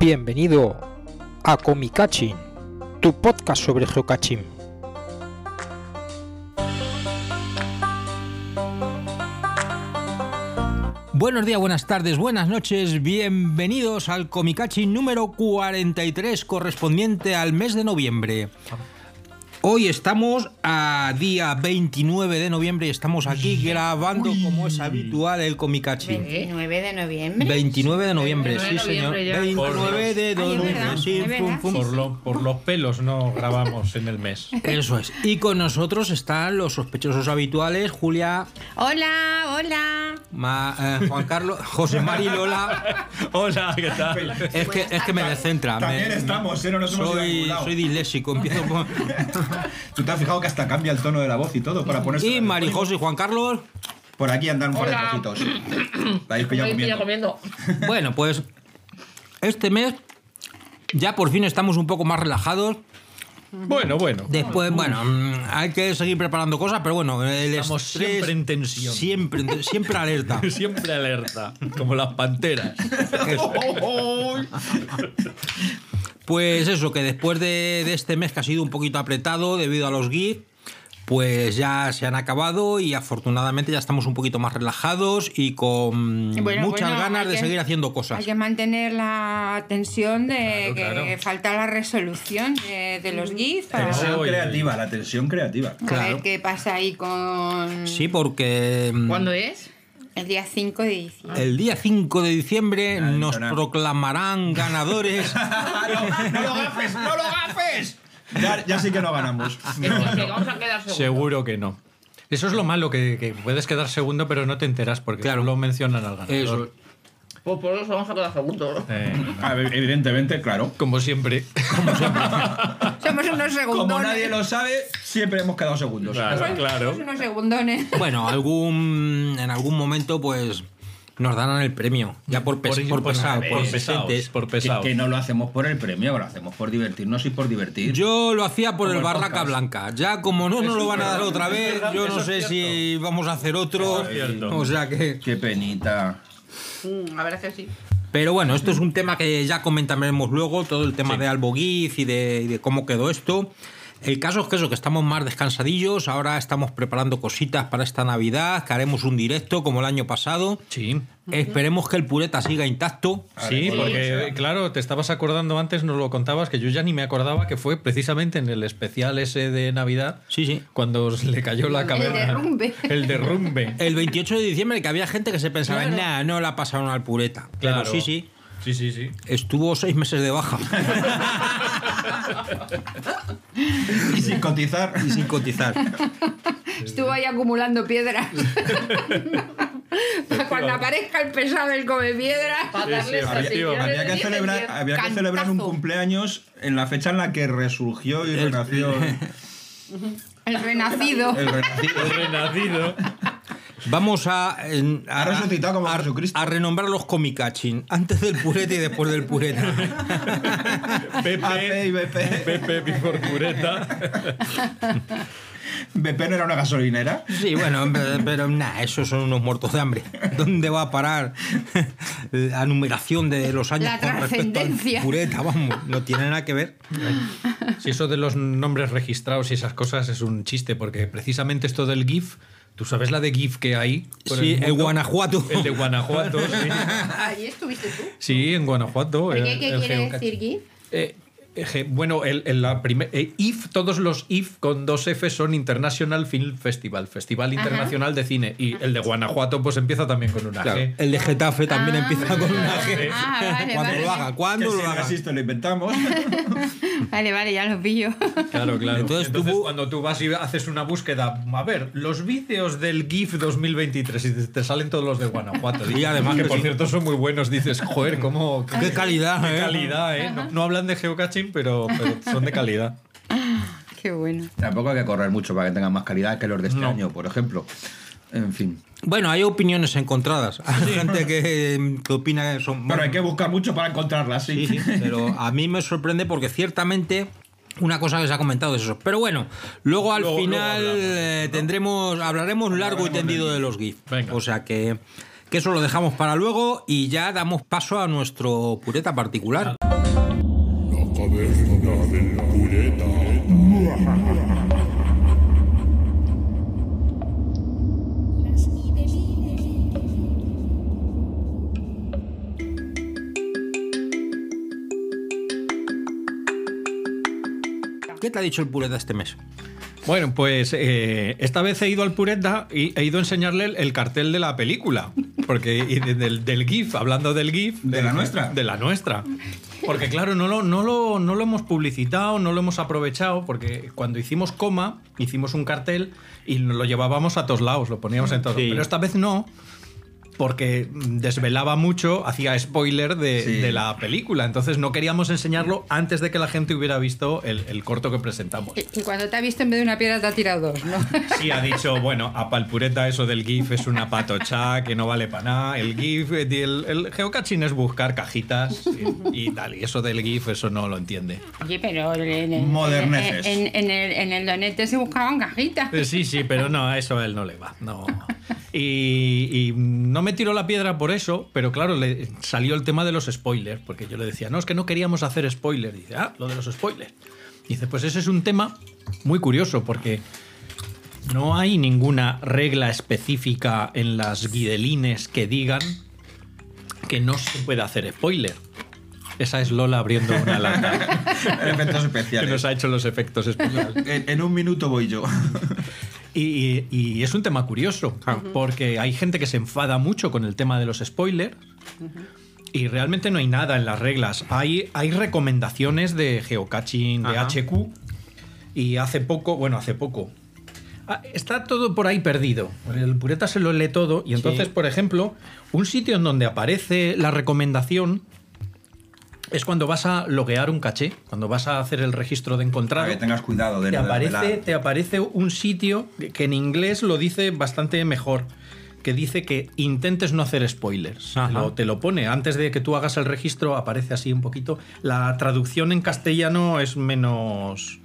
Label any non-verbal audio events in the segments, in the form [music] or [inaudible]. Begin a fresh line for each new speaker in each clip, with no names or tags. Bienvenido a Comicachin, tu podcast sobre geocaching.
Buenos días, buenas tardes, buenas noches, bienvenidos al Comicachi número 43 correspondiente al mes de noviembre. Hoy estamos a día 29 de noviembre y estamos aquí grabando como es habitual el Comicachi.
29 de noviembre.
29 de noviembre,
29
sí
de
señor.
noviembre ya.
29 de
Ay, es
noviembre,
verdad,
sí,
es
fum,
verdad.
fum.
Por, lo- por los pelos no grabamos en el mes.
Eso es. Y con nosotros están los sospechosos habituales, Julia,
Hola, hola.
Ma- eh, Juan Carlos, [laughs] José Mari Lola.
[laughs] Hola, ¿qué tal?
Es que, es que me descentra. me-
También estamos, ¿eh? No nos hemos ido a ningún
Soy,
lado.
soy disléxico,
[laughs]
empiezo con...
Tú te has fijado que hasta cambia el tono de la voz y todo para ponerse.
Y Marijosa y Juan Carlos.
Por aquí andan un par de trocitos. La habéis pillado
Estoy ya
comiendo.
comiendo.
Bueno, pues este mes ya por fin estamos un poco más relajados.
Bueno, bueno.
Después, bueno, mm, hay que seguir preparando cosas, pero bueno, el
Estamos
estrés-
siempre en tensión.
Siempre, en te- siempre alerta.
[laughs] Siempre alerta, como las panteras.
Pues eso, que después de, de este mes que ha sido un poquito apretado debido a los GIF, pues ya se han acabado y afortunadamente ya estamos un poquito más relajados y con
Bueno,
muchas
bueno,
ganas
hay
de
que-
seguir haciendo cosas.
Hay que mantener la tensión de
Claro,
que
claro.
falta la resolución de, de los GIFs
Ah.
para a
Tensión.
Tensión
Oye.
creativa, la tensión creativa.
claro.
ver qué pasa ahí con
Sí, porque... mm,
¿Cuándo es?
el día 5 de diciembre.
El día 5 de diciembre
Nada,
nos
nada. [laughs]
proclamarán
[laughs]
ganadores.
¡No, lo gafes! ¡No lo gafes! Ya, ya sí que no ganamos.
Que vamos a quedar seguros.
Seguro que no. Eso es lo malo, que, que puedes quedar segundo, pero no te enteras porque
Claro.
lo mencionan al ganador.
Eso.
Pues por eso vamos a quedar segundos.
Eh,
A ver, evidentemente, claro.
como siempre.
Somos unos segundones.
Como
eh.
nadie lo sabe, siempre hemos quedado segundos.
Claro, claro.
Somos unos segundones.
Bueno, algún, en algún momento, pues nos darán el premio. Ya por, pes-
Por-
por
por-
pesado,
por
por
pesados,
presentes.
por
Que,
pesados.
que no lo hacemos por el premio, lo hacemos por divertirnos y por divertir.
Yo lo hacía por
Como
el
el
Barraca
podcast.
Blanca. Ya como no nos lo van a dar otra
es
vez,
verdad,
yo
eso
no
es
sé
cierto.
si vamos a hacer otro.
Eso es cierto.
O sea que.
Qué penita.
Mm, a ver, que sí.
Pero bueno, esto es un tema que ya comentaremos luego, todo el tema de Albo Giz y de, y de cómo quedó esto. El caso es que eso, que estamos más descansadillos, ahora estamos preparando cositas para esta Navidad, que haremos un directo como el año pasado.
Sí.
Esperemos que el pureta siga intacto.
Sí,
Haremos lo que
porque
sea.
claro, te estabas acordando antes, nos lo contabas, que yo ya ni me acordaba que fue precisamente en el especial ese de Navidad
Sí, sí.
cuando os le cayó la caverna.
derrumbe.
El
[laughs]
derrumbe.
El 28 de diciembre, que había gente que se pensaba, nah, no la pasaron al pureta. Claro.
Claro.
sí, sí.
Sí, sí, sí.
Estuvo seis meses de baja
Y sin cotizar.
y sin cotizar.
Estuvo ahí acumulando piedras. [laughs] Para cuando aparezca el pesado del come piedras.
[laughs] Para darle
sí,
esa
había-
señal de
Había que,
diez en
celebrar,
diez.
había que celebrar un
Cantazo.
cumpleaños en la fecha en la que resurgió y renació
El renacido.
el renacido.
Renacido.
Vamos a, en- a-
Ha resucitado como
a,
Jesucristo.
a renombrar los comicachín antes del pureta y después del pureta.
AP y
Pepe.
BP.
Pepe Before Pureta.
BP no era una gasolinera.
Sí, bueno, pero, pero nada, esos son unos muertos de hambre. ¿Dónde va a parar la numeración de los años
La
con respecto al
trascendencia.
pureta? Vamos, no tiene nada que ver.
Si eso de los nombres registrados y esas cosas es un chiste, porque precisamente esto del GIF, ¿tú sabes la de GIF que hay? por
Sí, el
mundo?
Guanajuato.
El de
[laughs]
Guanajuato, sí.
[laughs] Ahí estuviste tú.
Sí, en Guanajuato.
¿Por qué?
el-
¿Qué
el
quiere
geocache.
decir GIF?
Eh, eh, je- bueno, el, el- la primer- eh, IF, todos los IF con dos F son International Film Festival, Festival Internacional de Cine. Y el de Guanajuato, pues empieza también con una
Claro,
G.
el de Getafe también empieza con una G.
Ah, vale,
Cuando
vale.
lo haga,
que
cuando
si
lo
no
haga.
existe, lo inventamos.
[laughs] Vale, vale, ya lo pillo.
Claro, claro.
Entonces
Entonces,
tú-
cuando tú vas y haces una búsqueda, a ver, los vídeos del GIF 2023 y te- te salen todos los de Guanajuato.
[laughs] Y además
que
que
por
sí.
cierto son muy buenos, dices, joder, cómo...
Qué calidad,
qué
eh.
calidad, ¿eh? No, no hablan de geocaching, pero, pero son de calidad.
Qué bueno.
[laughs] Tampoco hay que correr mucho para que tengan más calidad que los de este
No.
año, por ejemplo. En fin.
Bueno, hay opiniones encontradas. Hay gente que, em, que opina que son.
Pero hay que buscar mucho para encontrarla, sí.
Sí, sí, pero a mí me sorprende porque ciertamente una cosa que se ha comentado es eso. Pero bueno, luego al
Luego- luego
final
hablamos,
eh, tendremos, hablaremos largo y tendido de los GIF.
Venga.
O sea que, que eso lo dejamos para luego y ya damos paso a nuestro pureta particular.
década de la culeta.
¿Qué te ha dicho el pureta este mes?
Bueno, pues eh, esta vez he ido al Pureta y he ido a enseñarle el, el cartel de la película. Porque y de- del, del GIF, hablando del GIF.
¿De la
del-
nuestra?
De la nuestra. Porque claro, no lo, no, lo, no lo hemos publicitado, no lo hemos aprovechado, porque cuando hicimos coma, hicimos un cartel y nos lo llevábamos a todos lados, lo poníamos en todo.
Sí.
Pero esta vez no, porque desvelaba mucho, hacía spoiler de,
Sí.
de la película. Entonces no queríamos enseñarlo antes de que la gente hubiera visto el, el corto que presentamos.
Y, y cuando te ha visto en vez de una piedra te ha tirado dos, [laughs] ¿no?
Sí, ha dicho, bueno, a Palpureta eso del GIF es una patocha que no vale para nada. El GIF, eh, el, el geocaching es buscar cajitas y, y tal. Y eso del GIF, eso no lo entiende.
Oye, pero en el,
Moderneces.
En, en- en el, en el donete se buscaban cajitas.
Eh, Sí, sí, pero no, a eso a él no le va. No. Y, y no me tiró la piedra por eso, pero claro, le salió el tema de los spoilers, porque yo le decía, no, es que no queríamos hacer spoilers. Dice, ah, lo de los spoilers. Dice, pues ese es un tema muy curioso, porque no hay ninguna regla específica en las guidelines que digan que no se puede hacer spoiler. Esa es Lola abriendo una lata
[laughs] Efectos
que
especiales.
nos ha hecho los efectos especiales.
En, en un minuto voy yo.
Y, y- y es un tema curioso, porque hay gente que se enfada mucho con el tema de los spoilers. Y realmente no hay nada en las reglas. Hay, hay recomendaciones de geocaching, de
Ajá.
HQ. Y hace poco, bueno, hace poco. ah, Está todo por ahí perdido. El pureta se lo lee todo. Y entonces, por ejemplo, un sitio en donde aparece la recomendación es cuando vas a loguear un caché, cuando vas a hacer el registro de encontrado
Para que tengas cuidado de
te
no
aparece,
desvelar.
te aparece un sitio que en inglés lo dice bastante mejor. Que dice que intentes no hacer spoilers.
Ajá.
Te lo, te lo pone. Antes de que tú hagas el registro, aparece así un poquito. La traducción en castellano es menos.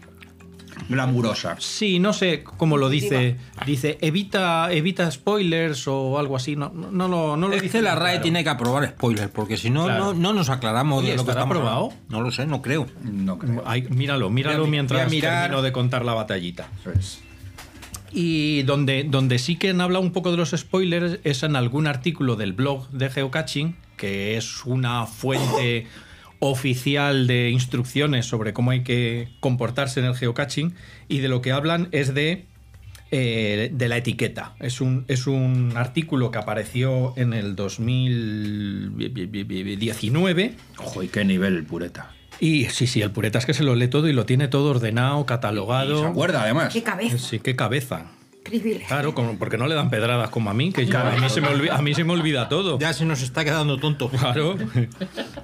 Glamurosa.
Sí, no sé cómo lo dice. Dice evita, evita spoilers o algo así. No, no, no lo, no lo
Es
dice.
que la
muy
RAE
claro.
tiene que aprobar spoilers, porque si no,
Claro.
no, no nos aclaramos
Oye,
de lo que
¿estará
estamos
aprobado?
hablando. No lo sé, no creo.
No creo.
Ay, míralo, míralo
Voy a mi-
mientras
voy a mirar.
termino de contar la batallita.
Eso es.
Y donde, donde sí que han hablado un poco de los spoilers es en algún artículo del blog de Geocaching, que es una fuente oficial de instrucciones sobre cómo hay que comportarse en el geocaching, y de lo que hablan es de, eh, de la etiqueta. Es un, es un artículo que apareció en el 2019.
Ojo, y qué nivel, pureta.
Y sí, sí, el pureta es que se lo lee todo y lo tiene todo ordenado,
Y se
catalogado.
acuerda, además.
¡Qué cabeza!
Sí, qué cabeza.
Privilegio.
Claro, como- porque no le dan pedradas como a mí, que yo- a, mí se me olvi- a mí se me olvida todo.
Ya se nos está quedando tonto.
Claro.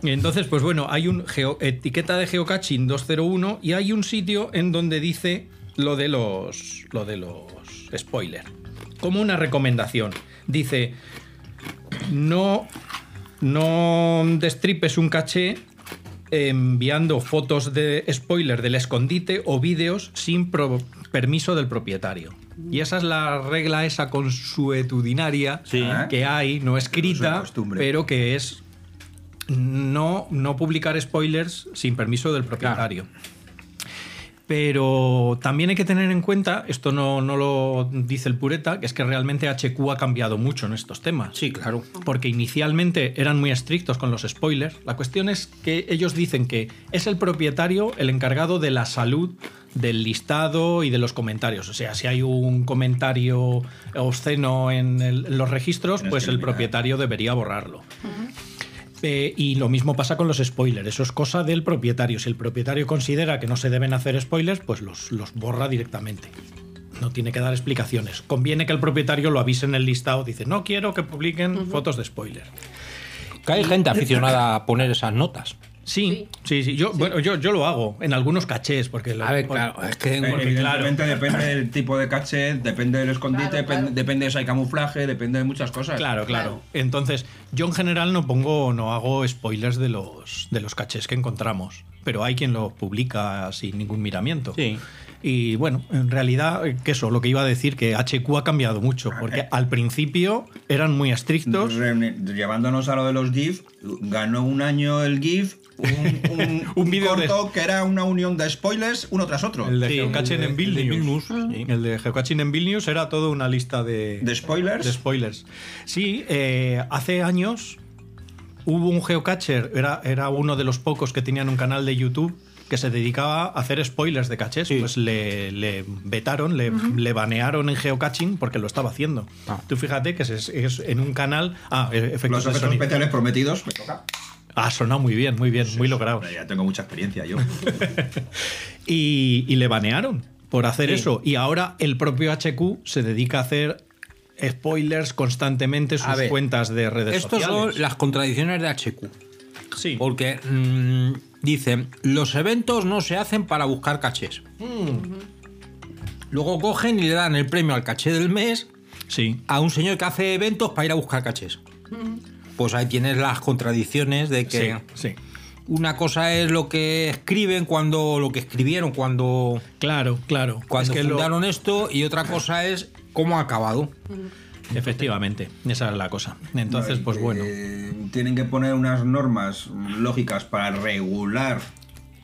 Y entonces, pues bueno, hay un geo- etiqueta de geocaching 201 y hay un sitio en donde dice lo de los lo de los spoilers. Como una recomendación. Dice, no no destripes un caché enviando fotos de spoiler del escondite o vídeos sin pro- permiso del propietario. Y esa es la regla esa consuetudinaria
Sí.
que hay, no
Uso y
escrita,
costumbre.
pero que es no, no publicar spoilers sin permiso del propietario. Pero también hay que tener en cuenta, esto no, no lo dice el pureta, que es que realmente HQ ha cambiado mucho en estos temas.
Sí, claro.
Porque inicialmente eran muy estrictos con los spoilers. La cuestión es que ellos dicen que es el propietario el encargado de la salud del listado y de los comentarios. O sea, si hay un comentario obsceno en, el- en los registros,
Tienes
pues
que
el
eliminar.
propietario debería borrarlo. Eh, y lo mismo pasa con los spoilers, eso es cosa del propietario. Si el propietario considera que no se deben hacer spoilers, pues los, los borra directamente. No tiene que dar explicaciones. Conviene que el propietario lo avise en el listado, dice, no quiero que publiquen fotos de spoilers.
Que hay gente aficionada a poner esas notas.
Sí, sí, sí. Yo, Bueno, yo, yo lo hago en algunos cachés, porque... lo-
A ver,
por-
claro, es que
Eh,
Porque,
Evidentemente depende del tipo de caché, depende del escondite,
Claro,
depende-
claro.
depende de si hay camuflaje, depende de muchas cosas.
Claro, claro. Entonces, yo en general no pongo, no hago spoilers de los, de los cachés que encontramos, pero hay quien los publica sin ningún miramiento.
Sí.
Y bueno, en realidad, eh, que eso, lo que iba a decir, que HQ ha cambiado mucho, porque al principio
Pues, eh,
eran muy estrictos.
Re- Llevándonos a lo de los GIF, ganó un año el GIF un, un,
[laughs] Un vídeo de-
corto que era una unión de spoilers uno tras otro.
El de
Sí,
Geocaching
el de-
en
el de
Vilnius.
Vilnius, sí.
El de Geocaching en Vilnius era toda una lista de,
¿De spoilers?
de spoilers. Sí, eh, hace años hubo un geocacher, era, era uno de los pocos que tenían un canal de YouTube que se dedicaba a hacer spoilers de caches. Pues le, le vetaron, le, le banearon en geocaching porque lo estaba haciendo.
Ah.
Tú fíjate que es, es en un canal... Ah, eh, efectos
Los
de
efectos
sonido.
especiales prometidos. Me toca.
Ah, sonado muy bien, muy bien, muy logrado.
Ya tengo mucha experiencia yo.
[laughs] y, y le banearon por hacer eso. Y ahora el propio HQ se dedica a hacer spoilers constantemente en sus
A ver,
cuentas de redes
Estas
sociales.
son las contradicciones de HQ.
Sí.
Porque mm, dicen, los eventos no se hacen para buscar cachés. Luego cogen y le dan el premio al caché del mes
sí.
a un señor que hace eventos para ir a buscar cachés. Pues ahí tienes las contradicciones de
Sí,
que
sí.
una cosa es lo que escriben cuando lo que escribieron cuando
Claro, claro.
cuando
Es que lo-
fundaron esto y otra cosa es cómo ha acabado.
Efectivamente, esa es la cosa. Entonces, pues
Eh,
bueno.
tienen que poner unas normas lógicas para regular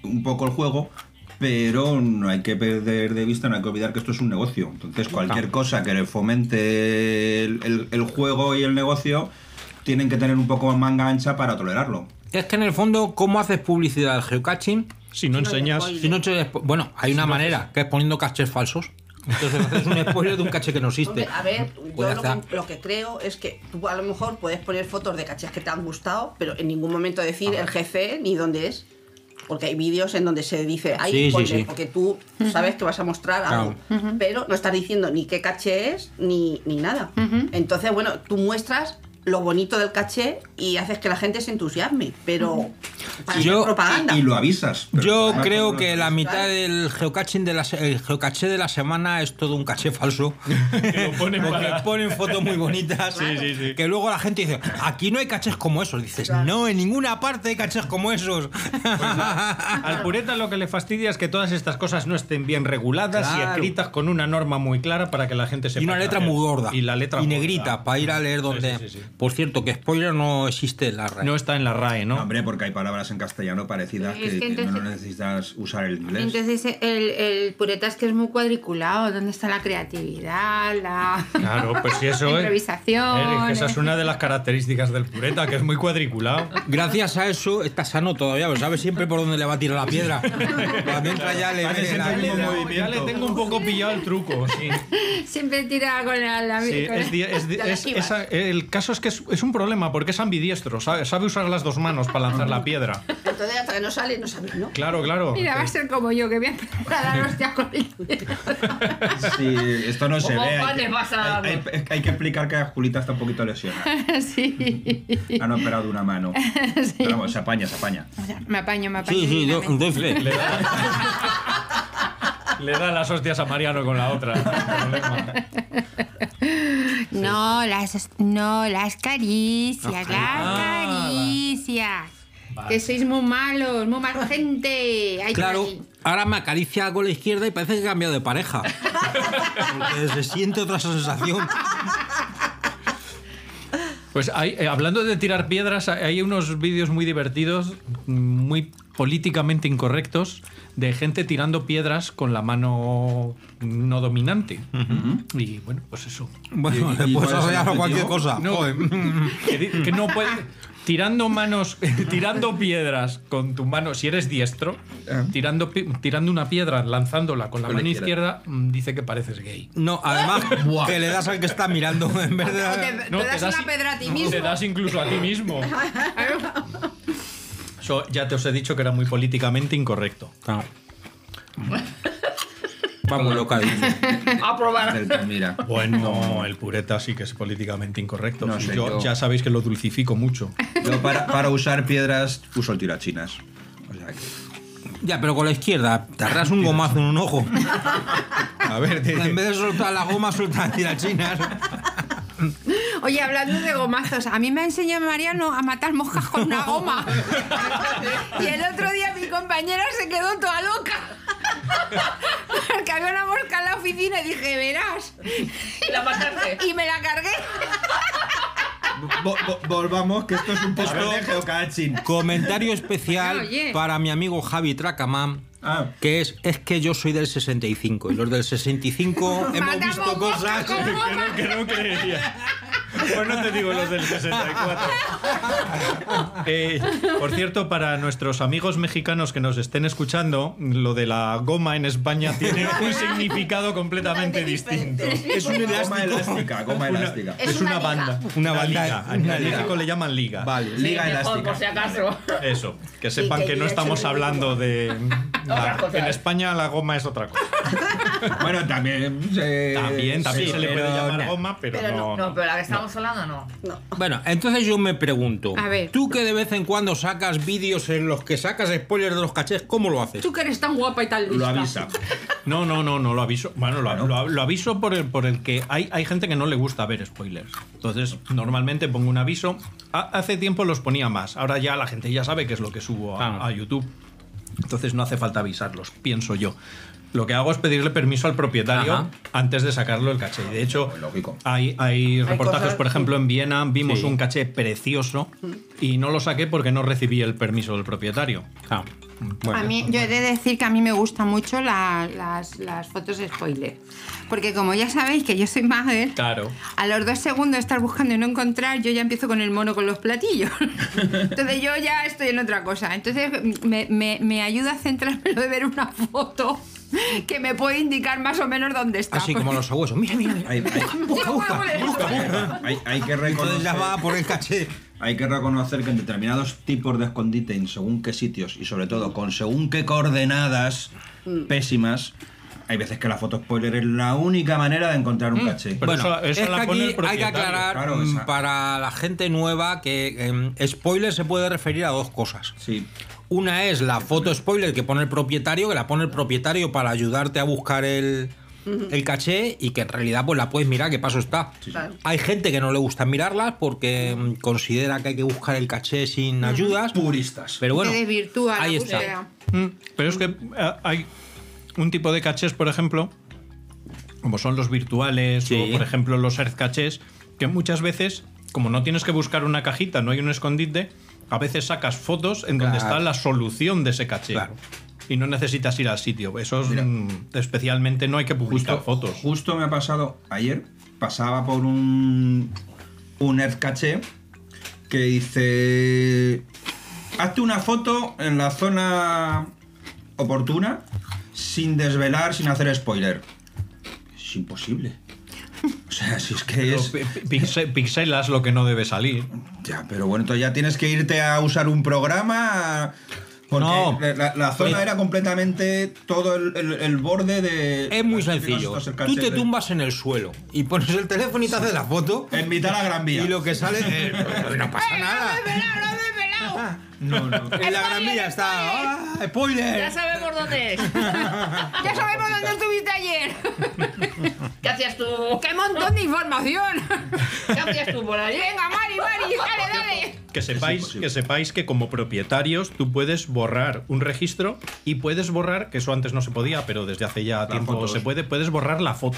un poco el juego, pero no hay que perder de vista, no hay que olvidar que esto es un negocio. Entonces, cualquier cosa que le fomente el, el- el juego y el negocio, tienen que tener un poco manga ancha para tolerarlo.
Es que en el fondo, ¿cómo haces publicidad al geocaching?
Si no enseñas.
Si no te expo- bueno, hay una manera, que es poniendo cachés falsos.
[laughs]
Entonces haces un spoiler de un caché que no existe.
Hombre, a ver, yo
Pues
lo
ya
que, lo que creo es que tú a lo mejor puedes poner fotos de cachés que te han gustado, pero en ningún momento decir el jefe ni dónde es. Porque hay vídeos en donde se dice, hay
Sí, sí,
spoiler",
sí.
porque tú sabes que vas a mostrar algo, pero no estás diciendo ni qué caché es ni, ni nada. Entonces, bueno, tú muestras lo bonito del caché y haces que la gente se entusiasme, pero para
Yo-
hacer propaganda.
Y lo avisas. pero-
Yo
Ah,
creo
no,
que
no,
la
no.
mitad del geocaching de la se- el geocaché de la semana es todo un
[laughs]
caché falso.
ponen
Porque
para-
ponen fotos muy bonitas.
sí, sí.
Que luego la gente dice, aquí no hay cachés como esos. Dices, no, en ninguna parte hay cachés como esos.
Pues
[laughs]
Al pureta lo que le fastidia es que todas estas cosas no estén bien reguladas y
Claro.
escritas con una norma muy clara para que la gente sepa.
y una
qué
letra
hacer.
muy gorda.
Y la letra gorda.
negrita, para ir a leer donde.
sí, sí.
Por cierto, que spoiler no existe en la red.
No está en la RAE, ¿no?
No, hombre, porque hay palabras en castellano parecidas
Es
que,
que
que no
entonces-
necesitas usar el inglés.
Entonces el, el pureta es que es muy cuadriculado. ¿Dónde está la creatividad, la
Claro, pues
[laughs]
si eso es. Eh,
improvisación?
que esa es una de las características del pureta, que es muy cuadriculado.
Gracias a eso está sano todavía, pero sabe siempre por dónde le va a tirar la piedra. Pero Mientras ya le
Hace
mete la-
siempre el mismo movimiento.
Ya le tengo un poco pillado el truco, [laughs] sí.
[laughs] Siempre tira con la, la-
Sí,
con
es di- es di-
Ya la
es-
esquivas.
esa- el caso es que es, es un problema porque es ambidiestro, sabe, sabe usar las dos manos para lanzar la piedra.
Entonces, hasta que no sale, no sabes, ¿no?
Claro, claro.
Mira, va a ser como yo, que voy a empezar a dar hostias con el
[laughs] Sí, esto no se ve.
¿Cómo
Hay
vale
que,
vas a
hay- hay- es que hay que explicar que Julita está un poquito
[laughs]
lesionada.
Sí.
Han operado
[laughs]
una mano. Pero vamos, se apaña, se apaña.
Me apaño, me apaño.
Sí, sí, do-
divinamente.
doy fe.
Le
[laughs]
da, le da las hostias a Mariano con la otra. No hay problema.
No, las, no, las caricias,
Ah,
las caricias.
Que sois muy malos, muy mal gente. Ay,
Claro,
ay.
ahora me acaricia con la izquierda y parece que he cambiado de pareja. Porque se siente
[laughs]
otra sensación.
Pues hay- eh, hablando de tirar piedras, hay- hay unos vídeos muy divertidos, muy políticamente incorrectos, de gente tirando piedras con la mano no dominante. Y bueno, pues eso.
Bueno,
¿Y- y
le
cuál
puedes
es el
asociar a
objetivo?
cualquier cosa.
No, que, di- que no puede. Tirando manos, [laughs] tirando piedras con tu mano, si eres diestro,
Ah.
tirando, pi- tirando una piedra, lanzándola con la
Con la
mano izquierda,
izquierda.
mm, dice que pareces gay.
No, [laughs] además, que le das al que está mirando en vez de.
Te- te das una
i-
pedra a ti
no,
mismo.
Te das incluso a ti
[laughs]
mismo. Eso ya te os he dicho que era muy políticamente incorrecto.
[laughs]
No. Vamos, loca. dice.
Del que mira.
Bueno, el pureta sí que es políticamente incorrecto.
No
Sí,
sé,
yo,
yo-
ya sabéis que lo dulcifico
[laughs]
mucho.
Yo para, para usar piedras uso el tirachinas. O sea que.
Ya, pero con la izquierda, te arras un gomazo en un ojo.
A ver, te-
En vez de soltar la goma, sueltas tirachinas.
Oye, hablando de gomazos, a mí me ha enseñado Mariano a matar moscas con una goma. Y el otro día mi compañera se quedó toda loca. Porque había una mosca en la oficina y dije, verás.
La mataste.
Y me la cargué.
Vo- vo- volvamos, que esto es un post de geocaching.
Comentario especial
Bueno, oye.
para mi amigo Javi Tracamán.
Ah.
Que es, es que yo soy del 65 y los
[laughs]
del 65 hemos
Matamos
visto
moscas
cosas.
con goma.
Que no creería. Pues no te digo los del 64. Eh, por cierto, para nuestros amigos mexicanos que nos estén escuchando, lo de la goma en
[laughs]
España tiene un significado completamente distinto.
Es una goma elástica, goma elástica.
Es,
Es
una,
una liga.
banda.
Una banda,
liga.
una
En
liga.
México le llaman liga.
Vale, liga
Sí, mejor,
elástica.
por si acaso.
Eso, que
Sí,
sepan
que
que
yo
no
he
estamos
hecho lo [laughs]
hablando de...
Otras cosas.
en España la goma es otra cosa.
Bueno, también. eh,
También, también
sí,
se le puede
pero
llamar
na-
goma, pero,
Pero
no...
No, pero la que estamos hablando no.
Bueno, entonces yo me pregunto,
A ver.
tú que de vez en cuando sacas vídeos en los que sacas spoilers de los cachés, ¿cómo lo haces?
Tú que eres tan guapa y tan lista.
Lo avisa.
No, no, no, no lo aviso. Bueno, lo,
Bueno.
lo- lo aviso por el, por el que hay, hay gente que no le gusta ver spoilers. Entonces, normalmente pongo un aviso. Ha- hace tiempo los ponía más. Ahora ya la gente ya sabe qué es lo que subo a,
Claro.
a YouTube. Entonces no hace falta avisarlos, pienso yo. Lo que hago es pedirle permiso al propietario
Ajá. Pues
antes de sacarlo el caché. Y De hecho,
Muy lógico.
hay, hay reportajes,
cosas-
por ejemplo, en Viena vimos
Sí.
un caché precioso y no lo saqué porque no recibí el permiso del propietario.
Ah,
a mí, yo he de decir que a mí me gustan mucho la- las, las fotos spoiler. Porque como ya sabéis que yo soy mager,
Claro.
a los dos segundos de estar buscando y no encontrar, yo ya empiezo con el mono con los platillos. Entonces yo ya estoy en otra cosa. Entonces me, me- me ayuda a centrarme lo de ver una foto que me puede indicar más o menos dónde está.
así como los sabuesos. Mira, mira, mira.
[laughs]
Hay, hay-
Busca, busca.
hay- hay que
Entonces ya
reconocer.
va por el caché.
Hay que reconocer que en determinados tipos de escondite, en según qué sitios y sobre todo con según qué coordenadas
Mm.
pésimas, hay veces que la foto spoiler es la única manera de encontrar un caché.
Pero
Mm. bueno,
eso- eso
es
la
que
pone el
aquí hay que
propietario.
aclarar
Claro,
mm,
esa-
para la gente nueva que em, spoiler se puede referir a dos cosas.
Sí.
Una es la foto spoiler que pone el propietario, que la pone el propietario para ayudarte a buscar el, el caché y que en realidad pues la puedes mirar, qué paso está.
Claro.
Hay gente que no le gusta mirarlas porque mm, considera que hay que buscar el caché sin ayudas.
Puristas.
Pero bueno,
Te desvirtúa la
ahí está.
búsqueda.
Mm, Pero es que eh, hay un tipo de cachés, por ejemplo, como son los virtuales
Sí.
o, por ejemplo, los Earth cachés, que muchas veces, como no tienes que buscar una cajita, no hay un escondite, a veces sacas fotos en donde
Claro.
está la solución de ese caché.
Claro.
Y no necesitas ir al sitio. Eso es,
Mira.
mm, especialmente no hay que publicar fotos.
Justo me ha pasado ayer, pasaba por un un Earth caché que dice hazte una foto en la zona oportuna sin desvelar, sin hacer spoiler. Es imposible. O sea, si es que
Pero
es
pi- pi- pixe- Pixelas lo que no debe salir.
ya, pero bueno, entonces ya tienes que irte a usar un programa porque
No.
la- la, la zona
Oye.
era completamente todo el, el- el borde de
Es muy
los típicos
sencillo.
estos Earth
Tú te
cachés de-
tumbas en el suelo y pones el teléfono y te haces la foto.
en mitad de la Gran Vía.
Y lo que sale.
[laughs]
eh, no pasa nada.
No, no.
[laughs] En la gran vía está. ¡Ah, ¡Spoiler!
Ya sabemos dónde es.
[laughs] Ya sabemos dónde estuviste ayer.
[laughs] ¿Qué hacías tú?
¡Qué montón de información!
¿Qué hacías tú por allí?
Venga, Mari, Mari, dale, dale.
Que sepáis,
imposible.
que sepáis que como propietarios tú puedes borrar un registro y puedes borrar, que eso antes no se podía, pero desde hace ya tiempo
fotos. Mm.
se puede, puedes borrar la foto.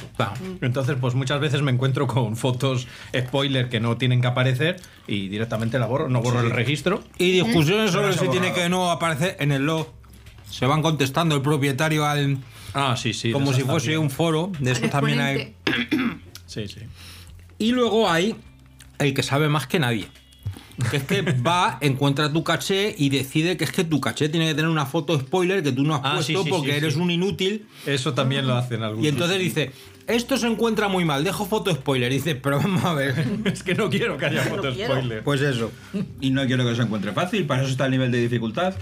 Entonces, pues muchas veces me encuentro con fotos spoiler que no tienen que aparecer y directamente la borro, no borro el registro.
Y discusiones sobre
Pero
si
se ha
tiene
borrado.
que no aparecer en el log. Se van contestando el propietario al.
Ah, sí, sí.
como
de
si
esas
fuese
también.
un foro. De eso
Al
también hay.
exponente.
Sí, sí.
Y luego hay el que sabe más que nadie. Que
[laughs]
es que va, encuentra tu caché y decide que es que tu caché tiene que tener una foto spoiler que tú no has
Ah, sí, sí,
puesto
sí,
porque
sí.
eres un inútil.
Eso también lo hacen algunos.
Y entonces dice, esto se encuentra muy mal, dejo foto spoiler. Y dice, pero vamos a ver.
[laughs] Es que no quiero que haya
no
foto
quiero.
spoiler.
Pues eso.
Y no quiero que se encuentre fácil, para eso está el nivel de dificultad.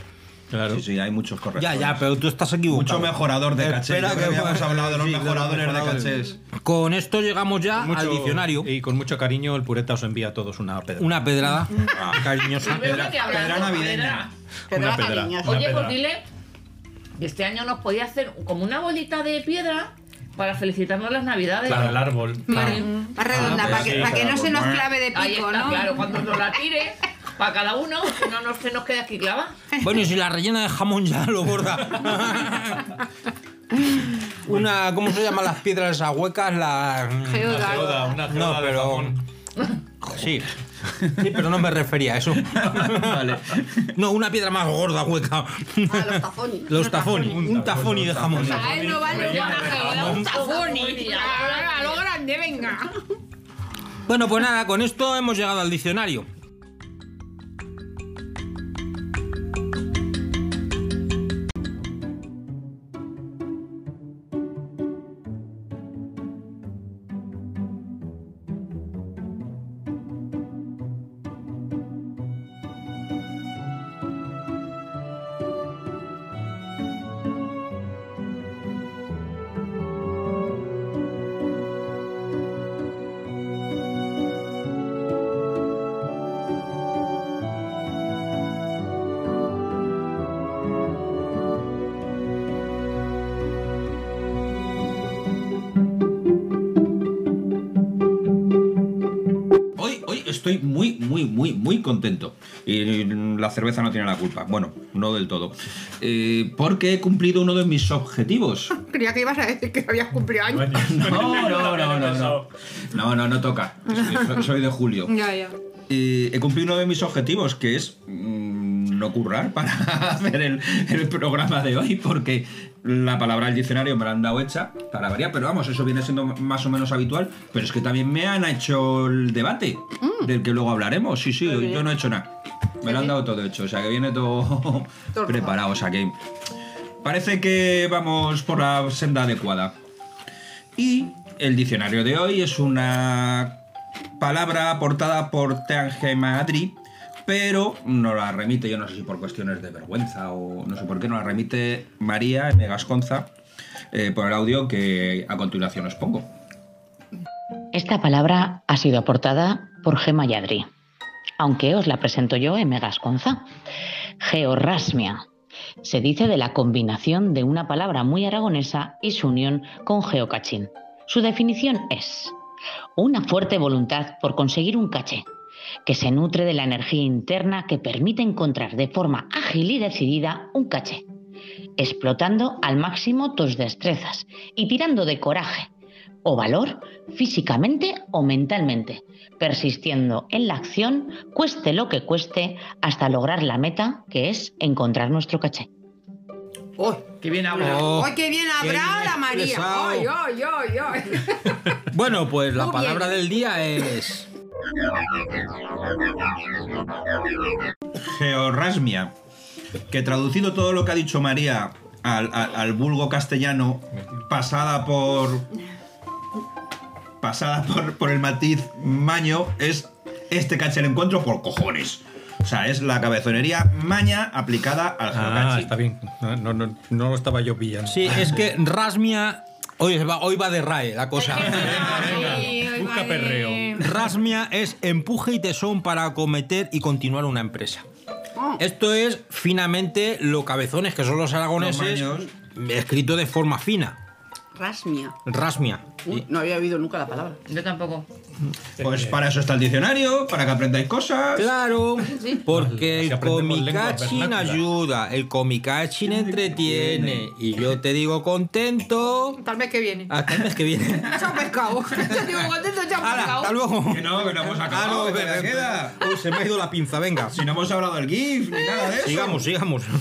Claro.
Sí, sí, hay muchos
Ya,
correctores.
ya, pero tú estás equivocado. Eh,
Mucho mejorador de cachés.
Espera
Espera que
que-
habíamos hablado de los
sí, de los
mejoradores de
mejoradores.
cachés.
Con esto llegamos ya
Mucho-
al diccionario.
Y con mucho cariño el pureta os envía a todos una pedra.
Una pedrada
Ah.
cariñosa.
Pero de qué hablando,
Pedra navideña.
Pedra.
Pedra
Una pedra.
cariñosa.
Una
Oye,
pedra.
pues dile que este año nos podía hacer como una bolita de piedra para felicitarnos las navidades.
Claro, el árbol.
Vale, más redonda,
Ah,
para que,
sí,
para que no
claro,
se nos
bueno.
clave de
Ahí
pico,
está,
¿no?
claro, cuando nos la tire, para cada uno, que no nos, se nos quede aquí clava.
[laughs] Bueno, y si la rellena de jamón ya lo [laughs] borda. Una, ¿cómo se llaman las piedras esas huecas? Las.
Geoda.
Una geoda, una
mm, No,
geoda de
pero.
jamón.
[laughs] Sí. Sí, pero no me refería a [laughs] eso.
vale.
No, una piedra más gorda, hueca.
Ah, los tazones.
[laughs] Los tafones. Un tafoni de jamón.
A él no vale un
jamón.
un tafoni. A lo grande, venga.
Bueno, pues nada, con esto hemos llegado al diccionario.
Hoy, hoy estoy muy, muy, muy, muy contento. Y la cerveza no tiene la culpa. Bueno, no del todo. Eh, porque he cumplido uno de mis objetivos.
Creía que ibas a decir que habías cumplido años.
[laughs] No, no, no, no, no. No, no, no [laughs] toca. Soy- Soy de julio.
Ya, ya.
Eh, he cumplido uno de mis objetivos, que es mm, no currar para [laughs] hacer el, el programa de hoy, porque la palabra al diccionario me la han dado hecha para variar, pero vamos, eso viene siendo más o menos habitual, pero es que también me han hecho el debate, del que luego hablaremos, sí, sí, yo no he hecho nada, me lo han dado todo hecho, o sea que viene todo [laughs]
Todo
preparado, o sea que parece que vamos por la senda adecuada. Y el diccionario de hoy es una palabra aportada por Tange Madrid, pero no la remite, yo no sé si por cuestiones de vergüenza o no sé por qué, no la remite María Megasconza eh, por el audio que a continuación os pongo.
Esta palabra ha sido aportada por Gema Yadri, aunque os la presento yo en Megasconza. Georrasmia. Se dice de la combinación de una palabra muy aragonesa y su unión con geocachín. Su definición es una fuerte voluntad por conseguir un caché que se nutre de la energía interna que permite encontrar de forma ágil y decidida un caché, explotando al máximo tus destrezas y tirando de coraje, o valor físicamente o mentalmente, persistiendo en la acción, cueste lo que cueste, hasta lograr la meta que es encontrar nuestro caché.
¡Oh! ¡Qué bien habla!
Oh.
¡Ay, qué bien habrá
bien
la María!
expresado.
¡Ay, ay, ay, ay!
Bueno, pues la
Muy bien.
palabra del día es.
Georrasmia, que traducido todo lo que ha dicho María al, al- al vulgo castellano, pasada por. pasada por, por el matiz maño, es este caché el encuentro por cojones. O sea, es la cabezonería maña aplicada al
Ah,
geocachi.
está bien. No, no, no, no lo estaba yo pillando.
Sí, [laughs] es que Rasmia. Hoy va, hoy va de RAE la cosa.
Ay, ay,
Busca
vale.
perreo.
Rasmia es empuje y tesón para acometer y continuar una empresa. Esto es finamente lo cabezones que son los aragoneses,
Los
escrito de forma fina.
Rasmia.
Rasmia.
Uy, no había oído nunca la palabra.
Yo tampoco.
Pues para eso está el diccionario, para que aprendáis cosas.
Claro, porque
Así
el
aprendemos lenguas
comicachin
vernáculas.
ayuda, el comicachin entretiene y yo te digo
[laughs]
contento
Tal vez que viene.
hasta el mes que viene.
Chao pescado. Yo digo contento, chao
¡Hala, hasta
pescado.
luego!
Que no, que no hemos acabado,
Ah, no,
que te
pero-
queda.
Uy, se me ha ido la pinza, venga.
Si no hemos hablado del GIF ni nada de eso.
Sigamos, sigamos.
[laughs]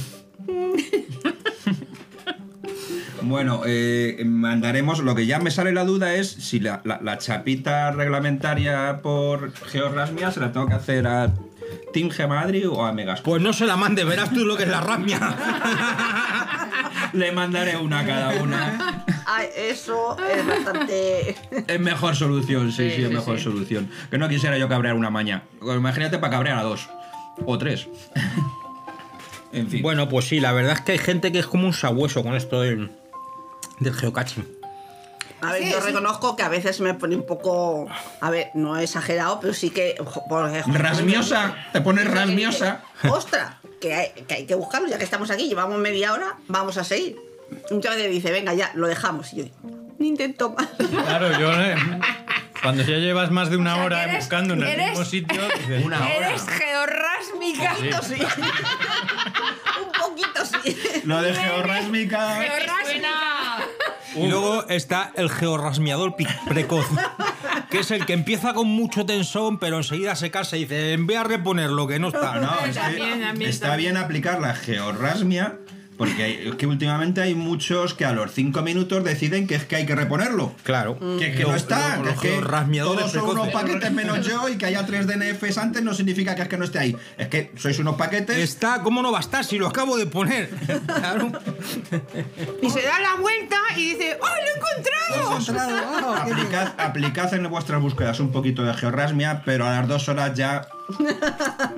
Bueno, eh, mandaremos. Lo que ya me sale la duda es si la, la- la chapita reglamentaria por georrasmia se la tengo que hacer a Team Gemadri o a Megas.
Pues no se la mande, verás tú lo que es la rasmia.
[laughs] Le mandaré una a cada una.
[laughs] Ah, eso es bastante.
Es mejor solución, sí, sí,
Sí,
es
sí,
mejor
sí.
solución. Que no quisiera yo cabrear una maña. Pues Imagínate para cabrear a dos o tres. en fin.
Bueno, pues sí, la verdad es que hay gente que es como un sabueso con esto del, del geocaching.
A ver,
Sí,
yo
sí.
reconozco que a veces me pone un poco. A ver, no he exagerado, pero sí que. jo- porque, jo-
Rasmiosa, te pones rasmiosa.
Ostras, que hay que, hay que buscarlo, ya que estamos aquí, llevamos media hora, vamos a seguir. Muchas veces dice, venga, ya, lo dejamos. Y yo digo, no intento más.
Claro, yo. eh, cuando ya llevas más de una
O sea,
hora
que eres-
buscando en el
eres-
mismo
[laughs]
sitio, dices,
Una hora.
Eres georrásmica.
Sí. un poquito sí.
Lo de georrasmia cada vez.
Georrásmica.
¡Buena!
Y luego está el georrasmeador pi- precoz, que es el que empieza con mucho tensón, pero enseguida se casa y dice, voy a reponer lo que no está.
No,
[laughs]
no, es que
También, también,
está
también.
bien aplicar la georrasmia. Porque hay- es que últimamente hay muchos que a los cinco minutos deciden que es que hay que reponerlo.
Claro.
Que, que no está, que
Los
es que
georrasmeadores
todos son
precoces.
unos paquetes menos yo y que haya tres DNFs antes no significa que es que no esté ahí. Es que sois unos paquetes.
Está, ¿cómo no va a estar si lo acabo
[laughs]
de poner? Claro.
Y se da la vuelta y dice, ¡oh, lo he encontrado!
Aplicad, aplicad en vuestras búsquedas un poquito de georrasmia, pero a las dos horas ya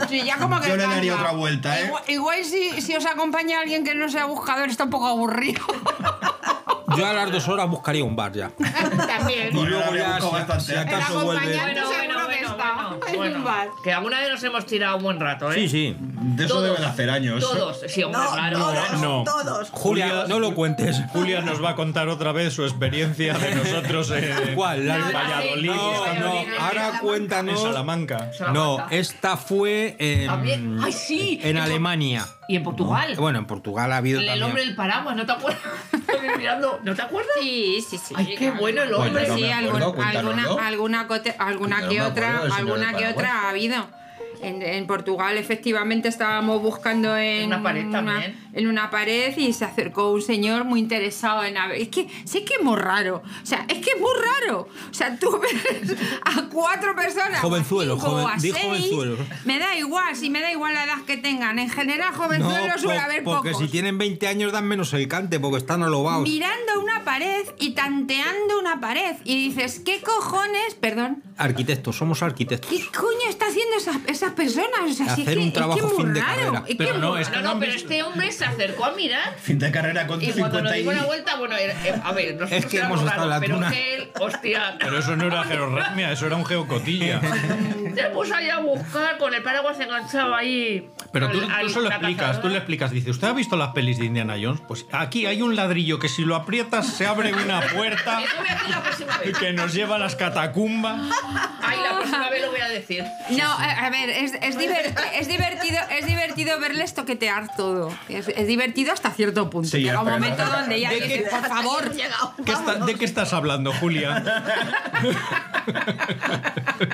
Sí, ya como que
Yo le
cansa.
daría otra vuelta, ¿eh?
Igual, igual si, si os acompaña alguien que no sea buscador está un poco aburrido.
Yo a las dos horas buscaría un bar ya.
[laughs] También.
Bueno,
luego
había
ya,
buscado
si-
bastante.
si
¿eh?
acaso-
El
Caso vuelve.
acompañante
Bueno,
seguro
bueno,
que
bueno,
está
bueno,
en un
bueno.
bar.
Que alguna vez nos hemos tirado un buen rato, ¿eh?
Sí, sí.
De eso deben hacer años.
Todos, sí, hombre,
No,
claro.
todos,
no.
todos.
Julia, no lo cuentes.
Julia nos va a contar otra vez su experiencia de nosotros en,
¿Cuál? La-
en Valladolid,
No, no, ahora
en
cuéntanos.
Salamanca.
No, esta fue en,
También- ¡Ay, sí!
en
Eso-
Alemania. eh, Mm,
Y en Portugal.
Bueno, en Portugal ha habido
el, el
también.
hombre del paraguas, ¿no te acuerdas? [laughs] Estoy mirando, ¿No te acuerdas?
Sí, sí, sí.
Ay, qué
claro.
bueno el
Bueno,
hombre.
no
sí,
me acuerdo,
algún-
cuéntanoslo.
alguna, alguna, cote- alguna
Yo no
que
me
otra,
acuerdo del señor
alguna
del
que
paraguas.
otra ha habido. En, en Portugal efectivamente estábamos buscando en
Una pared también.
en una pared y se acercó un señor muy interesado en haber- es que sé que es muy raro o sea es que es muy raro o sea tú [laughs] ves a cuatro personas
Jovenzuelo,
a cinco,
joven-
a
di
seis,
jovenzuelo.
me da igual si me da igual la edad que tengan en general
No,
jovenzuelo suele
po-
haber
porque
pocos
si tienen 20 años dan menos el cante, porque están alobados.
mirando una pared y tanteando una pared y dices, ¿qué cojones? Perdón.
Arquitectos, somos
[laughs]
arquitectos.
¿Qué coño está haciendo esas, esas personas? O sea, si es
Hacer
que-
un
es que
trabajo
es muy
fin de
raro,
carrera.
es que
Pero
es
no,
muy
es que
No,
raro.
no,
han
pero
visto-
este hombre se acercó a mirar
Fin de carrera con
y cuando nos
50 y...
dimos la vuelta, bueno, era- eh, a ver, nosotros
Es que
éramos
hemos estado en
raros,
la
pero
tuna.
que él, hostia,
Pero eso no era georrasmia, eso era un geocotilla.
se puso ahí a buscar con el paraguas enganchado ahí.
[laughs] Pero
al-
tú,
al-
tú se lo
la
explicas, tú le
cazadora.
explicas, dice, ¿usted ha visto las pelis de Indiana Jones? Pues aquí hay un ladrillo que si lo aprietas se abre una puerta
Eso voy a hacer la próxima vez.
que nos lleva a las catacumbas.
[laughs] Ay, la próxima vez lo voy a decir.
No, a a ver, es, es diver- es divertido, es divertido verles toquetear todo. Es, es divertido hasta cierto punto.
Sí,
Llega un
hasta-
momento donde ya
¿De
dices, por favor. [laughs]
[laughs]
¿Qué está- ¿De qué estás hablando, Julia?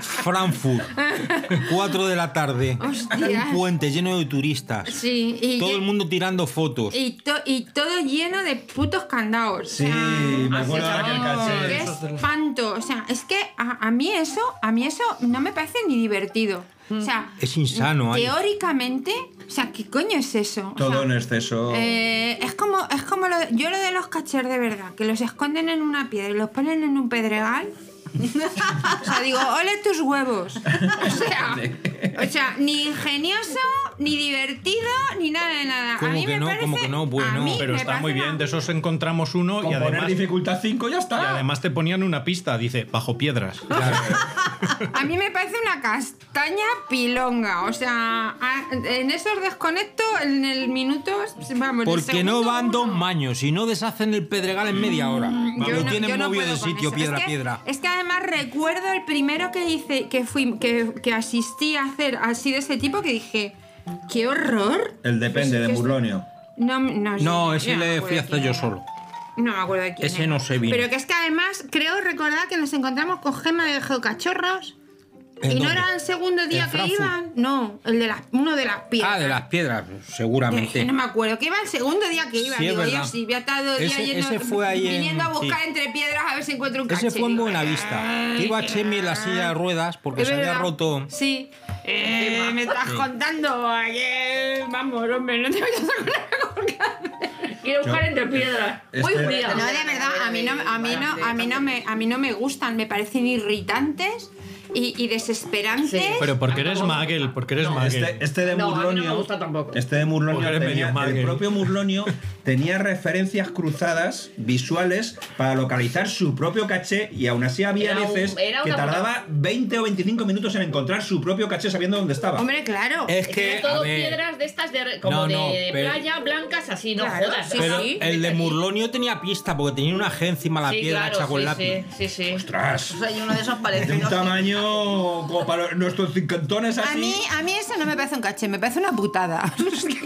Frankfurt, 4 de la tarde.
Hostia.
Un puente lleno de turistas.
Sí, y,
Todo el mundo tirando
[laughs]
fotos.
y, to- y todo lleno de putos candados.
Sí, me acuerdo de aquel
Qué
caché.
espanto. O sea, es que a, a mí eso, a mí eso no me parece ni divertido. O sea,
Es insano, ahí.
Teóricamente, o sea, ¿qué coño es eso? O sea,
Todo en exceso.
eh, es como, es como lo de- yo lo de los cachers de verdad, que los esconden en una piedra y los ponen en un pedregal. [laughs] o sea, digo, ole tus huevos. O sea, o sea, ni ingenioso, ni divertido, ni nada de nada.
Como
a mí
que
me
no,
parece,
como que no, bueno,
a mí
Pero
me
está
parece
muy
una-
bien, de esos encontramos uno y
Con poner
además, y
dificultad 5 ya está.
además te ponían una pista, dice, bajo piedras.
A mí me parece una castaña pilonga. O sea, a- en esos desconecto, en el minuto. Vamos, en el
Porque no
segundo
van dos
uno.
maños y no deshacen el pedregal en media hora.
Mm, Yo
Lo
no- yo
tienen
no
movido
puedo
de
con
sitio,
eso.
piedra
es
a
que, eh,
piedra.
Es que además recuerdo el primero que hice, que fui, que, que asistí a hacer así de ese tipo, que dije, qué horror.
El depende de
Pues,
Burlonio.
No, no,
No,
pues sí, yo
ese
no me
le
acuerdo
fui a hacer
quién
yo
era.
solo.
No me acuerdo de quién
Ese
era.
no se vino.
Pero que es que además creo recordar que nos encontramos con Gema de Geocachorros.
¿En
¿Y no
dónde?
era el segundo día
¿En
que
Frankfurt?
iban? No, el de las, uno de las piedras.
Ah, de las piedras,
Que
seguramente.
No me acuerdo, que iba el segundo día que iba.
Sí, es
Digo,
verdad.
yo sí, había estado día
Ese-
lleno-
ese fue ahí en-
viniendo a buscar
sí.
entre piedras a ver si encuentro un caché.
Ese fue en
Digo,
Buenavista.
ay,
Que iba
qué
Chemi en la silla de ruedas porque
Es
se había
verdad.
roto.
Sí. Eh, me estás contando ayer. Vamos, hombre, no te vayas a acordar con
Ir a buscar entre piedras. Muy
Este-
Julia.
No, de verdad, a mí no, a mí no, a mí no, me, a mí no me gustan, me parecen irritantes y, y desesperantes.
Sí.
Pero porque eres Magel, porque eres Magel.
Este, este de
No, a mí no me
Murlonio.
gusta tampoco.
Este de Murlonio.
Porque eres
tenía-
medio mague.
el propio Murlonio tenía referencias cruzadas visuales para localizar su propio caché y aún así había
Era un-
veces
era
que
una
tardaba 20 o 25 minutos en encontrar su propio caché sabiendo dónde estaba.
Hombre, claro.
Es
Era
que, a
todo
ver,
piedras de estas de, como
No, no,
de
pero-
playa, blancas, así, no
Claro,
jodas.
sí,
¿no?
pero
sí.
el de Murlonio tenía pista porque tenía una agencia encima de la
Sí,
piedra
claro,
hecha con
sí,
lápiz.
sí, sí, sí.
Ostras,
O sea, y uno de esos
de
parecidos.
un
que-
tamaño. tamaño como para nuestros cincantones así.
A mí, a mí eso no me parece un caché, me parece una putada. [laughs]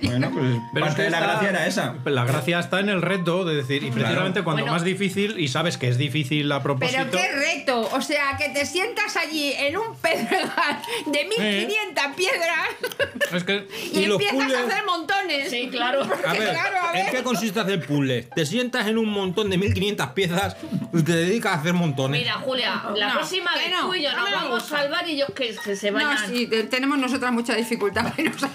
Bueno, pues
Pero
parte
es
de
que
la
está-
gracia era esa.
La gracia está en el reto de decir, y precisamente cuando
Bueno.
más difícil, y sabes que es difícil a propósito.
Pero qué reto, o sea, que te sientas allí en un pedregal de 1500 piedras
Es que.
y, empiezas a hacer montones. Sí, claro. [laughs] Porque,
A ver,
claro, a
¿en
ver.
qué consiste hacer puzzles? Te sientas en un montón de 1500 piezas y te dedicas a hacer montones.
Mira, Julia, la
No,
próxima
que
vez
no,
tú y yo
no
nos
me
vamos
gusta.
a salvar y ellos que, que se
No,
vayan.
sí, te- tenemos nosotras mucha dificultad. [laughs] para irnos a-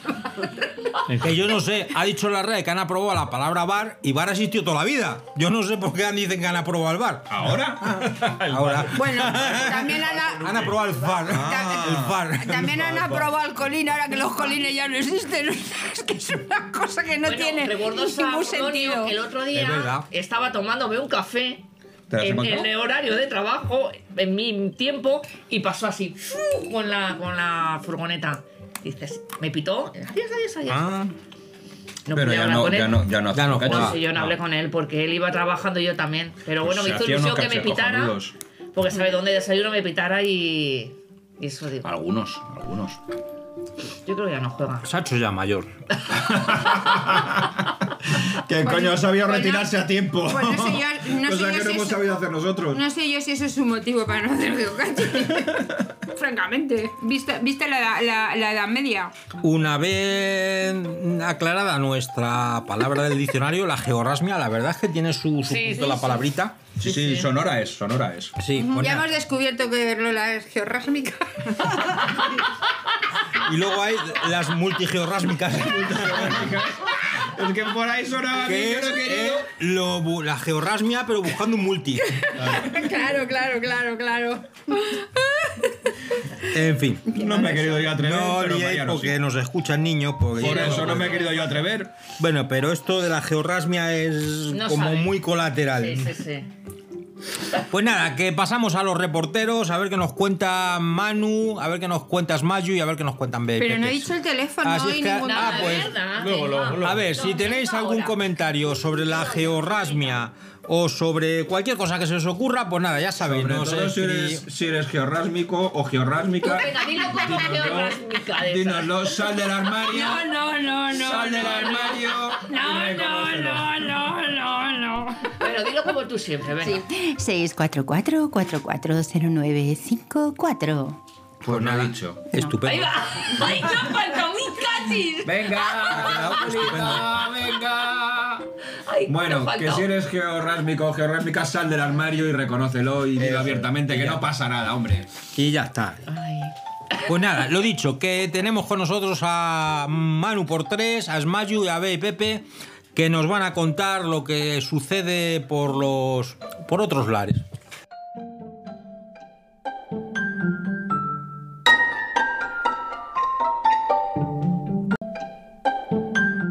Que yo no sé, ha dicho la red que han aprobado la palabra bar y bar ha existido toda la vida. Yo no sé por qué han- dicen que han aprobado el bar. Ah.
¿Ahora?
Ahora
[laughs] Bueno, también han,
han aprobado el far. el far.
también han aprobado al colín, ahora que los colines ya no existen. [laughs] Es que es una cosa que no
Bueno,
tiene
recuerdo
ningún
Sadonio,
sentido.
que el otro
Es verdad.
día estaba tomándome un café
¿Te las
en,
encontró?
en el horario de trabajo, en mi tiempo, y pasó así ¡fiu! con la, con la furgoneta. Dices, me pitó. Adiós, adiós, adiós.
Ah,
No
Pero
pude
ya
hablar
no,
con él.
ya no, ya Ah, no.
Ya no
hace
juega.
No,
cachis.
sí, yo no hablé con él porque él iba trabajando y yo también. Pero bueno,
Pues
me hizo
se hacía
ilusión
unos
que me
cachis
pitara.
cojonudos.
Porque sabe dónde desayuno me pitara y. Y eso digo. [laughs]
Algunos, algunos.
Yo creo que ya no juega.
Sacho ya mayor.
Ah. Que coño, sabía retirarse a tiempo.
Pues no sé yo,
[laughs]
no sé
Cosa
yo
que
si
no
eso-
hemos sabido hacer nosotros.
No sé yo si eso es un motivo para no hacer
[laughs]
geocaching. Francamente. ¿Viste, viste la, la- la Edad Media?
Una vez aclarada nuestra palabra del diccionario, la georrasmia, la verdad es que tiene su, su
Sí,
punto
sí,
la
sí.
palabrita.
Sí, sí, Sonora es, Sonora es.
Sí, bueno,
Ya hemos descubierto que Lola es georrásmica.
y luego hay las
[laughs]
multigeorrásmicas.
Es que por ahí sonaba
que es eh, lo bu- la georrasmia, pero buscando un multi.
claro, claro, claro, claro.
En fin.
No me he querido yo atrever,
No
pero
liéis
vaya no
porque
sí.
nos escuchan niños. Porque
Por eso no me he querido yo atrever.
Bueno, pero esto de la georrasmia es
No
como
sabe.
muy colateral.
Sí, sí, sí.
Pues nada, que pasamos a los reporteros, a ver qué nos cuenta Manu, a ver qué nos cuentas Mayu y a ver qué nos cuentan Pepe.
Pero no he dicho el teléfono
Así es
y
que-
ningún...
Ah,
Nada,
pues,
nada,
luego,
venga.
luego, luego.
A ver, si
No,
tenéis
venga
algún
ahora.
comentario sobre la georrasmia o sobre cualquier cosa que se os ocurra, pues nada, ya sabéis,
Sobre
no sé.
todo si eres, si eres georrásmico o georrásmica.
Venga, dilo como georrásmica de esas.
Dínoslo, sal del armario.
No, no, no, no.
sal del armario.
No, no, no, no, no, no.
Pero dilo como tú siempre, venga.
644-440954.
Pues no he dicho.
Estupendo.
Ahí va. ¡Ay, no, falta mis cachis!
Venga,
[laughs]
Julita, venga.
Ay,
Bueno,
cuánto
que
falta.
si eres georrásmico o georrásmica, sal del armario y reconócelo y dilo
Eso,
abiertamente que no pasa nada, hombre.
Y ya está.
Ay.
Pues nada, lo dicho, que tenemos con nosotros a Manu por tres, a Smayu, a B y Pepe, que nos van a contar lo que sucede por los. por otros lares.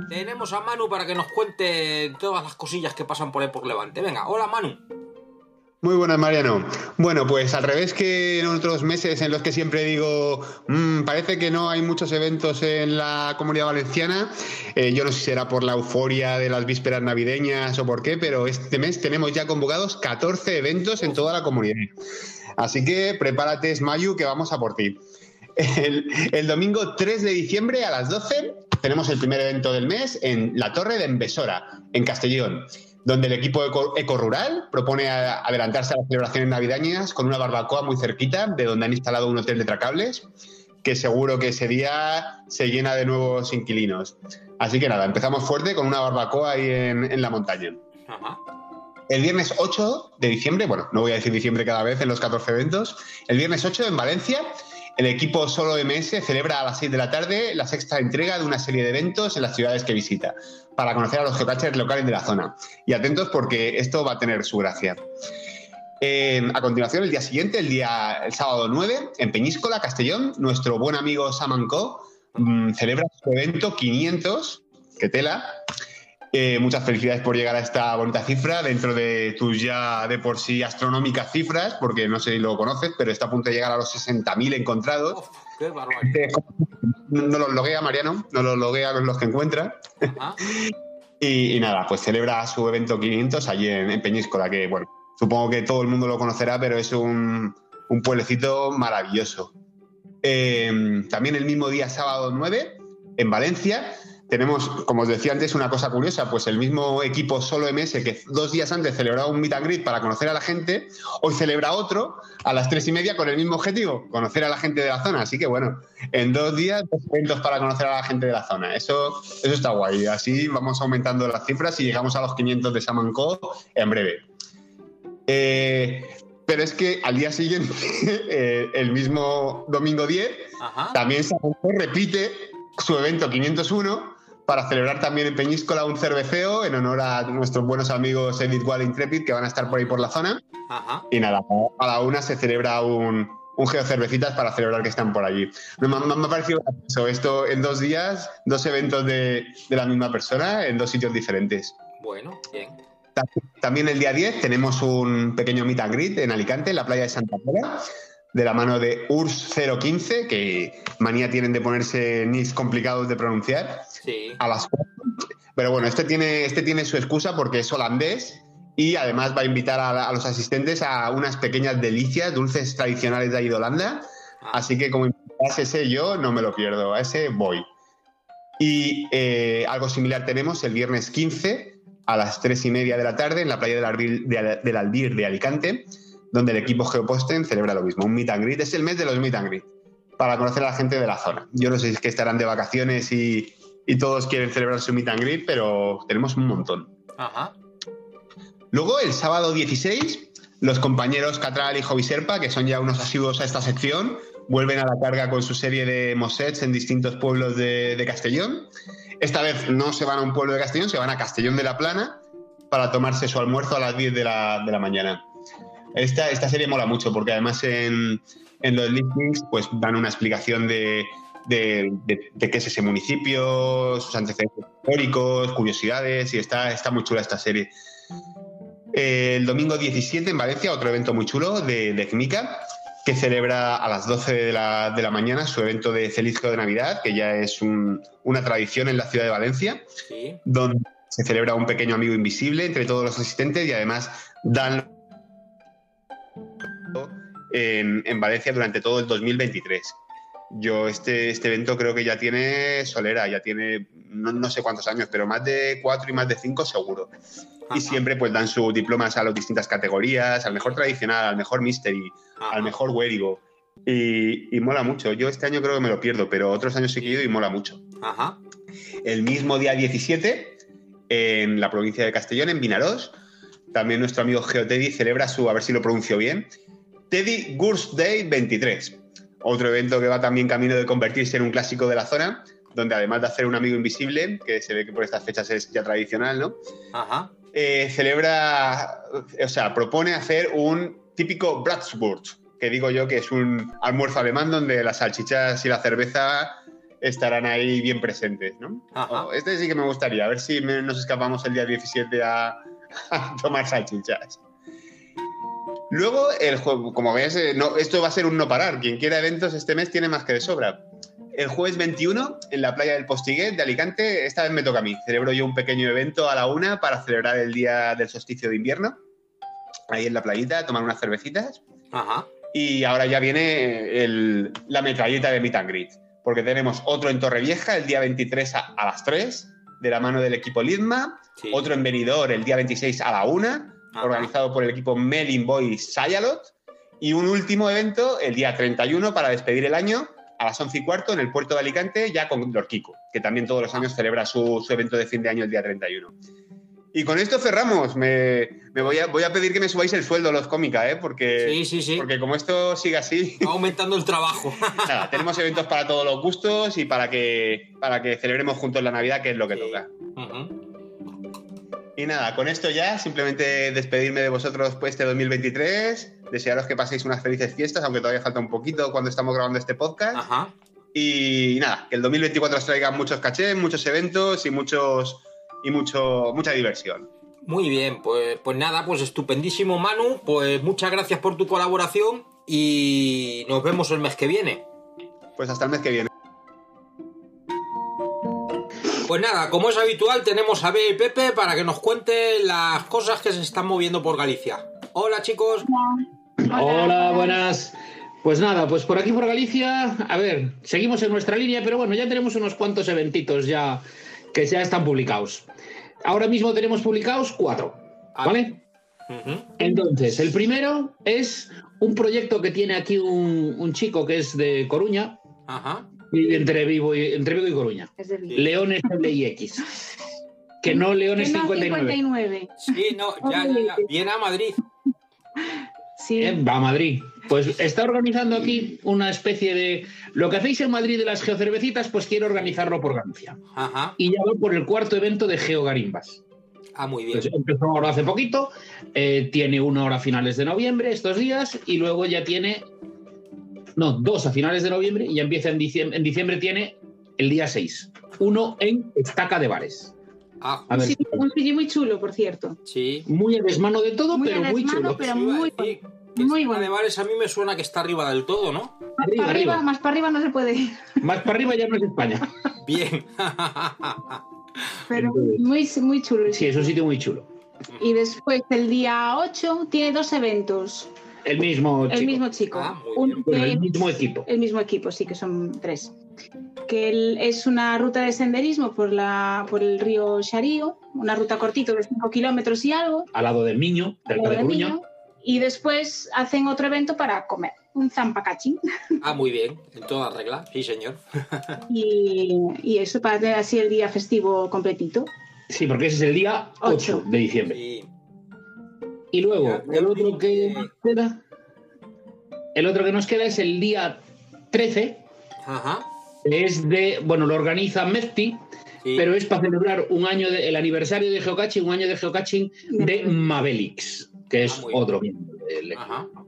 Tenemos a Manu para que nos cuente todas las cosillas que pasan por ahí por Levante. Venga, hola Manu.
Muy buenas, Mariano. Bueno, pues al revés que en otros meses en los que siempre digo, "Mm, parece que no hay muchos eventos en la comunidad valenciana, eh, yo no sé si será por la euforia de las vísperas navideñas o por qué, pero este mes tenemos ya convocados 14 eventos en toda la comunidad. Así que prepárate, Smayu, que vamos a por ti. El, el domingo 3 de diciembre a las 12 tenemos el primer evento del mes en la Torre de Embesora, en Castellón, donde el equipo eco, ecorural propone a- adelantarse a las celebraciones navideñas con una barbacoa muy cerquita de donde han instalado un hotel de tracables, que seguro que ese día se llena de nuevos inquilinos. Así que nada, empezamos fuerte con una barbacoa ahí en, en la montaña. El viernes 8 de diciembre, bueno, no voy a decir diciembre cada vez en los 14 eventos, el viernes 8 en Valencia, el equipo Solo MS celebra a las 6 de la tarde la sexta entrega de una serie de eventos en las ciudades que visita, para conocer a los geocachers locales de la zona. Y atentos porque esto va a tener su gracia. Eh, a continuación, el día siguiente, el día el sábado 9, en Peñíscola, Castellón, nuestro buen amigo Samanco celebra su evento 500, que tela, eh, muchas felicidades por llegar a esta bonita cifra dentro de tus ya de por sí astronómicas cifras, porque no sé si lo conoces, pero está a punto de llegar a los 60.000 encontrados.
Qué barbaridad.
No los loguea, Mariano, no los loguea los que encuentra.
Ah,
Y, y nada, pues celebra su evento 500 allí en, en Peñíscola, que bueno, supongo que todo el mundo lo conocerá, pero es un, un pueblecito maravilloso. Eh, también el mismo día, sábado 9, en Valencia, tenemos, como os decía antes, una cosa curiosa, pues el mismo equipo Solo MS que dos días antes celebraba un meet and greet para conocer a la gente, hoy celebra otro a las tres y media con el mismo objetivo, conocer a la gente de la zona. Así que bueno, en dos días, dos eventos para conocer a la gente de la zona. Eso, eso está guay. Así vamos aumentando las cifras y llegamos a los 500 de Samancó en breve. Eh, pero es que al día siguiente, [laughs] eh, el mismo domingo 10, también Samancó repite su evento 501 para celebrar también en Peñíscola un cerveceo en honor a nuestros buenos amigos Edith Wall e Intrepid que van a estar por ahí por la zona. Y nada, a la una se celebra un, un geocervecitas para celebrar que están por allí. No, me, me ha parecido gracioso esto en dos días, dos eventos de, de la misma persona en dos sitios diferentes.
Bueno, bien.
Ta- También el día 10 tenemos un pequeño meet and greet en Alicante, en la playa de Santa Clara, de la mano de URS 015, que manía tienen de ponerse nis complicados de pronunciar.
Sí.
A las cuatro. Pero bueno, este tiene, este tiene su excusa porque es holandés y además va a invitar a, la- a los asistentes a unas pequeñas delicias, dulces tradicionales de ahí de Holanda. Así que como invitase ese yo, no me lo pierdo, a ese voy. Y eh, algo similar tenemos el viernes 15 a las 3 y media de la tarde en la playa del, Arbil- de Al- del Aldir de Alicante, donde el equipo Geoposten celebra lo mismo, un meet and greet. Es el mes de los meet and greet, para conocer a la gente de la zona. Yo no sé si es que estarán de vacaciones y, y todos quieren celebrar su meet and greet, pero tenemos un montón.
Ajá.
Luego, el sábado 16, los compañeros Catral y Joviserpa, que son ya unos asiduos a esta sección, vuelven a la carga con su serie de mosets en distintos pueblos de, de Castellón. Esta vez no se van a un pueblo de Castellón, se van a Castellón de la Plana para tomarse su almuerzo a las 10 de la, de la mañana. Esta, esta serie mola mucho porque además en, en los listings pues dan una explicación de, de- de- de qué es ese municipio, sus antecedentes históricos, curiosidades y está, está muy chula esta serie. Eh, el domingo 17 en Valencia, otro evento muy chulo de, de Química, que celebra a las 12 de la, de la mañana su evento de Feliz Juego de Navidad, que ya es un- una tradición en la ciudad de Valencia
Sí.
donde se celebra un pequeño amigo invisible entre todos los asistentes y además dan en, en Valencia durante todo el 2023. Yo este, este evento creo que ya tiene solera, ya tiene no, no sé cuántos años, pero más de cuatro y más de cinco seguro. Y siempre pues dan sus diplomas a las distintas categorías, al mejor tradicional, al mejor mystery, al mejor huérigo. Y, y mola mucho. Yo este año creo que me lo pierdo, pero otros años he ido y mola mucho.
Ajá.
El mismo día 17, en la provincia de Castellón, en Vinarós, también nuestro amigo Geoteddy celebra su, a ver si lo pronuncio bien, Teddy Gurs Day 23. Otro evento que va también camino de convertirse en un clásico de la zona, donde además de hacer un amigo invisible, que se ve que por estas fechas es ya tradicional, ¿no?
Ajá.
eh, celebra, o sea, propone hacer un típico Bratwurst, que digo yo que es un almuerzo alemán donde las salchichas y la cerveza estarán ahí bien presentes, ¿no? O- Este sí que me gustaría, a ver si me- nos escapamos el día 17 a, [laughs] a tomar salchichas. Luego, el juego, como ves, eh, no, esto va a ser un no parar. Quien quiera eventos este mes tiene más que de sobra. El jueves 21, en la playa del Postiguet de Alicante, esta vez me toca a mí. Celebro yo un pequeño evento a la una para celebrar el día del solsticio de invierno. Ahí en la playita, a tomar unas cervecitas.
Ajá.
Y ahora ya viene el- la metralleta de Meet and Greet, porque tenemos otro en Torrevieja el día 23 a, a las 3, de la mano del equipo Lidma, otro en Benidorm el día 26 a la 1, organizado por el equipo Melin Boy Sayalot, y un último evento el día 31 para despedir el año a las 11 y cuarto en el puerto de Alicante, ya con Lorquico, que también todos los años celebra su, su evento de fin de año el día 31. Y con esto cerramos. Me, me voy, a, voy a pedir que me subáis el sueldo, los cómica, ¿eh? Porque, porque como esto sigue así.
Va aumentando el trabajo.
[laughs] Nada, tenemos eventos para todos los gustos y para que, para que celebremos juntos la Navidad, que es lo que toca. Y nada, con esto ya, simplemente despedirme de vosotros pues, este 2023. Desearos que paséis unas felices fiestas, aunque todavía falta un poquito cuando estamos grabando este podcast. Y nada, que el 2024 os traiga muchos cachés, muchos eventos y muchos y mucho mucha diversión.
Muy bien, pues, pues nada, pues estupendísimo Manu, pues muchas gracias por tu colaboración y nos vemos el mes que viene.
Pues hasta el mes que viene.
Pues nada, como es habitual, tenemos a Bea y Pepe para que nos cuente las cosas que se están moviendo por Galicia. Hola chicos.
Hola, buenas. Pues nada, pues por aquí por Galicia, a ver, seguimos en nuestra línea, pero bueno, ya tenemos unos cuantos eventitos ya que ya están publicados. Ahora mismo tenemos publicados cuatro,
Ah.
¿vale?
mhm.
Entonces, el primero es un proyecto que tiene aquí un, un chico que es de Coruña,
Ajá.
y entre Vigo y, entre Vigo y Coruña. Leones LIX. Que no Leones 59.
Sí, no, ya, ya, ya. Viene a Madrid.
Sí.
Eh, Va a Madrid. Pues está organizando aquí una especie de. Lo que hacéis en Madrid de las geocervecitas, pues quiero organizarlo por Galicia.
Ajá.
Y ya va por el cuarto evento de Geogarimbas.
Ah, muy bien.
Entonces, empezó ahora hace poquito, eh, tiene una hora a finales de noviembre estos días y luego ya tiene, no, dos a finales de noviembre y ya empieza en diciembre, en diciembre tiene el día 6, uno en Estaca de Bares.
Ah,
A
un,
ver.
sitio, un sitio muy chulo, por cierto.
Sí.
Muy en desmano de todo,
Muy
pero
en
muy
desmano,
chulo.
pero muy
bueno.
Muy
Estaca
bueno.
de Bares a mí me suena que está arriba del todo, ¿no?
Más para arriba, más para arriba no se puede ir.
Más para arriba ya no es España.
Bien. [laughs]
Pero muy, muy chulo.
Sí, es un sitio muy chulo.
Y después, el día 8, tiene dos eventos.
El mismo
el
Oh, chico.
mismo chico.
Bueno,
Un-
el mismo equipo.
el mismo equipo, sí, que son tres. Que el- es una ruta de senderismo por, la, por el río Xarío, una ruta cortito de 5 kilómetros y algo.
Al lado del Miño, cerca de
Madre
Coruña.
mía. Y después hacen otro evento para comer, un zampacachín.
Ah, muy bien. En toda regla. Sí, señor.
Y, y eso para tener así el día festivo completito.
Sí, porque ese es el día 8 de diciembre. Y luego, el otro que nos queda. El otro que nos queda es el día 13.
Ajá.
Es de. Bueno, lo organiza Mefti, pero es para celebrar un año de- el aniversario de Geocaching, un año de Geocaching de Mabelix, que
Ah,
es otro miembro del equipo.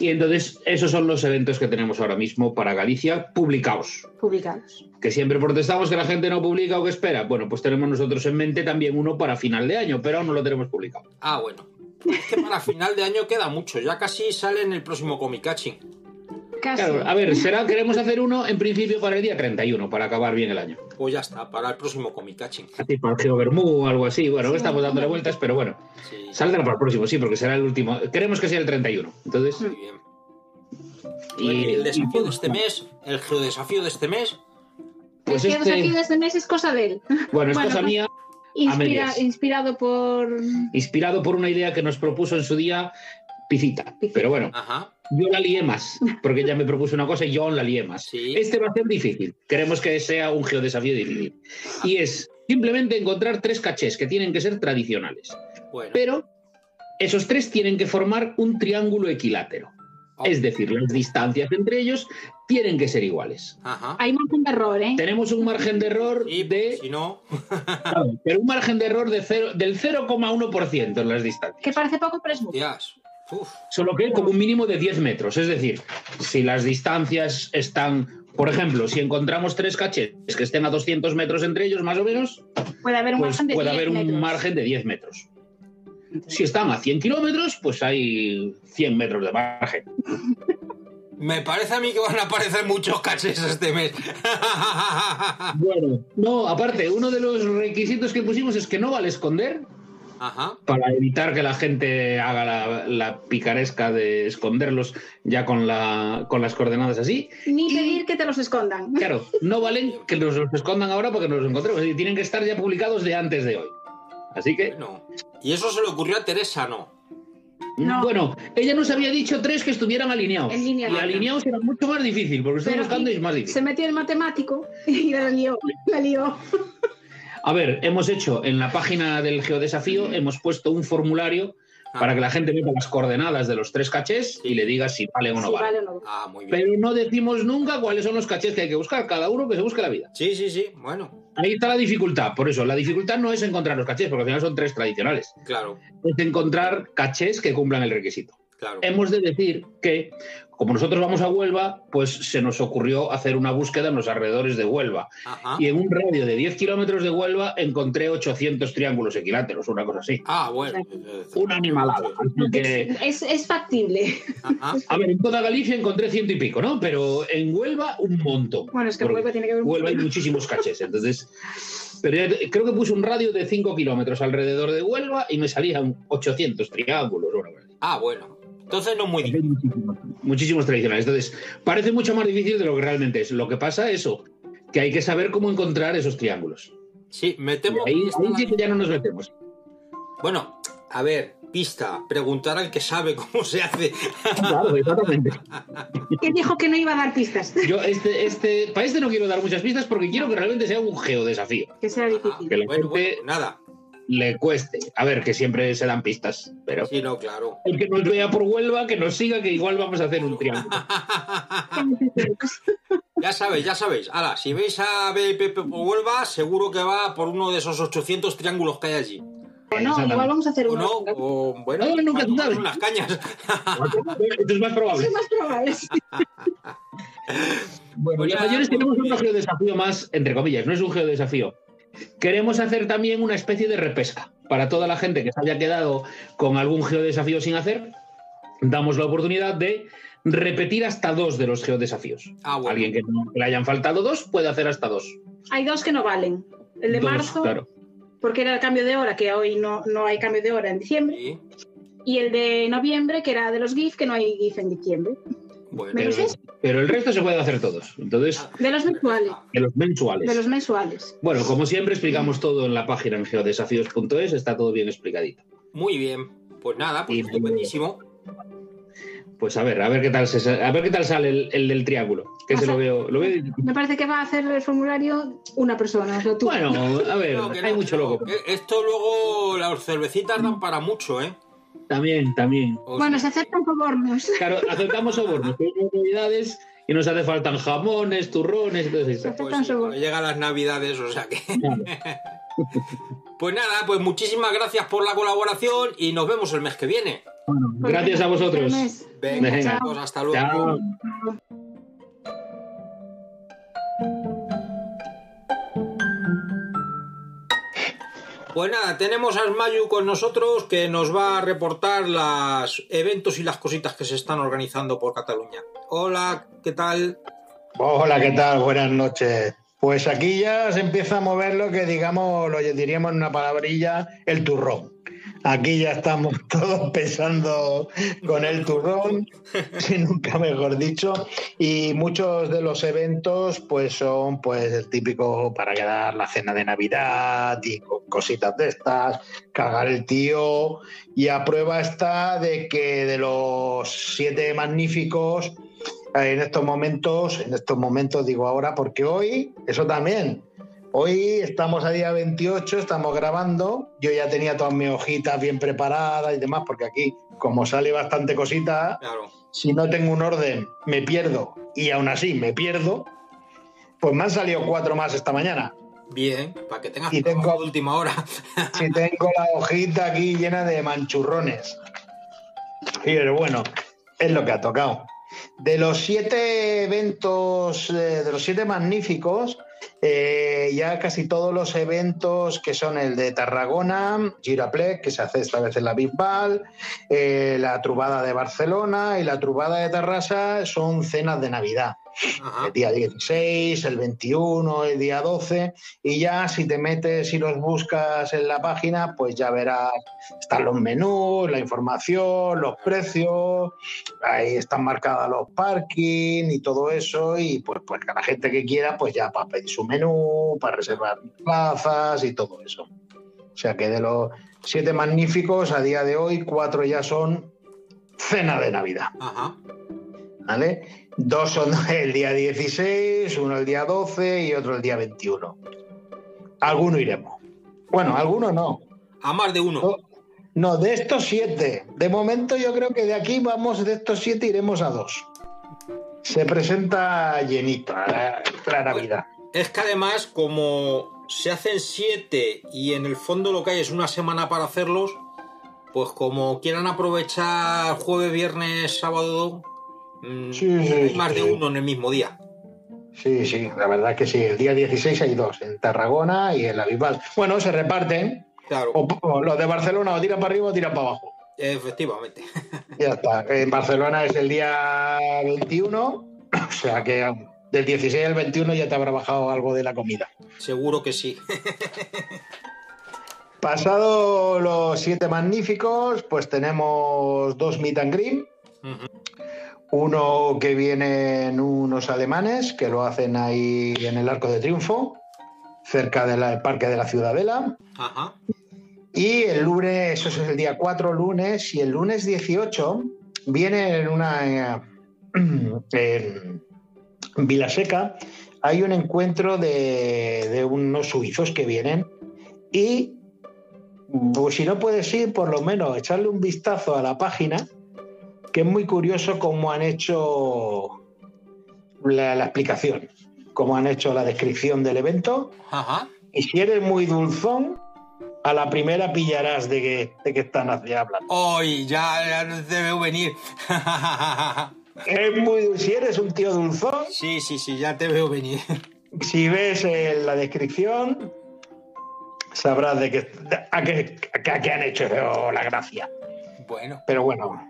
Y entonces, esos son los eventos que tenemos ahora mismo para Galicia publicados.
publicados.
Que siempre protestamos que la gente no publica o que espera. Bueno, pues tenemos nosotros en mente también uno para final de año, pero aún no lo tenemos publicado.
Ah, bueno. Es que para final de año queda mucho. Ya casi sale en el próximo Comicaching.
Claro, a ver, será, queremos hacer uno en principio para el día 31, para acabar bien el año.
Pues ya está, para el próximo Comicaching.
Así para el Geo Bermú o algo así. Bueno, estamos dándole vueltas, pero bueno. Saldrá para el próximo, sí, porque será el último. Queremos que sea el 31. Entonces.
Y, el desafío de este mes, el geodesafío de este mes,
Pues
el que
este-
desafío de este mes es cosa de él. pues,
Bueno, es cosa mía, a
inspira-
medias.
inspirado por.
Inspirado por una idea que nos propuso en su día Picita. Pero bueno, yo la lié más, porque ella me propuso una cosa y yo la lié más. Este va a ser difícil. Queremos que sea un geodesafío difícil. Y es simplemente encontrar tres cachés que tienen que ser tradicionales.
bueno.
Pero esos tres tienen que formar un triángulo equilátero. Es decir, las distancias entre ellos tienen que ser iguales.
Hay margen de error, ¿eh?
Tenemos un margen de error de... [laughs] Claro, pero un margen de error de cero, del 0,1% en las distancias.
Que parece poco, pero es mucho.
Solo que como un mínimo de 10 metros. Es decir, si las distancias están... Por ejemplo, si encontramos tres cachés que estén a 200 metros entre ellos, más o menos,
Puede haber un
pues
margen de
puede
10
haber un
metros.
margen de 10 metros. Si están a 100 kilómetros, pues hay 100 metros de margen.
me parece a mí que van a aparecer muchos cachés este mes.
Bueno, no, aparte, uno de los requisitos que pusimos es que no vale esconder
Ajá.
para evitar que la gente haga la, la picaresca de esconderlos ya con, la, con las coordenadas así.
Ni pedir que te los escondan.
Claro, no valen que nos los escondan ahora porque nos los encontremos. Es decir, tienen que estar ya publicados de antes de hoy. Así que,
Y eso se le ocurrió a Teresa, ¿no?
bueno, ella nos había dicho tres que estuvieran alineados.
En línea
y
recta.
alineados era mucho más difícil porque estoy
Pero
buscando y es más difícil.
Se metió el matemático [laughs] y la lió. La lió.
A ver, hemos hecho en la página del Geodesafío, hemos puesto un formulario
Ah.
para que la gente meta las coordenadas de los tres cachés y le diga si vale o no
Si
vale.
vale o no.
Ah, muy
Pero no decimos nunca cuáles son los cachés que hay que buscar, cada uno que se busque la vida.
Sí, sí, sí, bueno,
Ahí está la dificultad, por eso, la dificultad no es encontrar los cachés, porque al final son tres tradicionales,
claro,
es encontrar cachés que cumplan el requisito.
claro.
Hemos de decir que, como nosotros vamos a Huelva, pues se nos ocurrió hacer una búsqueda en los alrededores de Huelva.
Ajá.
Y en un radio de 10 kilómetros de Huelva encontré 800 triángulos equiláteros, una cosa así.
Ah, bueno.
Una animalada. así que-
Es, es
[laughs]
factible.
a ver, en toda Galicia encontré ciento y pico, ¿no? Pero en Huelva un montón.
Bueno, es que en
Porque
Huelva tiene que haber un
Huelva hay
montón.
muchísimos cachés, entonces... Pero ya te- creo que puse un radio de 5 kilómetros alrededor de Huelva y me salían 800 triángulos. o algo así.
Ah, bueno.
Entonces no es muy difícil.
Muchísimos tradicionales. Entonces, parece mucho más difícil de lo que realmente es. Lo que pasa eso, que hay que saber cómo encontrar esos triángulos.
Sí, me temo
Y ahí-
que está
ahí
la-
sí que ya no nos metemos.
Bueno, a ver, pista, preguntar al que sabe cómo se hace.
Claro, exactamente.
Que dijo que no iba a dar pistas.
Yo este, este, para este no quiero dar muchas pistas porque quiero que realmente sea un geodesafío.
Que sea difícil.
Que la gente
nada.
le cueste. A ver, que siempre se dan pistas, pero...
Sí, no, claro.
El que nos vea por Huelva, que nos siga, que igual vamos a hacer un triángulo.
[laughs] [laughs] Ya sabéis, ya sabéis. Ahora, si veis a BPP por Huelva, seguro que va por uno de esos 800 triángulos que hay allí.
O no, igual vamos a hacer
O
uno.
no, o bueno,
nunca
se sabe. Las cañas. [laughs]
Esto es más probable.
Es más probable. sí.
Bueno, ya mayores Pues tenemos un geodesafío más, entre comillas, no es un geodesafío. Queremos hacer también una especie de repesca. Para toda la gente que se haya quedado con algún geodesafío sin hacer, damos la oportunidad de repetir hasta dos de los geodesafíos. Alguien que no- que le hayan faltado dos puede hacer hasta dos.
Hay dos que no valen. El de
Dos,
marzo,
claro.
porque era el cambio de hora, que hoy no, no hay cambio de hora en diciembre. Y el de noviembre, que era de los GIF, que no hay GIF en diciembre.
Bueno,
pero,
Menos
pero el resto se puede hacer todos. Entonces,
De los mensuales.
de los mensuales.
De los mensuales.
Bueno, como siempre, explicamos todo en la página en geodesafíos.es, está todo bien explicadito.
Muy bien. Pues nada, pues estupendísimo.
Pues a ver, a ver qué tal, se sa- a ver qué tal sale el, el del triángulo. Que se lo veo, lo veo.
Me parece que va a hacer el formulario una persona, o sea, tú.
Bueno, a ver,
No, que no,
hay mucho loco.
Eh, Esto luego, las cervecitas dan para mucho, ¿eh?
También, también.
Bueno, se aceptan sobornos.
Claro, aceptamos sobornos, pero hay novedades y nos hace faltan jamones, turrones, entonces.
Pues sí, cuando llegan las navidades, o sea que. [laughs] pues nada, pues muchísimas gracias por la colaboración y nos vemos el mes que viene.
Gracias a vosotros.
Venga, chicos, hasta luego.
Chao.
Pues nada, tenemos a Mayu con nosotros que nos va a reportar los eventos y las cositas que se están organizando por Cataluña. Hola, ¿qué tal?
Hola, ¿qué tal? Buenas noches. Pues aquí ya se empieza a mover lo que digamos, lo diríamos en una palabrilla, el turrón. Aquí ya estamos [laughs] todos pensando con el turrón, si nunca mejor dicho, y muchos de los eventos pues son pues el típico para quedar la cena de Navidad y co- cositas de estas, cagar el tío y a prueba está de que de los siete magníficos en estos momentos, en estos momentos digo ahora, porque hoy, eso también, hoy estamos a día 28, estamos grabando, yo ya tenía todas mis hojitas bien preparadas y demás, porque aquí, como sale bastante cosita, si no tengo un orden, me pierdo, y aún así me pierdo, pues me han salido cuatro más esta mañana.
Bien, ¿eh? para que tengas
Y tengo-
trabajo de
[laughs]
última hora.
Si tengo la hojita aquí llena de manchurrones. Y pero bueno, es lo que ha tocado. De los siete eventos, eh, de los siete magníficos, eh, ya casi todos los eventos que son el de Tarragona, Giraplex, que se hace esta vez en la Bisbal, eh, la Trubada de Barcelona y la Trubada de Tarrasa son cenas de Navidad. El día 16, el 21, el día 12, y ya si te metes y los buscas en la página, pues ya verás, están los menús, la información, los precios, ahí están marcados los parking y todo eso, y pues, pues que la gente que quiera, pues ya para pedir su menú, para reservar plazas y todo eso. O sea que de los siete magníficos, a día de hoy, cuatro ya son cena de Navidad.
Ajá.
¿vale? Dos son [laughs] el día 16, uno el día 12 y otro el día 21. Alguno iremos. Bueno, alguno no.
A más de uno.
No, no, de estos siete. De momento yo creo que de aquí vamos, de estos siete iremos a dos. Se presenta llenito la, la Navidad.
Es que además, como se hacen siete y en el fondo lo que hay es una semana para hacerlos, pues como quieran aprovechar jueves, viernes, sábado, mm,
Sí, sí,
hay más
sí.
de uno en el mismo día.
Sí, sí, la verdad que sí. El día 16 hay dos, en Tarragona y en la Bisbal. Bueno, se reparten.
Claro.
O, o los de Barcelona o tiran para arriba o tiran para abajo.
Efectivamente.
Ya está. En Barcelona es el día 21, o sea que del 16 al 21 ya te habrá bajado algo de la comida.
Seguro que sí. [laughs]
Pasado los siete magníficos, pues tenemos dos meet and green. Uno que vienen unos alemanes que lo hacen ahí en el Arco de Triunfo, cerca del Parque de la Ciudadela.
Ajá.
Y el lunes, eso es el día 4, lunes, y el lunes 18 viene en una. eh, [clears throat] en Vilaseca hay un encuentro de, de unos suizos que vienen y. Pues si no puedes ir, por lo menos echarle un vistazo a la página, que es muy curioso cómo han hecho la, la explicación, cómo han hecho la descripción del evento.
Ajá.
Y si eres muy dulzón, a la primera pillarás de que, de que están hacia hablando.
Hoy ya, ya no te veo venir. [laughs]
Es muy dul- si eres un tío dulzón.
Sí, sí, sí, ya te veo venir.
Si ves eh, la descripción, sabrás de que, a qué a qué han hecho la gracia.
Bueno.
Pero bueno,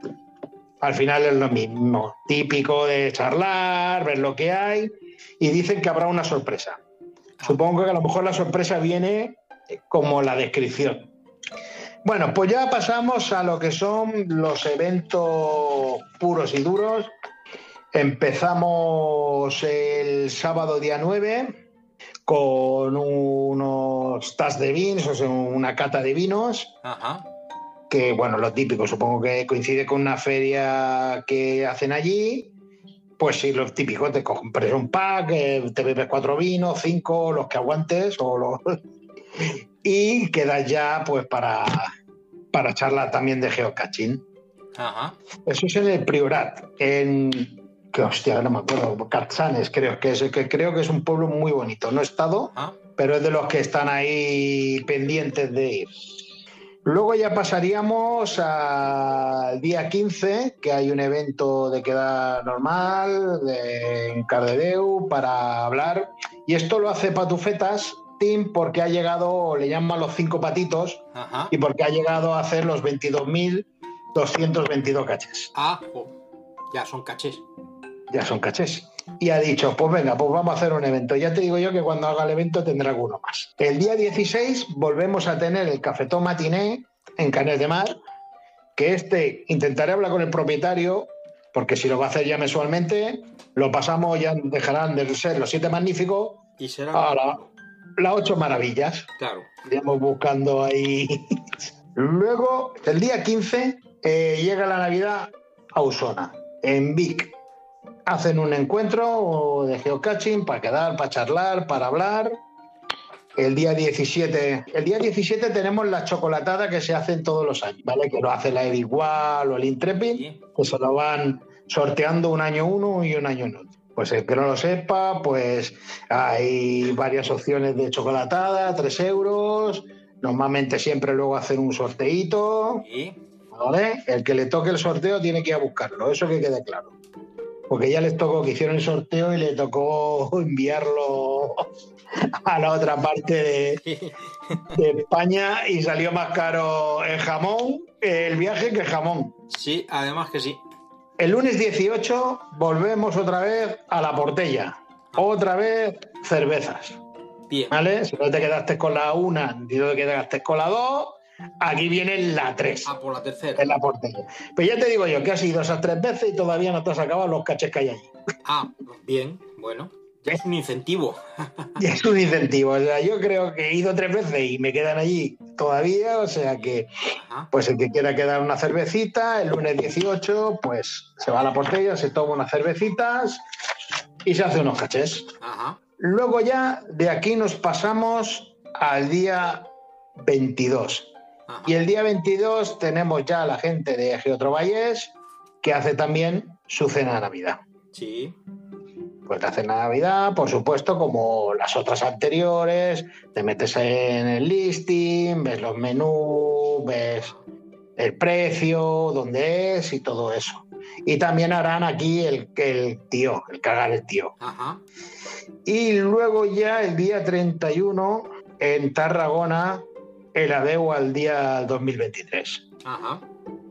al final es lo mismo. Típico de charlar, ver lo que hay. Y dicen que habrá una sorpresa. Supongo que a lo mejor la sorpresa viene eh, como la descripción. Bueno, pues ya pasamos a lo que son los eventos puros y duros. Empezamos el sábado día 9 con unos tas de vins, o sea, una cata de vinos
Ajá.
que bueno, lo típico, supongo que coincide con una feria que hacen allí. Pues sí, lo típico, te compras un pack, eh, te bebes cuatro vinos, cinco, los que aguantes, o los... [laughs] y quedas ya pues para, para charla también de geocaching.
Ajá.
Eso es en el Priorat, en que hostia, no me acuerdo, Catsanes creo que es que creo que es un pueblo muy bonito, no he estado, pero es de los que están ahí pendientes de ir. Luego ya pasaríamos al día 15, que hay un evento de queda normal de- en Cardedeu para hablar. Y esto lo hace Patufetas Team porque ha llegado, le llaman los cinco patitos,
Ah.
Ajá.
y porque ha llegado a hacer los 22.222 caches.
Ah, jo, ya son cachés.
Ya son cachés. Y ha dicho, pues venga, pues vamos a hacer un evento. Ya te digo yo que cuando haga el evento tendrá alguno más. El día 16 volvemos a tener el cafetón matiné en Canes de Mar, que este intentaré hablar con el propietario, porque si lo va a hacer ya mensualmente, lo pasamos, ya dejarán de ser los siete magníficos
Y será.
a la- las ocho maravillas.
Claro.
Iremos buscando ahí. Luego, el día 15, eh, llega la Navidad a Usona, en Vic. Hacen un encuentro de geocaching para quedar, para charlar, para hablar. El día 17, el día 17 tenemos la chocolatada que se hacen todos los años, ¿vale? Que lo hace la Ed igual o el Intrepid, que se lo van sorteando un año uno y un año no. Pues el que no lo sepa, pues hay varias opciones de chocolatada, 3 euros. Normalmente siempre luego hacen un sorteito. ¿vale? El que le toque el sorteo tiene que ir a buscarlo, eso que quede claro. Porque ya les tocó que hicieron el sorteo y le tocó [laughs] enviarlo a la otra parte de, de España y salió más caro el jamón, el viaje que el jamón.
Sí, además que sí.
El lunes 18 volvemos otra vez a la portella. Otra vez cervezas.
Bien.
¿Vale? Si no te quedaste con la una, si no te quedaste con la dos, aquí viene la tres.
Ah, por la tercera.
En la portella. Pero ya te digo yo que has ido esas tres veces y todavía no te has acabado los caches que hay allí.
Ah, bien, bueno. Ya es un incentivo. [laughs]
Y es un incentivo. O sea, yo creo que he ido tres veces y me quedan allí todavía. O sea que, pues el que quiera quedar una cervecita, el lunes 18, pues se va a la portella, se toma unas cervecitas y se hace unos cachés.
Ajá.
Luego ya de aquí nos pasamos al día 22. Y el día 22 tenemos ya a la gente de Geotrovalles que hace también su cena de Navidad.
Sí.
Pues la cena de Navidad, por supuesto, como las otras anteriores, te metes en el listing, ves los menús, ves el precio, dónde es y todo eso. Y también harán aquí el, el tío, el cagar el tío.
Ajá.
Y luego ya el día 31 en Tarragona, el adeu al día 2023.
Ajá.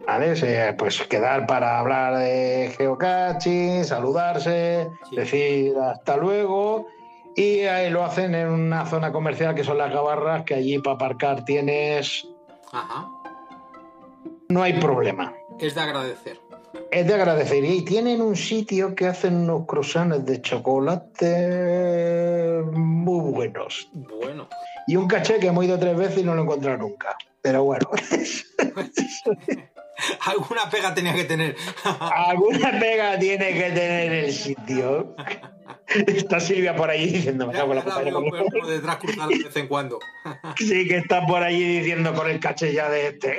¿Vale? Se- pues quedar para hablar de geocaching, saludarse, decir hasta luego. Y ahí lo hacen en una zona comercial que son las gabarras, que allí para aparcar tienes.
Ajá.
No hay problema.
Es de agradecer.
Es de agradecer. Y tienen un sitio que hacen unos croissants de chocolate muy buenos.
Bueno.
Y un caché que hemos ido tres veces y no lo he encontrado nunca. Pero bueno.
[laughs] Alguna pega tenía que tener.
[laughs] Alguna pega tiene que tener el sitio. Está Silvia por allí diciendo, me cago en la puta.
Algo por- por detrás cruzar de vez en cuando.
[laughs] Sí, que está por allí diciendo con el caché ya de
[laughs]
este.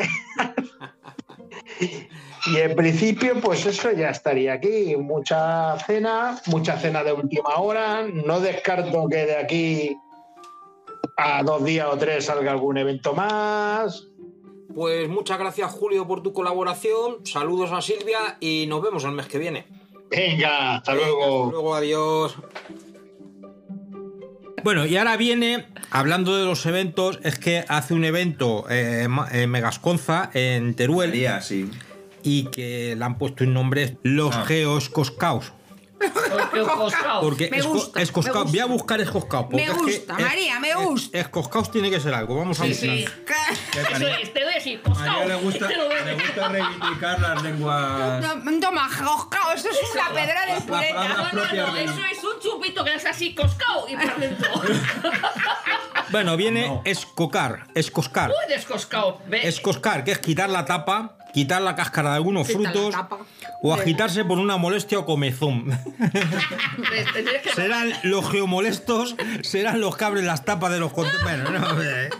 Y en principio, pues eso ya estaría aquí. Mucha cena, mucha cena de última hora. No descarto que de aquí a dos días o tres salga algún evento más.
Pues muchas gracias, Julio, por tu colaboración. Saludos a Silvia y nos vemos el mes que viene.
Venga, hasta
luego. luego, adiós.
Bueno, y ahora viene, hablando de los eventos, es que hace un evento eh, ma- en Megasconza, en Teruel. Y que le han puesto un nombre Los
Ah.
Geos Coscaos. Porque
me
es, co-
gusta.
es Coscao.
me gusta.
Voy a buscar es Coscao. porque
Me
es que
gusta,
es-
María, me
es-
gusta.
Es, Coscaos tiene que ser algo. Vamos a
Sí,
buscar.
sí. Eso es, te voy a decir,
A ella
costado.
le gusta, le gusta reivindicar las lenguas.
No, toma, Joscao, eso es una pedra de
palabra
No,
pureta.
no, no, eso es un chupito que es así, coscao y por dentro.
Bueno, viene Escocar. Escoscar.
Muy descoscao. Ve,
Escoscar, que es quitar la tapa, quitar la cáscara de algunos
Quitar la
frutos
tapa.
o agitarse por una molestia
[laughs]
o comezón.
ve, tendrías que-
Serán los geomolestos, serán los que abren las tapas de los cont- Bueno, no, eh.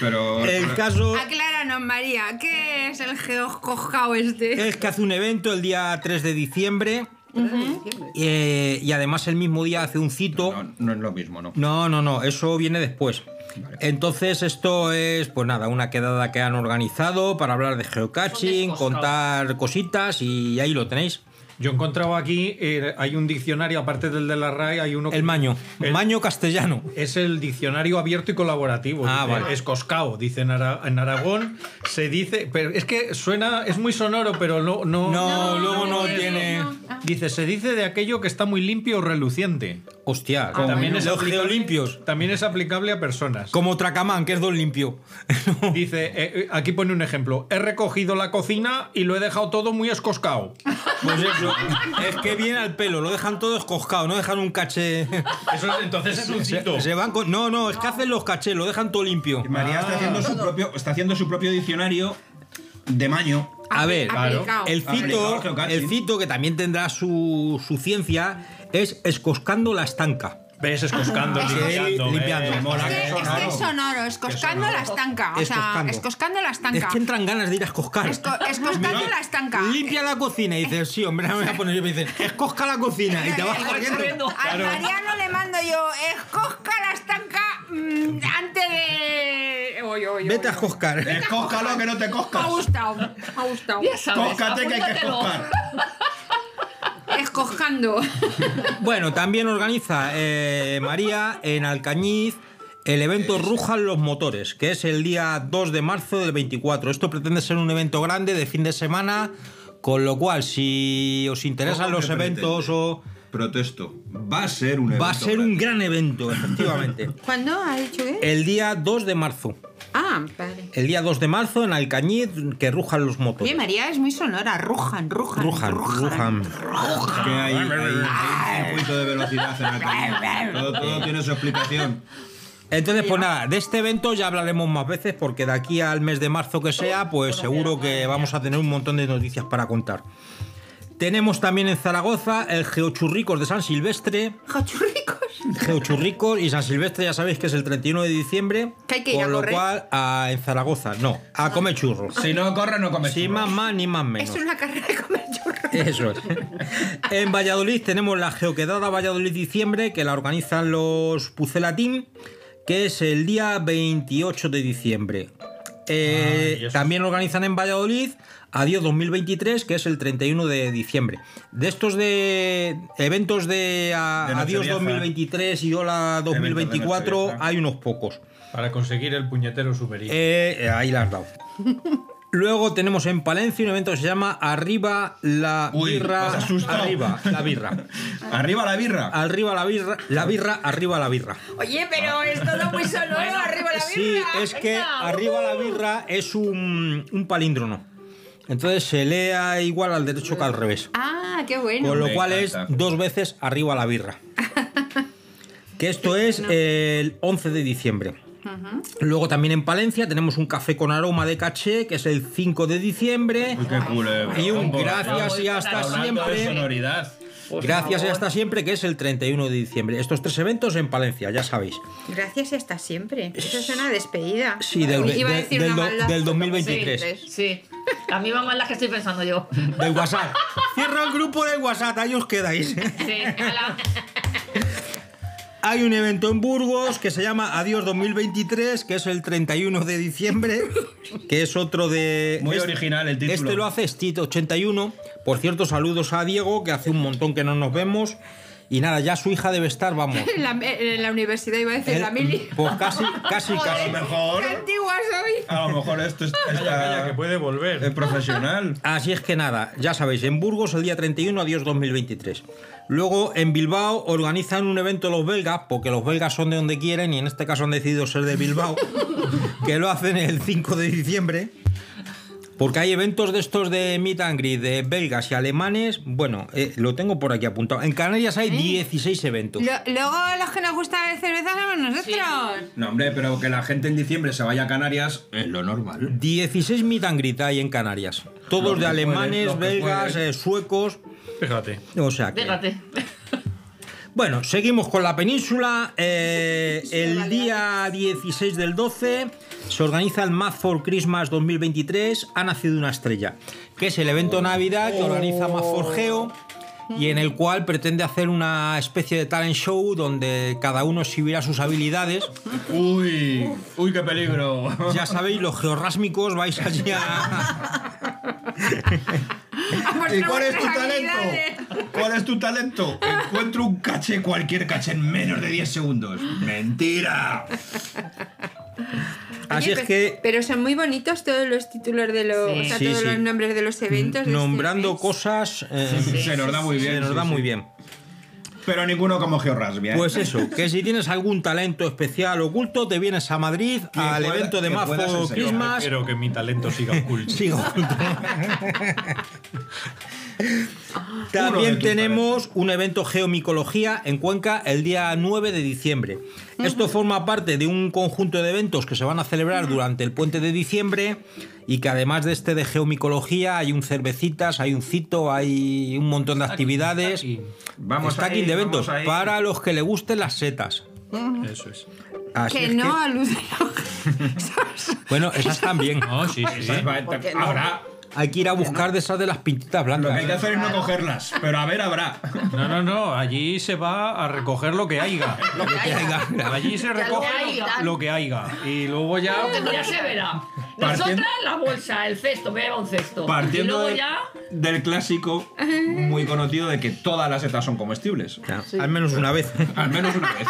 Pero.
El caso
Acláranos, María, ¿qué es el geoscojao este?
es que hace un evento el día 3 de diciembre
Ujú.
eh, y además el mismo día hace un cito. No,
es lo mismo, ¿no?
No, no, no, eso viene después. Entonces esto es, pues nada, una quedada que han organizado para hablar de geocaching, contar cositas y ahí lo tenéis.
Yo he encontrado aquí, eh, hay un diccionario, aparte del de la RAE, hay uno... El
maño, maño castellano.
Es el diccionario abierto y colaborativo.
Ah,
dice,
vale.
Es coscao, dice en, Ara- en Aragón. se dice... Pero es que suena, es muy sonoro, pero no... No,
No, luego no ah. tiene-
Dice, se dice de aquello que está muy limpio o reluciente. Ah,
Hostia, bueno. Los
limpios. También es aplicable a personas.
Como Tracamán, que es don limpio. [laughs]
Dice, eh, eh, aquí pone un ejemplo. He recogido la cocina y lo he dejado todo muy escoscao.
Pues eso, es que viene al pelo, lo dejan todo escoscado, no dejan un caché.
Eso es- entonces es un
Se-
cito.
Se, van con- No, no, es que hacen los cachés, lo dejan todo limpio.
María
Ah.
está haciendo su propio, está haciendo su propio diccionario de maño.
A ver,
Aplicado.
el
Aplicado al
cito,
geocaching.
el cito que también tendrá su, su ciencia es escoscando la estanca.
¿Ves? Escoscando, limpiando, eh, mola
Es que- es que es sonoro, es coscando la estanca. O sea,
Escoscando.
es coscando la
Es
estanca.
que entran ganas de ir a escoscar.
Co- Es coscando la estanca.
Limpia la cocina y dices, sí, hombre, no me voy a poner yo. Y dicen, escosca la
[laughs]
cocina y te vas corriendo.
Al Mariano le mando yo, escosca la estanca mm, antes de. Oy, oy, oy.
Vete a escoscar.
Escóscalo que no te
Me ha
coscas.
gustado, me ha gustado.
Ya sabes, Cóscate que hay que apúntatelo. escoscar.
Escoscando.
Bueno, también organiza eh, María en Alcañiz el evento Rujan los Motores, que es el día 2 de marzo del 24. Esto pretende ser un evento grande de fin de semana, con lo cual, si os interesan
Ojo,
los
que
eventos o...
Protesto. Va a ser un
Va a
evento
ser un gran
[laughs]
evento, efectivamente.
¿Cuándo ha dicho que?
el día 2 de marzo.
Ah, vale.
El día 2 de marzo en Alcañiz, que rujan los
Oye,
motores.
María es muy sonora, rujan, rujan.
Rujan, rujan.
Que hay, hay- hay un punto de velocidad en la todo, todo tiene su explicación.
Entonces, pues nada, de este evento ya hablaremos más veces porque de aquí al mes de marzo que sea, pues seguro que vamos a tener un montón de noticias para contar. Tenemos también en Zaragoza el Geochurricos de San Silvestre.
¿Geochurricos?
Geochurricos y San Silvestre ya sabéis que es el 31 de diciembre.
Que hay que ir
con
a
lo
correr.
cual, a- en Zaragoza, no, a comer churros.
Si no corre, no come
Sin más más ni más menos.
Es una carrera de comer churros.
Eso es. En Valladolid tenemos la Geoquedada Valladolid Diciembre, que la organizan los Pucelatín, que es el día 28 de diciembre.
Ah,
Eh, también organizan en Valladolid Adiós 2023, que es el 31 de diciembre. De estos de eventos de, ah,
De
Adiós
Nochevieja.
2023 y Hola
Evento de
2024
Nochevieja.
hay unos pocos.
Para conseguir el puñetero superín.
Eh, eh, ahí la has dado. Luego tenemos en Palencia un evento que se llama Arriba la
Uy,
birra.
me has asustado.
Arriba la birra.
[laughs] Arriba la birra.
Arriba la birra. La birra, arriba la birra.
Oye, pero es todo muy sonoro, arriba la birra.
Sí, es que
Venga,
arriba la
uh.
birra es un, un palíndrono. Entonces se lea igual al derecho que al revés.
Ah, qué bueno.
Con lo cual es dos veces arriba la birra. Que esto es el 11 de diciembre.
Ujú.
Luego también en Palencia tenemos un café con aroma de caché, que es el 5 de diciembre. y un gracias y hasta siempre.
sonoridad.
Gracias y hasta siempre, que es el 31 de diciembre. Estos tres eventos en Palencia, ya sabéis.
Gracias hasta siempre. Eso es una despedida.
Sí, del-
Iba a
de-
decir
del
una
do-
maldad.
del 2023.
Sí, sí. La misma maldad que estoy pensando
[laughs]
yo.
Del WhatsApp. Cierra el grupo de WhatsApp, ahí os quedáis.
Sí, ala.
Hay un evento en Burgos que se llama Adiós 2023, que es el 31 de diciembre, que es otro de...
Muy original el título.
Este lo hace Stito81. Por cierto, saludos a Diego, que hace un montón que no nos vemos. Y nada, ya su hija debe estar, vamos.
En la, en la universidad iba a decir
Eh,
la mili.
Pues casi, casi,
Joder,
casi.
¡Qué antigua soy!
Ah,
A lo mejor esto es que puede volver. Es profesional.
Así es que nada, ya sabéis, en Burgos el día 31, adiós 2023. Luego en Bilbao organizan un evento los belgas, porque los belgas son de donde quieren y en este caso han decidido ser
[laughs]
de Bilbao, que lo hacen el 5 de diciembre. Porque hay eventos de estos de meet and greet, de belgas y alemanes. Bueno, eh, lo tengo por aquí apuntado. En Canarias hay 16 eventos.
Lo- luego los que nos gusta beber cerveza somos nosotros.
No, hombre, pero que la gente en diciembre se vaya a Canarias es lo normal.
16 meet and greet hay en Canarias.
Los
Todos
que pueden,
de alemanes,
los que
belgas,
pueden.
eh, suecos.
Fíjate.
O sea que.
Fíjate.
Bueno, seguimos con la península. Eh, el día 16 del 12 se organiza el Math for Christmas 2023. Ha nacido una estrella, que es el evento Navidad que organiza Math for Geo y en el cual pretende hacer una especie de talent show donde cada uno exhibirá sus habilidades.
Uy, uy, qué peligro.
Ya sabéis, los georrásmicos vais allí a...
¿Y cuál es tu talento? ¿Cuál es tu talento? Encuentro un caché, cualquier caché en menos de 10 segundos. ¡Mentira!
Así
Oye,
es
pe-
que-
Pero son muy bonitos todos los títulos de los. O sea,
Eh. Sí,
todos
sí.
los nombres de los eventos. de este
Nombrando cosas... eh,
Se nos da muy bien,
Se nos
sí,
da
sí.
muy bien.
Pero ninguno como ¿eh? Georrasbia.
Pues eso, que si tienes algún talento especial oculto, te vienes a Madrid al
pueda-
evento de
que puedas
Mazo
enseñar. Yo
Christmas.
Prefiero que mi talento
[laughs]
siga oculto.
Sigo oculto. También tenemos un evento Geomicología en Cuenca el día 9 de diciembre. Esto forma parte de un conjunto de eventos que se van a celebrar durante el puente de diciembre y que además de este de geomicología hay un cervecitas, hay un cito, hay un montón de actividades.
Vamos
Stacking
ahí,
de eventos
vamos ahí.
para los que le gusten las setas.
Ujú.
Eso es.
Así
Ah, que
es
no alude.
que- bueno,
[laughs]
esas también.
Porque no.
Habrá.
Hay que ir a buscar de esas de las pintitas blancas.
Lo que hay que hacer es no cogerlas, pero a ver,
[laughs]
habrá.
No, no, no. Allí se va a recoger lo que
[laughs]
haya. Lo que
haya.
Allí se
Ya lo
recoge
haya.
lo que haya. Y luego ya.
Ya se verá.
Partiendo-
Nosotras la bolsa, el cesto, que lleva un cesto. y
Partiendo
luego
de-
ya.
del clásico [laughs] muy conocido de que todas las setas son comestibles.
Al menos una vez.
Al menos una
[laughs]
vez.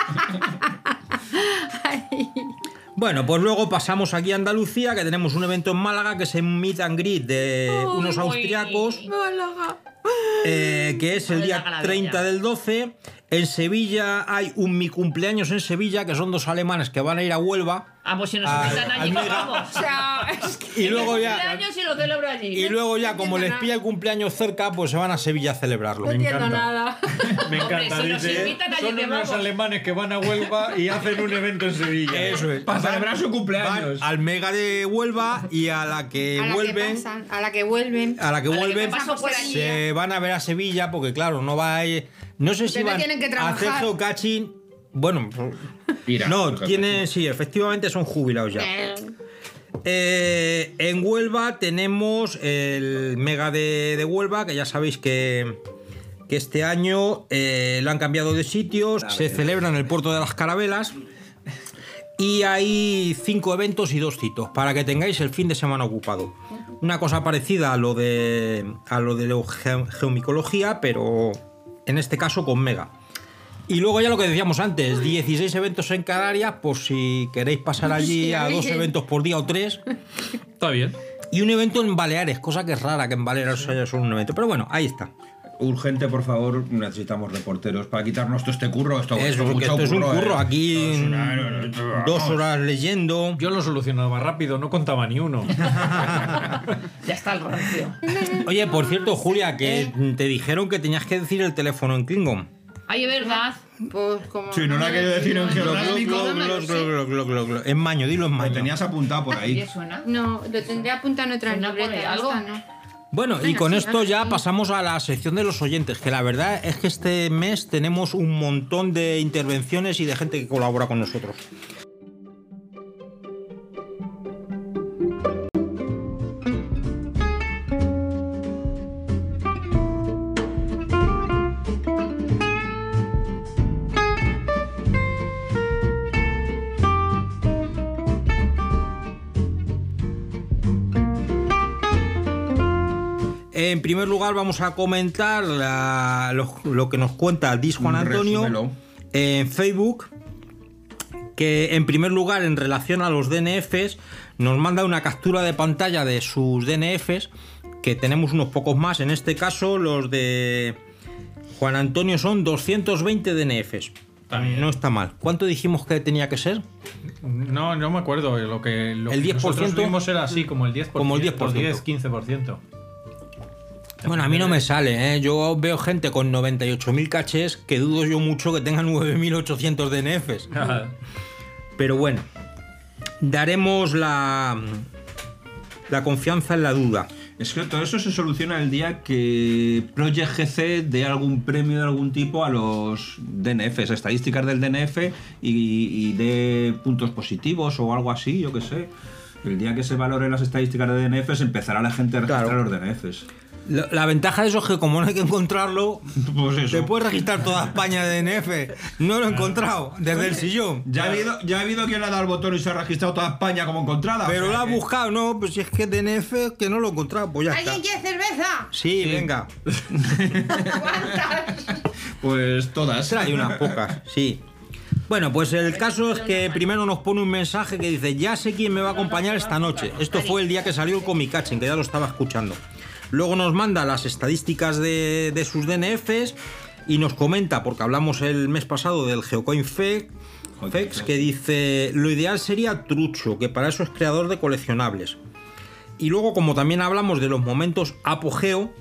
Bueno, pues luego pasamos aquí a Andalucía, que tenemos un evento en Málaga que es un meet and greet de
este
unos austriacos,
Málaga.
eh, que es el
Ay,
día
la maravilla.
30 del 12. En Sevilla hay un mi cumpleaños en Sevilla, que son dos alemanes que van a ir a Huelva.
Ah, pues si nos
Al-
invitan allí,
al mega.
vamos.
[laughs] Y luego ya-
años y lo celebro allí.
Y luego ya, como les pilla el cumpleaños cerca, pues se van a Sevilla a celebrarlo.
No entiendo nada.
[laughs] Me
Hombre,
encanta,
si nos
dice.
invitan, allí
Son
que
unos
vamos".
alemanes que van a Huelva y hacen un evento en Sevilla.
Eso es.
Para celebrar su
cumpleaños. al mega de Huelva y a la que
a la que
vuelven.
pasan, a la que vuelven.
a la que vuelven
pasan por allí.
se van a ver a Sevilla porque claro no va a ir- no sé si
Pero
van
tienen que
a hacer
trabajar.
geocaching bueno
Irán,
no
geocaching.
tienen sí efectivamente son jubilados ya Eh, en Huelva tenemos el mega de, de Huelva que ya sabéis que que este año eh, lo han cambiado de sitio se celebra en el puerto de las Carabelas y hay cinco eventos y dos citos para que tengáis el fin de semana ocupado. Una cosa parecida a lo de a lo de la ge- geomicología, pero en este caso con Mega. Y luego ya lo que decíamos antes, 16 eventos en Canarias por si queréis pasar allí
Sí,
a dos
oye.
eventos por día o tres.
Está bien.
Y un evento en Baleares, cosa que es rara que en Baleares haya solo un evento. Pero bueno, ahí está.
[laughs] urgente, por favor, necesitamos reporteros para quitarnos todo este curro. Esto,
Eso,
esto
porque
mucho
esto es un curro
¿eh?
aquí
Esto es
en
una- no, no, no,
dos
vamos.
horas leyendo.
Yo lo solucionaba rápido, no contaba ni
[laughs]
uno.
Ya está el rancio.
Oye, por cierto, Julia, que te dijeron que tenías que decir el teléfono en Klingon.
Ay, es verdad.
Pues como.
Sí, no la quería decir en geográfico.
En maño, dilo en maño. tenías
apuntado por
¿Y suena?
No, lo tendré apuntado en otra
Pues no pone
libreta.
algo.
esta no.
Bueno, y
Venga,
con
sí,
esto
vamos,
ya pasamos a la sección de los oyentes, que la verdad es que este mes tenemos un montón de intervenciones y de gente que colabora con nosotros. En primer lugar, vamos a comentar la- lo, lo que nos cuenta Dis Juan Antonio
Resúmelo.
en Facebook. Que en primer lugar, en relación a los DNFs, nos manda una captura de pantalla de sus DNFs. Que tenemos unos pocos más. En este caso, los de Juan Antonio son 220 DNFs. No está mal. ¿Cuánto dijimos que tenía que ser?
No, no me acuerdo. eh, Lo que, lo
El
que nosotros
10%.
vimos era así, como el 10%.
Como el 10%.
10, 15%.
Bueno, a mí no me sale, ¿eh? Yo veo gente con 98.000 caches que dudo yo mucho que tenga
[laughs]
9.800 DNFs. Pero bueno, daremos la, la confianza en la duda.
Es que todo eso se soluciona el día que Project GC dé algún premio de algún tipo a los DNFs, estadísticas del DNF y, y dé puntos positivos o algo así, yo qué sé. El día que se valoren las estadísticas de DNFs empezará la gente a registrar los DNFs.
La, la ventaja de eso es que como no hay que encontrarlo,
Pues
te puedes registrar toda España de DNF. No lo he [laughs] encontrado desde el sillón.
Ah. Ya ha habido, ya ha habido quien le ha dado el botón y se ha registrado toda España como encontrada. o
Pero lo
sea
has
que-
buscado, no, pues si es que DNF que no lo he encontrado, pues ya está.
¿Alguien quiere cerveza?
Sí, venga.
Pues todas.
Trae unas pocas, sí. Bueno, pues el caso es que primero nos pone un mensaje que dice, ya sé quién me va a acompañar esta noche. Esto fue el día que salió el Comicachin, que ya lo estaba escuchando. Luego nos manda las estadísticas de, de sus DNFs y nos comenta, porque hablamos el mes pasado del Geocoin Fe- Fex, que dice, lo ideal sería Trucho, que para eso es creador de coleccionables. Y luego, como también hablamos de los momentos apogeo,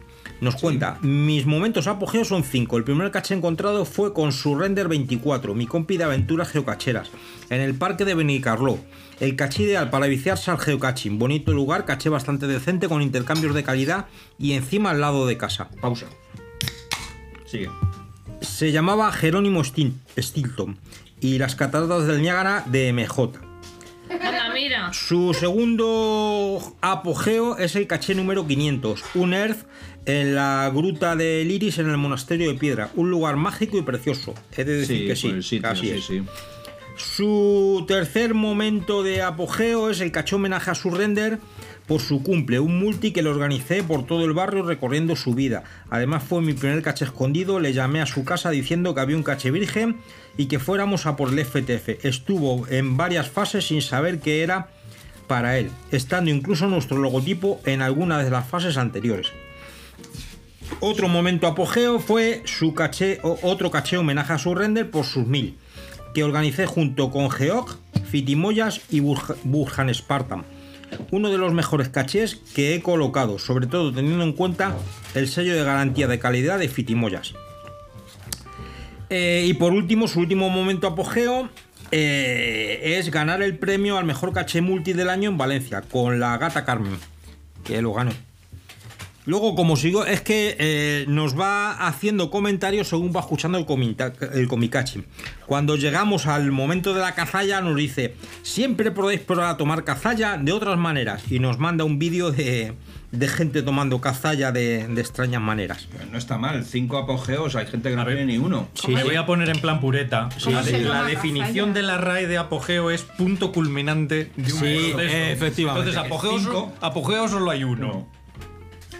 nos cuenta, mis momentos apogeo son 5. El primer caché encontrado fue con su render 24, mi compi de aventuras geocacheras, en el parque de Benicarló. El caché ideal para viciarse al geocaching. Bonito lugar, caché bastante decente con intercambios de calidad y encima al lado de casa. Pausa.
Sigue.
Se llamaba Jerónimo Stin- Stilton y las cataratas del Niágara de MJ.
Anda, mira.
Su segundo apogeo es el caché número 500, un Earth en la gruta del Iris en el monasterio de piedra, un lugar mágico y precioso. He de decir
Sí,
que sí,
por el sitio,
así
sí,
es.
sí.
Su tercer momento de apogeo es el caché homenaje a su render por su cumple, un multi que lo organicé por todo el barrio recorriendo su vida. Además fue mi primer caché escondido, le llamé a su casa diciendo que había un caché virgen y que fuéramos a por el FTF. Estuvo en varias fases sin saber qué era para él, estando incluso nuestro logotipo en alguna de las fases anteriores. Otro momento apogeo fue su caché, o- otro caché homenaje a su render por sus mil, que organicé junto con Geog, Fitimoyas y Burj- Burjan Spartan. Uno de los mejores cachés que he colocado, sobre todo teniendo en cuenta el sello de garantía de calidad de Fitimoyas. Eh, y por último, su último momento apogeo eh, es ganar el premio al mejor caché multi del año en Valencia con la gata Carmen, que lo ganó. Luego, como sigo, es que eh, nos va haciendo comentarios según va escuchando el, comita- el comicachi. Cuando llegamos al momento de la cazalla, nos dice: Siempre podéis probar a tomar cazalla de otras maneras. Y nos manda un vídeo de, de gente tomando cazalla de, de extrañas maneras.
No está mal, cinco apogeos, hay gente que no tiene ni uno.
Me voy a poner en plan
[laughs]
pureta.
Sí,
la,
sí.
de-
¿Cómo
la
se llama,
definición
Rafael?
de la RAE de apogeo es punto culminante de un
Sí,
eh,
proceso.
efectivamente.
Entonces, apogeo,
Cinco.
apogeo solo hay uno.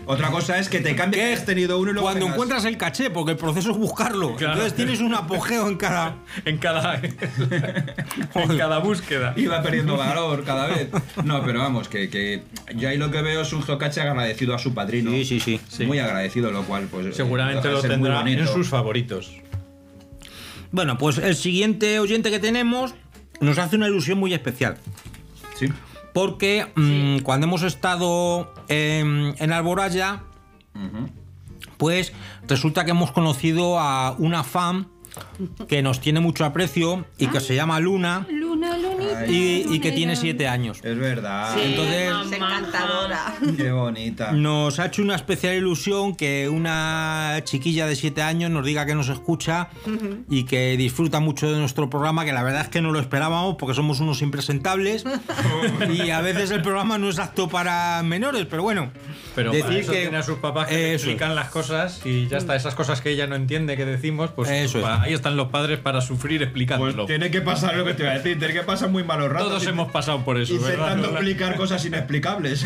Otra cosa es que te cambies.
Que has
tenido uno y luego
Cuando
tengas-
encuentras el caché, porque el proceso es buscarlo.
Claro.
Entonces tienes un apogeo en
[laughs]
cada.
en cada. en cada búsqueda.
Iba perdiendo valor cada vez. No, pero vamos, que, que yo ahí lo que veo es un geocache agradecido a su padrino. Sí, sí, sí. Muy agradecido, lo cual, pues.
Seguramente
deja de
lo
ser muy
tendrá
bonito.
en sus favoritos.
[laughs] Bueno, pues el siguiente oyente que tenemos nos hace una ilusión muy especial.
Sí.
Porque mm, cuando hemos estado en, en Alboraya, pues resulta que hemos conocido a una fan que nos tiene mucho aprecio y que se llama Luna
Luna, lunita.
y, y que tiene siete años.
Es verdad.
Entonces
es encantadora.
Qué bonita.
nos ha hecho una especial ilusión que una chiquilla de siete años nos diga que nos escucha y que disfruta mucho de nuestro programa, que la verdad es que no lo esperábamos porque somos
[laughs]
unos impresentables y a veces el programa no es apto para menores, pero bueno,
Pero para eso tiene a sus papás que le
Eso es.
explican las cosas y ya está. Esas cosas que ella no entiende que decimos, pues
Eso es.
pa- ahí están los padres para sufrir explicándolo.
Pues Tiene que pasar lo que te iba a decir, tiene que pasar muy malos ratos.
Todos hemos pasado por eso, ¿verdad?
Intentando explicar cosas inexplicables.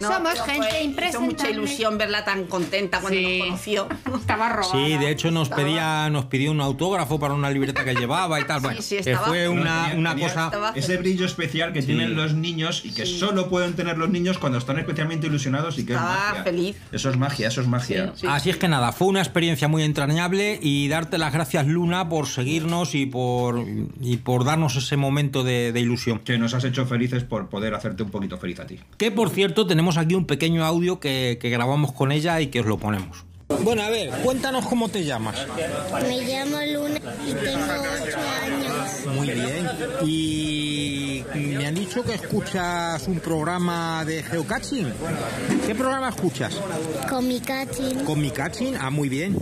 Somos gente impresionante. Hizo mucha ilusión verla tan contenta cuando nos
[laughs]
conoció.
Estaba
Sí, de hecho nos
Estaba-
pedía, nos pidió un autógrafo para una libreta que llevaba y tal. Bueno,
sí,
que
estaba-
fue una,
Tenía-
una
tenía
cosa.
Ese brillo especial que tienen los niños y que solo pueden tener los niños cuando están especialmente ilusionados y que es magia.
feliz.
Eso es magia, eso es magia.
Así es que nada, fue una experiencia muy entrañable y darte las gracias Luna por seguirnos y por, y por darnos ese momento de, de ilusión.
Que nos has hecho felices por poder hacerte un poquito feliz a ti.
Que por cierto tenemos aquí un pequeño audio que, que grabamos con ella y que os lo ponemos. Bueno, a ver, cuéntanos cómo te llamas.
Me llamo Luna y tengo 8 años.
Muy bien. Y me han dicho que escuchas un programa de geocaching. ¿Qué programa escuchas?
Con mi cachín,
Comicaching, ah, muy bien.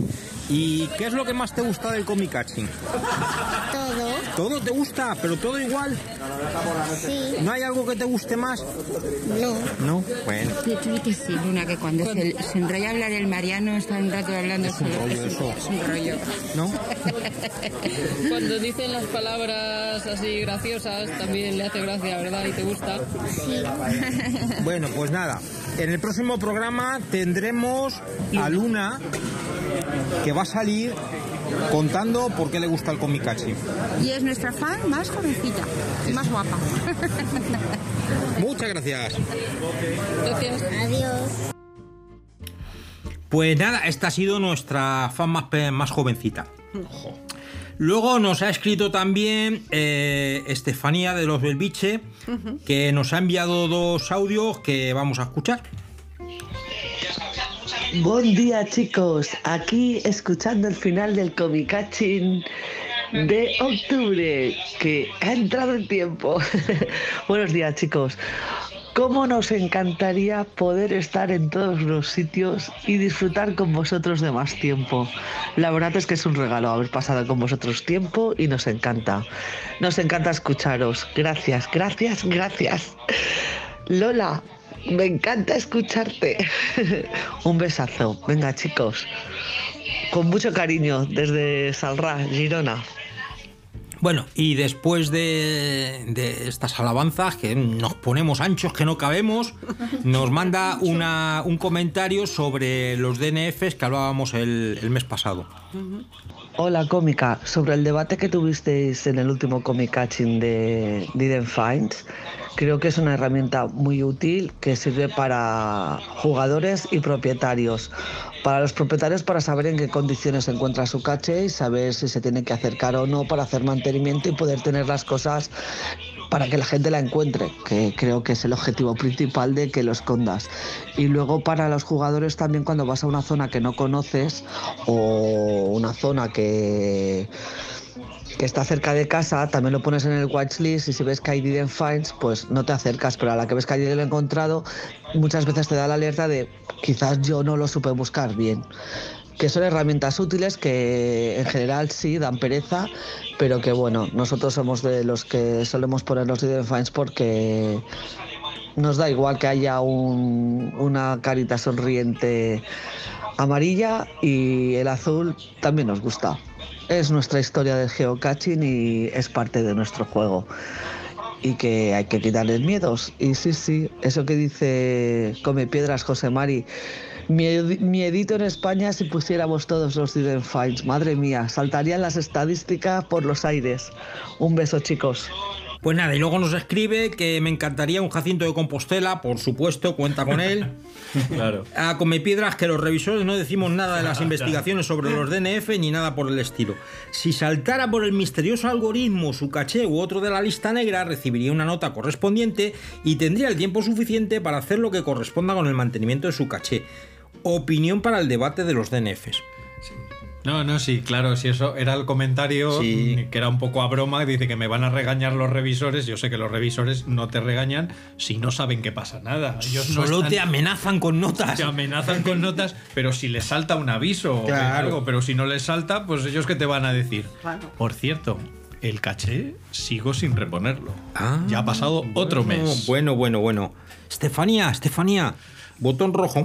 ¿Y qué es lo que más te gusta del comicaching?
todo.
Todo te gusta, pero todo igual.
Sí.
¿No hay algo que te guste más?
No.
No. Bueno.
Yo creo que sí, Luna, que cuando se, se enrolla a hablar el Mariano está un rato hablando
Es un
solo.
rollo
es, un,
eso.
es un rollo.
¿No?
Cuando dicen las palabras así graciosas, también le hace gracia, ¿verdad? Y te gusta.
Bueno, pues nada. En el próximo programa tendremos a Luna que va a salir contando por qué le gusta el comicaching.
Y es nuestra fan más jovencita y más guapa.
Muchas gracias.
Gracias. Adiós.
Pues nada, esta ha sido nuestra fan más, pe- más jovencita. Luego nos ha escrito también eh, Estefanía de los Belviche, que nos ha enviado dos audios que vamos a escuchar.
Buen día chicos, aquí escuchando el final del Comicaching de octubre, que ha entrado el tiempo. [laughs] Buenos días chicos, ¿cómo nos encantaría poder estar en todos los sitios y disfrutar con vosotros de más tiempo? La verdad es que es un regalo haber pasado con vosotros tiempo y nos encanta. Nos encanta escucharos. Gracias, gracias, gracias. Lola, me encanta escucharte. [laughs] Un besazo. Venga, chicos. Con mucho cariño desde Salrá, Girona.
Bueno, y después de, de estas alabanzas, que nos ponemos anchos que no cabemos, nos manda una- un comentario sobre los DNFs que hablábamos el- el mes pasado.
Hola cómica, sobre el debate que tuvisteis en el último Comic Catching de Didn't Find, creo que es una herramienta muy útil que sirve para jugadores y propietarios. Para los propietarios para saber en qué condiciones se encuentra su cache y saber si se tiene que acercar o no para hacer mantenimiento y poder tener las cosas para que la gente la encuentre, que creo que es el objetivo principal de que lo escondas. Y luego para los jugadores también cuando vas a una zona que no conoces o una zona que que está cerca de casa, también lo pones en el watchlist y si ves que hay didn't finds, pues no te acercas, pero a la que ves que alguien lo ha encontrado, muchas veces te da la alerta de quizás yo no lo supe buscar bien. Que son herramientas útiles que en general sí dan pereza, pero que bueno, nosotros somos de los que solemos poner los didn't finds porque nos da igual que haya un- una carita sonriente amarilla y el azul también nos gusta. Es nuestra historia de geocaching y es parte de nuestro juego. y que hay que quitarles miedos. Y sí, sí, eso que dice Come Piedras José Mari. Mied- Miedito en España si pusiéramos todos los Didn't Finds. Madre mía, saltarían las estadísticas por los aires. Un beso, chicos.
Pues nada, y luego nos escribe que me encantaría un Jacinto de Compostela, por supuesto, cuenta con él.
Claro.
A Comepiedras que los revisores no decimos nada de las investigaciones sobre los DNF ni nada por el estilo. Si saltara por el misterioso algoritmo su caché u otro de la lista negra, recibiría una nota correspondiente y tendría el tiempo suficiente para hacer lo que corresponda con el mantenimiento de su caché. Opinión para el debate de los DNFs.
No, no, sí, claro, si eso era el comentario mm, que era un poco a broma, dice que me van a regañar los revisores, yo sé que los revisores no te regañan si no saben que pasa nada. Ellos no
Solo
están-
te amenazan con notas.
Te amenazan con notas, pero si les salta un aviso o
Claro.
algo, pero si no les salta, pues ellos que te van a decir.
Claro.
Por cierto, el caché sigo sin reponerlo.
Ah.
ya ha pasado otro
bueno,
mes.
Bueno, bueno, bueno. Estefanía, Estefanía. Botón rojo.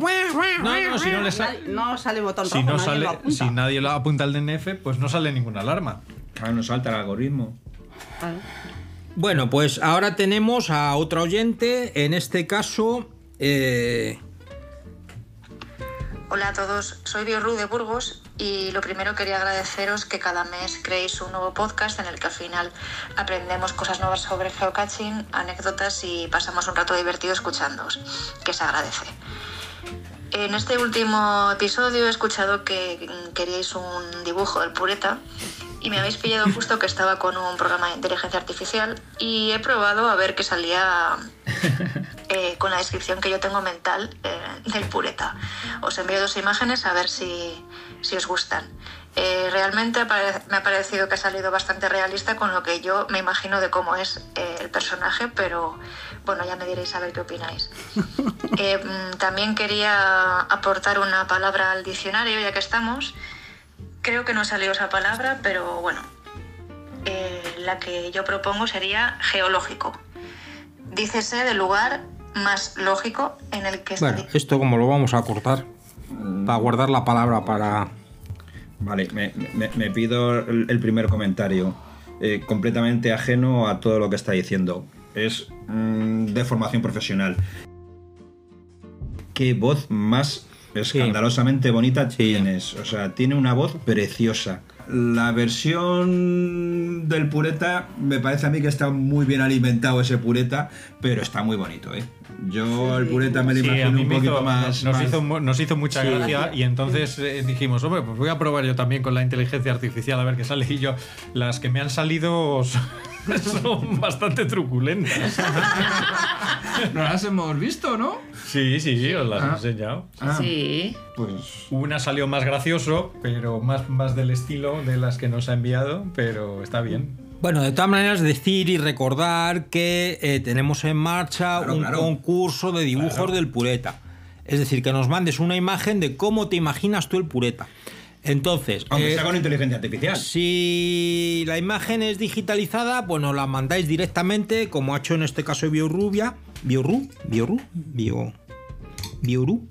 No, no, si no le sale-
No sale botón
Si,
rojo,
no
nadie
sale,
lo apunta.
si nadie lo apunta al DNF, pues no sale ninguna alarma.
Ah, no salta el algoritmo.
Bueno, pues ahora tenemos a otra oyente. En este caso, eh,
Hola a todos, soy Biorru de Burgos y lo primero quería agradeceros que cada mes creéis un nuevo podcast en el que al final aprendemos cosas nuevas sobre geocaching, anécdotas y pasamos un rato divertido escuchándoos, que se agradece. En este último episodio he escuchado que mm, queríais un dibujo del pureta y me habéis pillado justo que estaba con un programa de inteligencia artificial y he probado a ver qué salía eh, con la descripción que yo tengo mental eh, del pureta. Os envío dos imágenes a ver si, si os gustan. Eh, realmente apare- me ha parecido que ha salido bastante realista con lo que yo me imagino de cómo es eh, el personaje, pero bueno, ya me diréis a ver qué opináis. Eh, mm, también quería aportar una palabra al diccionario, ya que estamos. Creo que no salió esa palabra, pero bueno, eh, la que yo propongo sería geológico. Dícese del lugar más lógico en el que
bueno, esto como lo vamos a cortar. Para guardar la palabra para.
Vale, me, me- me pido el el primer comentario. eh, completamente ajeno a todo lo que está diciendo. Es mm, de formación profesional. Qué voz más escandalosamente bonita tienes. O sea, tiene una voz preciosa. La versión del pureta, me parece a mí que está muy bien alimentado ese pureta, pero está muy bonito, ¿eh? Yo el pureta me lo
Sí, a
imagino
mí
un
me
poquito
hizo-
más...
Nos,
más-
Hizo, mu- nos hizo mucha
Sí.
gracia y entonces eh, dijimos, hombre, pues voy a probar yo también con la inteligencia artificial a ver qué sale. Y yo, las que me han salido [laughs] son- son bastante truculentas.
[laughs] No las hemos visto, ¿no?
Sí, sí, sí, os las
Ah.
he enseñado.
Ah. Sí.
Pues.
Una salió más gracioso, pero más, más del estilo de las que nos ha enviado, pero está bien.
Bueno, de todas maneras, decir y recordar que eh, tenemos en marcha
Claro,
un
claro.
concurso de dibujos
Claro.
del pureta. Es decir, que nos mandes una imagen de cómo te imaginas tú el pureta. Entonces.
Aunque
eh,
sea con inteligencia artificial.
Si la imagen es digitalizada, pues nos la mandáis directamente, como ha hecho en este caso Biorrubia. Biorru, Biorru, Bio. Biorru.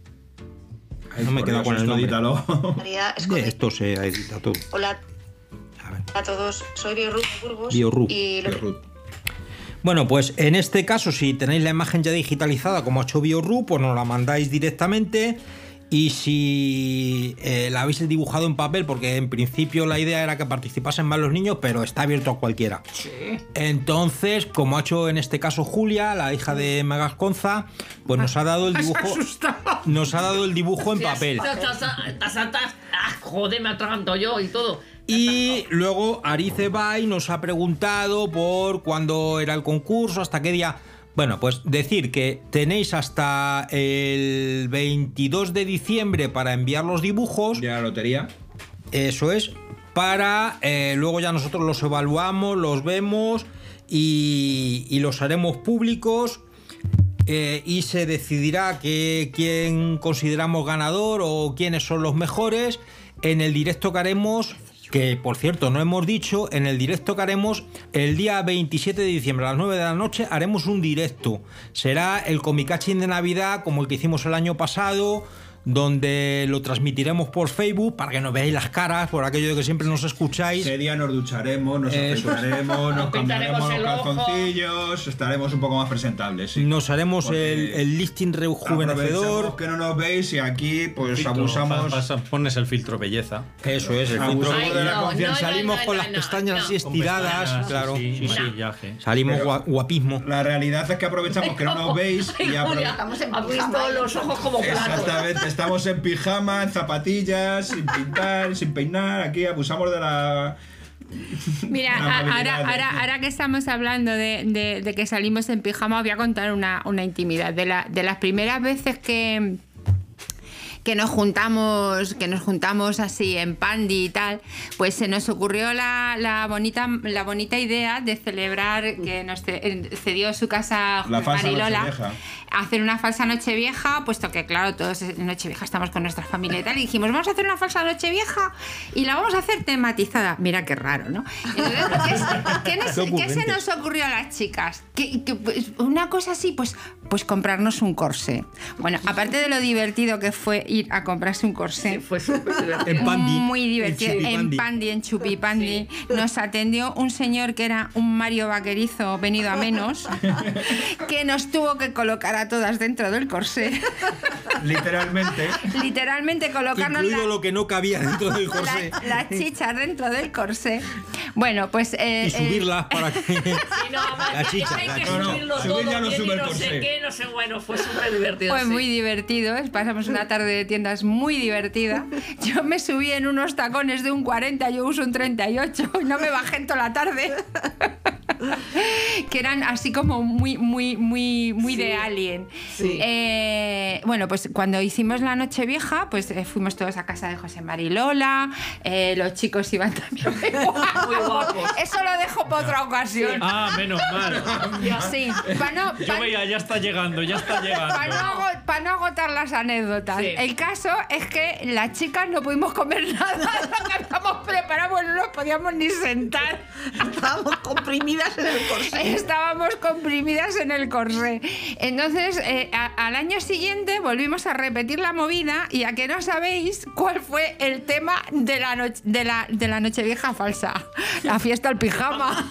No me he
por Dios,
quedado con el
esto
nombre.
María
Eh, [laughs] Esto se edita todo.
Hola a todos, soy Biorru de Burgos
Biorru.
y lo
Bueno, pues en este caso, si tenéis la imagen ya digitalizada como ha hecho BioRU, pues nos la mandáis directamente. Y si eh, la habéis dibujado en papel, porque en principio la idea era que participasen más los niños, pero está abierto a cualquiera. Entonces, como ha hecho en este caso Julia, la hija de Magasconza, pues nos ha dado el
Has
dibujo. Nos ha dado el dibujo en papel.
Ah, Joder, me atraganto yo y todo.
Y luego Arice Bay nos ha preguntado por cuándo era el concurso, hasta qué día. Bueno, pues decir que tenéis hasta el 22 de diciembre para enviar los dibujos.
De la lotería.
Eso es. Para eh, luego ya nosotros los evaluamos, los vemos y, y los haremos públicos. eh, y se decidirá que, quién consideramos ganador o quiénes son los mejores en el directo que haremos. Que por cierto, no hemos dicho, en el directo que haremos el día 27 de diciembre a las 9 de la noche haremos un directo. Será el comicaching de Navidad como el que hicimos el año pasado, donde lo transmitiremos por Facebook para que nos veáis las caras, por aquello de que siempre nos escucháis.
Ese día nos ducharemos, nos
Eso es.
afeitaremos, nos cambiaremos
Eh, Pintaremos
los
el ojo.
calzoncillos, estaremos un poco más presentables. sí.
Nos haremos
Porque
el, el listing rejuvenecedor.
aprovechamos que no nos veis y aquí pues
Filtro,
abusamos.
pasa-
pones el filtro belleza. Ah,
Eso es, el
Abusamos
filtro.
de la
No,
confianza.
no, no, Salimos con las pestañas así estiradas, claro.
Sí,
Sí, sí.
maquillaje.
Salimos
Pero-
gua- guapismo.
La realidad es que aprovechamos que
[laughs]
no nos veis y apro-
Estamos en pijama. los ojos como platos.
Exactamente, estamos en pijama, en zapatillas, sin pintar, sin peinar, aquí abusamos de la...
Mira,
Una
a- ahora,
amabilidad,
ahora,
sí.
ahora que estamos hablando de, de- de que salimos en pijama, voy a contar una, una intimidad. De, la- de las primeras veces que, que nos juntamos, que nos juntamos así en Pandi y tal, pues se nos ocurrió la, la bonita, la bonita idea de celebrar que nos ce- eh, cedió su casa
La falsa
Marilola
Nochevieja.
hacer una falsa noche vieja, puesto que claro, todos en noche vieja estamos con nuestra familia y tal, y dijimos, vamos a hacer una falsa noche vieja y la vamos a hacer tematizada. Mira qué raro, ¿no? Entonces, ¿qué, es- Ah, [laughs] qué nos-
Qué
qué se
ocurrentes.
nos ocurrió a las chicas? Que, que, pues, una cosa así, pues, pues comprarnos un corsé. Bueno, aparte de lo divertido que fue ir a comprarse un corsé,
fue
En Pandi,
muy divertido,
en
en
Chupipandi.
Pandi, en Chupipandi, nos atendió un señor que era un Mario Vaquerizo venido a
[laughs]
menos, que nos tuvo que colocar a todas dentro del corsé.
Literalmente.
Literalmente colocarnos
Incluido
la-
lo que no cabía dentro del corsé.
[laughs] la- las chichas dentro del corsé. Bueno, pues... eh,
Y
eh,
[laughs]
subirlas para que.
No, además,
La chicha,
es que
la
hay que
chicha. No, no,
subirlo
subir
todo
ya no
bien
sube
y
el
no sé
corsé.
qué, no sé, bueno, fue súper divertido.
Fue
sí.
Pues muy divertido, ¿eh? pasamos una tarde de tiendas
[laughs]
muy divertida. Yo me subí en unos tacones de un 40, yo uso un 38 y no me bajé en toda la tarde. [laughs] que eran así como muy, muy, muy, muy de alien. Eh, bueno, pues cuando hicimos la noche vieja, pues eh, fuimos todos a casa de José Marilola, eh, los chicos iban también
[laughs]
[laughs]
Muy guapos.
Eso lo dejo para otra ocasión.
Ah, menos mal.
Sí, para no,
Yo veía, ya está llegando, ya está
para no,
llegando.
ago- pa' no agotar las anécdotas.
Sí.
El caso es que las chicas no pudimos comer [laughs] nada. Lo que habíamos preparado no nos podíamos ni sentar. Estábamos comprimidas en el corsé. Estábamos comprimidas en el corsé. Entonces, eh, a- al año siguiente volvimos a repetir la movida y a que no sabéis cuál fue el tema de la, noche de la, de la Nochevieja falsa. La fiesta
[laughs]
al pijama.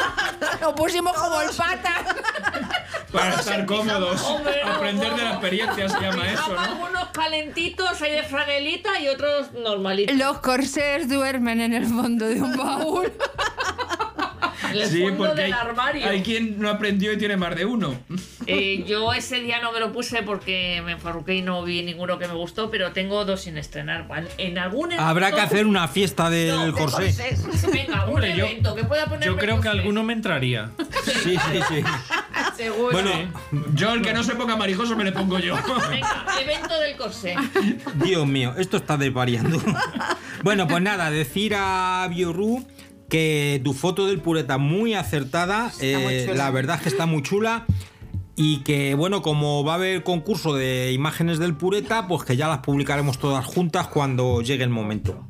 Lo pusimos como el pata.
Para estar cómodos.
Hombre, no,
Aprender de la experiencia se llama eso,
Pijama,
¿no?
Unos calentitos, hay de franelita y otros normalitos.
Los corsés duermen en el fondo de un baúl.
fondo del armario.
hay quien no aprendió y tiene más de uno.
Eh, yo ese día no me lo puse porque me enfarruqué y no vi ninguno que me gustó, pero tengo dos sin estrenar. ¿vale? En algún
Habrá que hacer una fiesta del corsé.
Venga, un
Hombre, yo-
evento que pueda poner.
Yo creo que alguno me entraría.
Sí, sí, sí.
[laughs]
Pues
Seguro.
yo el que no se ponga marijoso me le pongo yo.
Venga, evento del corsé.
Dios mío, esto está desvariando. bueno, pues nada, decir a Biorru que tu foto del pureta muy acertada, eh,
chula.
la verdad es que está muy chula. Y que bueno, como va a haber concurso de imágenes del pureta, pues que ya las publicaremos todas juntas cuando llegue el momento.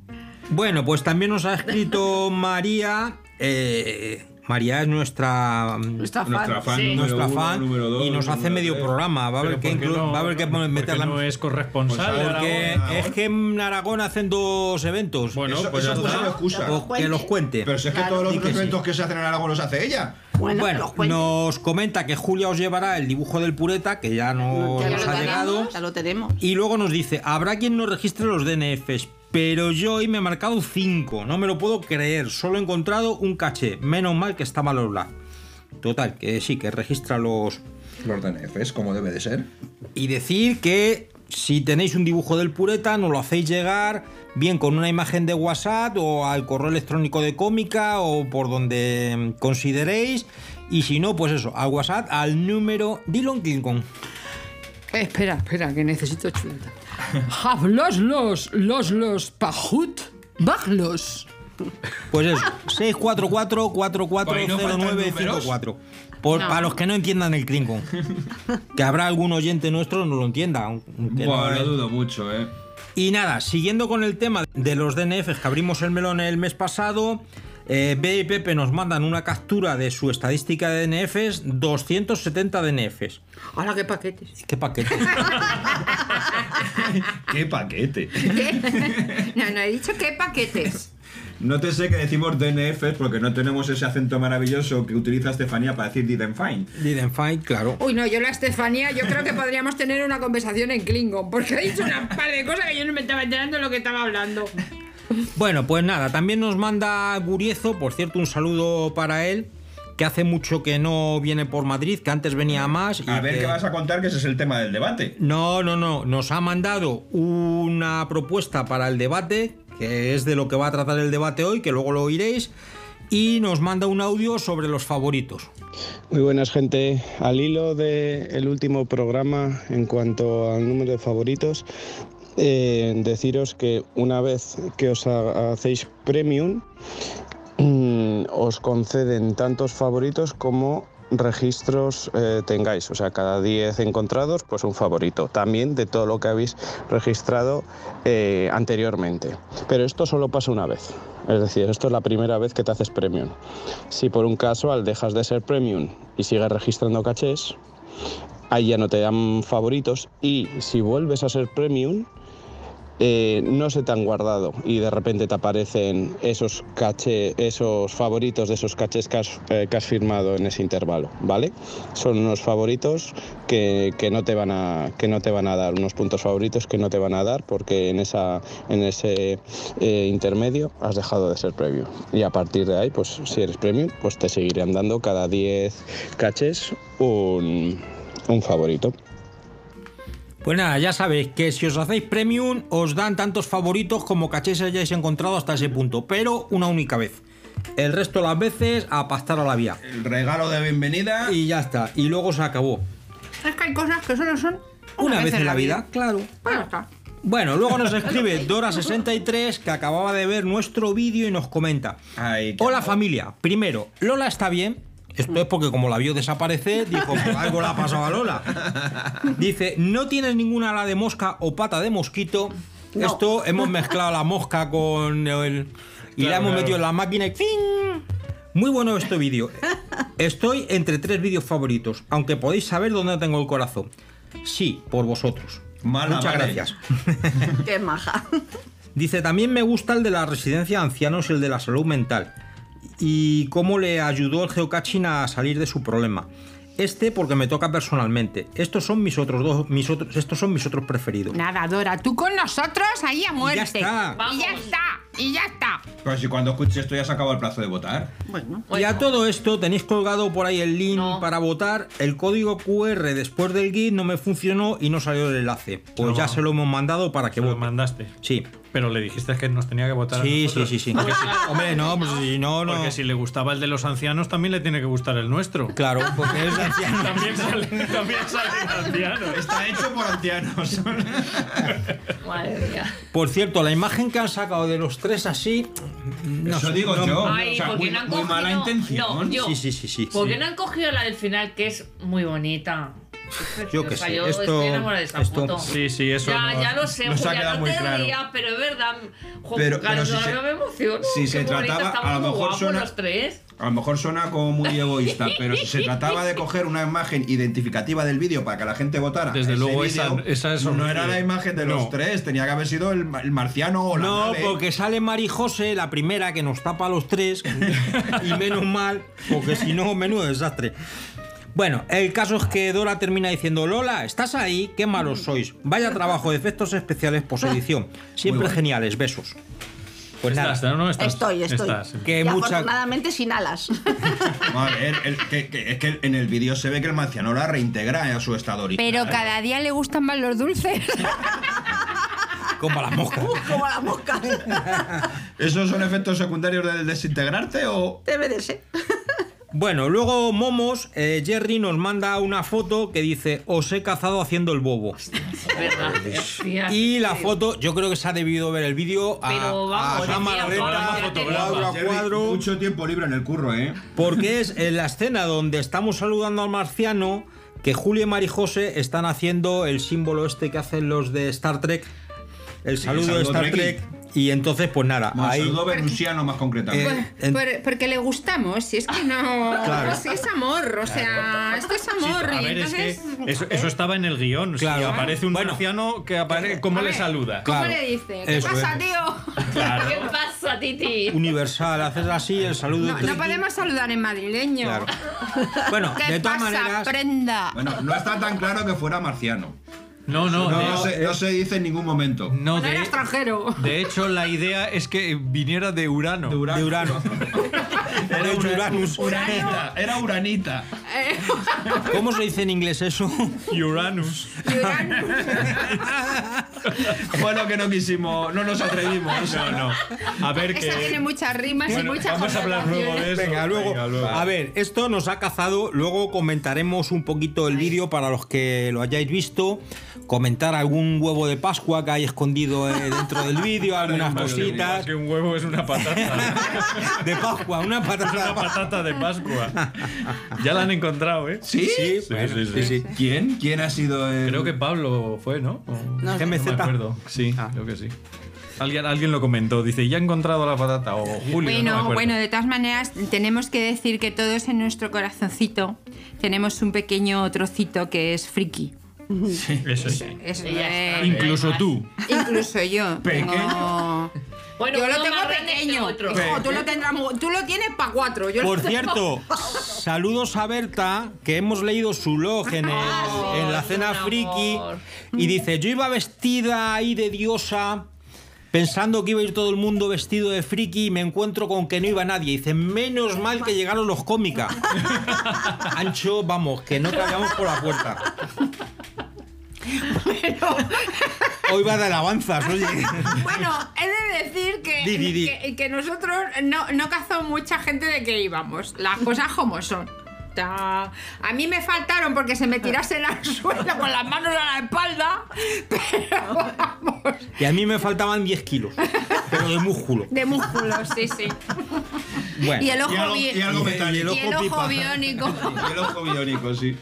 Bueno, pues también nos ha escrito María. eh, María es nuestra, mm,
Nuestra fan. Nuestra fan,
Sí.
número
nuestra
uno,
fan,
número dos,
y nos hace
número
medio
tres.
programa. Va a haber
Pero
que,
¿por qué
inclu-
no?
va a haber que poner-
¿Por qué
meterla
no es corresponsal de
porque
Aragón?
es que en Aragón hacen dos eventos.
Bueno,
Eso-
pues
eso
ya
puede
está.
ser excusa.
Que los
Pues
O que los cuente.
Pero si es que todos los
Di
otros
sí.
eventos que se hacen en Aragón los hace ella.
Bueno, nos comenta que Julia os llevará el dibujo del pureta, que ya no
Ya
nos
lo
ha llegado.
tenemos, ya lo tenemos.
Y luego nos dice, habrá quien no registre los DNFs, pero yo hoy me he marcado 5, no me lo puedo creer, solo he encontrado un caché, menos mal que está malo Black. Total, que sí, que registra los...
Los DNFs, como debe de ser.
Y decir que si tenéis un dibujo del pureta, nos lo hacéis llegar bien con una imagen de WhatsApp o al correo electrónico de cómica o por donde consideréis. Y si no, pues eso, al WhatsApp al número Dylan Kilcon.
Eh, espera, espera, que necesito chuleta. [laughs] Hablos los, los, los, pajut, bajlos.
Pues eso, 644
Pues no faltan
440954 Por,
No.
Para los que no entiendan el Klingon. que habrá algún oyente nuestro que no lo entienda. aunque
Buah,
no-
lo dudo mucho, eh.
Y nada, siguiendo con el tema de los DNFs que abrimos el melón el mes pasado, Eh, Bea y Pepe nos mandan una captura de su estadística de DNFs, 270 DNFs.
Hola, qué paquetes.
¿Qué paquete?
¿Qué paquete?
¿Qué? [laughs] No, no, he dicho qué paquetes.
No te sé que decimos DNF porque no tenemos ese acento maravilloso que utiliza Estefanía para decir didn't find.
Didn't find, claro.
Uy, no, yo la Estefanía, yo creo que podríamos tener una conversación en Klingon, porque ha dicho una par de cosas que yo no me estaba enterando de lo que estaba hablando.
Bueno, pues nada, también nos manda Guriezo, por cierto, un saludo para él, que hace mucho que no viene por Madrid, que antes venía más. y
A ver
Ah, que-
qué vas a contar, que ese es el tema del debate.
No, no, no, nos ha mandado una propuesta para el debate, que es de lo que va a tratar el debate hoy, que luego lo oiréis, y nos manda un audio sobre los favoritos.
Muy buenas gente, al hilo del último programa en cuanto al número de favoritos, eh, deciros que una vez que os ha- hacéis premium, mm, os conceden tantos favoritos como registros eh, tengáis, o sea, cada 10 encontrados, pues un favorito, también de todo lo que habéis registrado eh, anteriormente. Pero esto solo pasa una vez, es decir, esto es la primera vez que te haces premium. Si por un caso al dejas de ser premium y sigues registrando cachés, ahí ya no te dan favoritos y si vuelves a ser premium, eh, no se te han guardado y de repente te aparecen esos caché, esos favoritos de esos cachés que has, eh, que has firmado en ese intervalo, ¿vale? Son unos favoritos que, que no te van a que no te van a dar, unos puntos favoritos que no te van a dar porque en esa en ese eh, intermedio has dejado de ser premium y a partir de ahí, pues si eres premium, pues te seguirán dando cada 10 cachés un, un favorito.
Pues nada, ya sabéis que si os hacéis premium os dan tantos favoritos como cachés hayáis encontrado hasta ese punto, pero una única vez. El resto de las veces a pastar a la vía.
El regalo de bienvenida.
Y ya está, y luego se acabó.
Es que hay cosas que solo son
Una, vez, en la vida, claro.
Bueno, está.
Bueno, luego nos escribe Dora63 que acababa de ver nuestro vídeo y nos comenta. Hola familia, primero, Lola está bien. Esto es porque como la vio desaparecer, dijo, "Pues algo le ha pasado a Lola. Dice, no tienes ninguna ala de mosca o pata de mosquito. Esto hemos mezclado la mosca con el... Y la
Claro,
hemos
claro.
metido en la máquina y ¡fin! Muy bueno este vídeo. Estoy entre tres vídeos favoritos, aunque podéis saber dónde tengo el corazón. Sí, por vosotros. Muchas
vale.
gracias.
Qué maja.
Dice, también me gusta el de la residencia de ancianos y el de la salud mental. Y cómo le ayudó el geocaching a salir de su problema. Este porque me toca personalmente. Estos son mis otros dos, mis otros, estos son mis otros preferidos.
Nada, Dora, tú con nosotros ahí a muerte.
está.
Y ya está. Y ya está.
Pero si cuando escuches esto ya se acaba el plazo de votar.
Bueno.
Y a todo esto tenéis colgado por ahí el link para votar. El código QR después del git no me funcionó y no salió el enlace. Pues ya se lo hemos mandado para que vos mandaste. Sí. Pero le dijiste que nos tenía que votar.
a
Sí, sí,
nosotros.
sí, sí.
Porque si-
Hombre, no, pues si no, no.
Porque si le gustaba el de los ancianos, también le tiene que gustar el nuestro.
Claro,
[laughs]
porque es anciano.
también sale, también sale anciano.
Está hecho por ancianos.
Madre mía.
Por cierto, la imagen que han sacado de los tres así. No
Eso
sé,
digo
no-
yo.
Ay, ¿por qué no han cogido? No, yo.
Sí, sí, sí. sí,
¿Por
sí.
qué no han cogido la del final que es muy bonita? Es
Yo qué
preciosa,
sé,
yo
esto-
estoy enamorada de esa
esto-
foto.
Sí, sí, eso
Ya,
no-
ya lo sé,
nos ha
Julia,
quedado
no
muy
te
claro.
ría, pero es verdad. Jo,
Pero-
claro,
pero si
no,
se-
no me emociono.
si se
qué bonita,
trataba,
estaban
a lo
muy
mejor
guapos
suena-
los
[laughs]
tres.
A lo mejor suena como muy egoísta, pero si se trataba de coger una imagen identificativa del vídeo para que la gente votara,
Desde
ese
luego,
vídeo
esa- esa es
no
horrible.
era la imagen de los
No.
tres, tenía que haber sido el, ma- el marciano o la
No,
nave.
porque sale Mari José, la primera que nos tapa a los tres, y menos mal, porque si no, menudo desastre. Bueno, el caso es que Dora termina diciendo: Lola, estás ahí, qué malos sois. Vaya trabajo de efectos especiales posedición. Siempre geniales, besos. Pues nada.
estoy, estoy.
Que
y
mucha.
afortunadamente sin alas. [laughs]
A ver, el- que- que- es que en el vídeo se ve que el marciano la reintegra a su estado original.
Pero cada día le gustan más los dulces.
[laughs]
Como las moscas.
Como la
[laughs]
mosca.
¿Esos son efectos secundarios del desintegrarte o...?
Debe de ser.
Bueno, luego Momos, eh, Jerry nos manda una foto que dice: Os he cazado haciendo el bobo.
Hostia.
Y la foto, yo creo que se ha debido ver el vídeo a,
Pero vamos,
a cámara
decía,
lenta,
ahora ya te
cuadro a
digo.
cuadro.
Mucho tiempo libre en el curro, ¿eh?
Porque es en la escena donde estamos saludando al marciano que Julio y Marijose están haciendo el símbolo este que hacen los de Star Trek. El saludo de
saludo
Star
Trekkie.
Trek. Y entonces, pues nada. ahí-
Venusiano más concretamente.
Eh, en-
Por- porque le gustamos, si es que no.
Claro.
si es amor, o sea, esto es
Sí,
amor.
a
y
ver, es que
entonces. ¿eh?
eso, eso estaba en el guión. Claro. aparece un marciano que aparece. ¿Cómo le saluda?
¿Cómo le dice? ¿Qué
Eso
pasa,
es.
tío? [laughs]
Claro.
¿Qué pasa, Titi?
Universal, haces así el saludo.
No, no podemos saludar en madrileño.
Claro. Bueno,
¿Qué
de todas
pasa,
maneras.
prenda?
Bueno, no está tan claro que fuera marciano.
No, no,
no,
de-
se, no se dice en ningún momento.
No,
Era
de,
extranjero.
de hecho, la idea es que viniera de Urano. De [laughs] Urano.
Era un Uranus.
Uranita, era Uranita.
[laughs]
Eh,
¿Cómo se dice en inglés eso?
Uranus.
Bueno, que no quisimos, no nos atrevimos.
No, no. A ver
Esa tiene muchas rimas
Bueno,
y muchas
vamos a hablar luego de eso.
Venga, luego.
Venga, luego.
A ver, esto nos ha cazado. Luego comentaremos un poquito el vídeo para los que lo hayáis visto. Comentar algún huevo de Pascua que hay escondido eh, dentro del vídeo, algunas cositas.
Que un huevo es una
[laughs]
patata.
De Pascua, una patata.
una patata de Pascua. Ya la han encontrado, ¿eh?
¿Sí?
Sí, sí, sí, sí.
¿Quién? ¿Quién ha sido el.?
Creo que Pablo fue, ¿no? O-
No sé. GMZ.
me acuerdo. Sí, creo que sí. Alguien, alguien lo comentó. Dice, ya he encontrado la patata. O Julio, no me
Bueno,
acuerdo.
bueno, de todas maneras, tenemos que decir que todos en nuestro corazoncito tenemos un pequeño trocito que es friki.
Sí, eso sí.
Es-
Y ya
eh,
está, Incluso no hay
tú.
Incluso yo.
Pequeño.
tengo-
Bueno,
yo lo
uno
tengo
más grande
pequeño.
que otro.
Hijo, tú, lo tendrás mu- tú lo tienes para cuatro. Yo lo
Por
tengo-
cierto,
[laughs]
saludos a Berta, que hemos leído su log en, el-
Ah,
en la cena friki. Y dice, yo iba vestida ahí de diosa, pensando que iba a ir todo el mundo vestido de friki y me encuentro con que no iba nadie. dice, menos mal que llegaron los
[laughs]
cómicas. Ancho, vamos, que no cabíamos por la puerta. Hoy va de alabanzas, oye.
[laughs] Bueno, he de decir que,
Di, di, di.
que, que nosotros no, no cazó mucha gente de que íbamos. Las cosas como son. Ta- A mí me faltaron porque se me [laughs] tirasen al suelo con las manos a la espalda
Y a mí me faltaban 10 kilos, pero de músculo.
de músculos, sí, sí.
Bueno.
y el ojo, bi-
y algo metálico.
y el
Y el
ojo
ojo
biónico.
[laughs]
Y el ojo biónico, sí.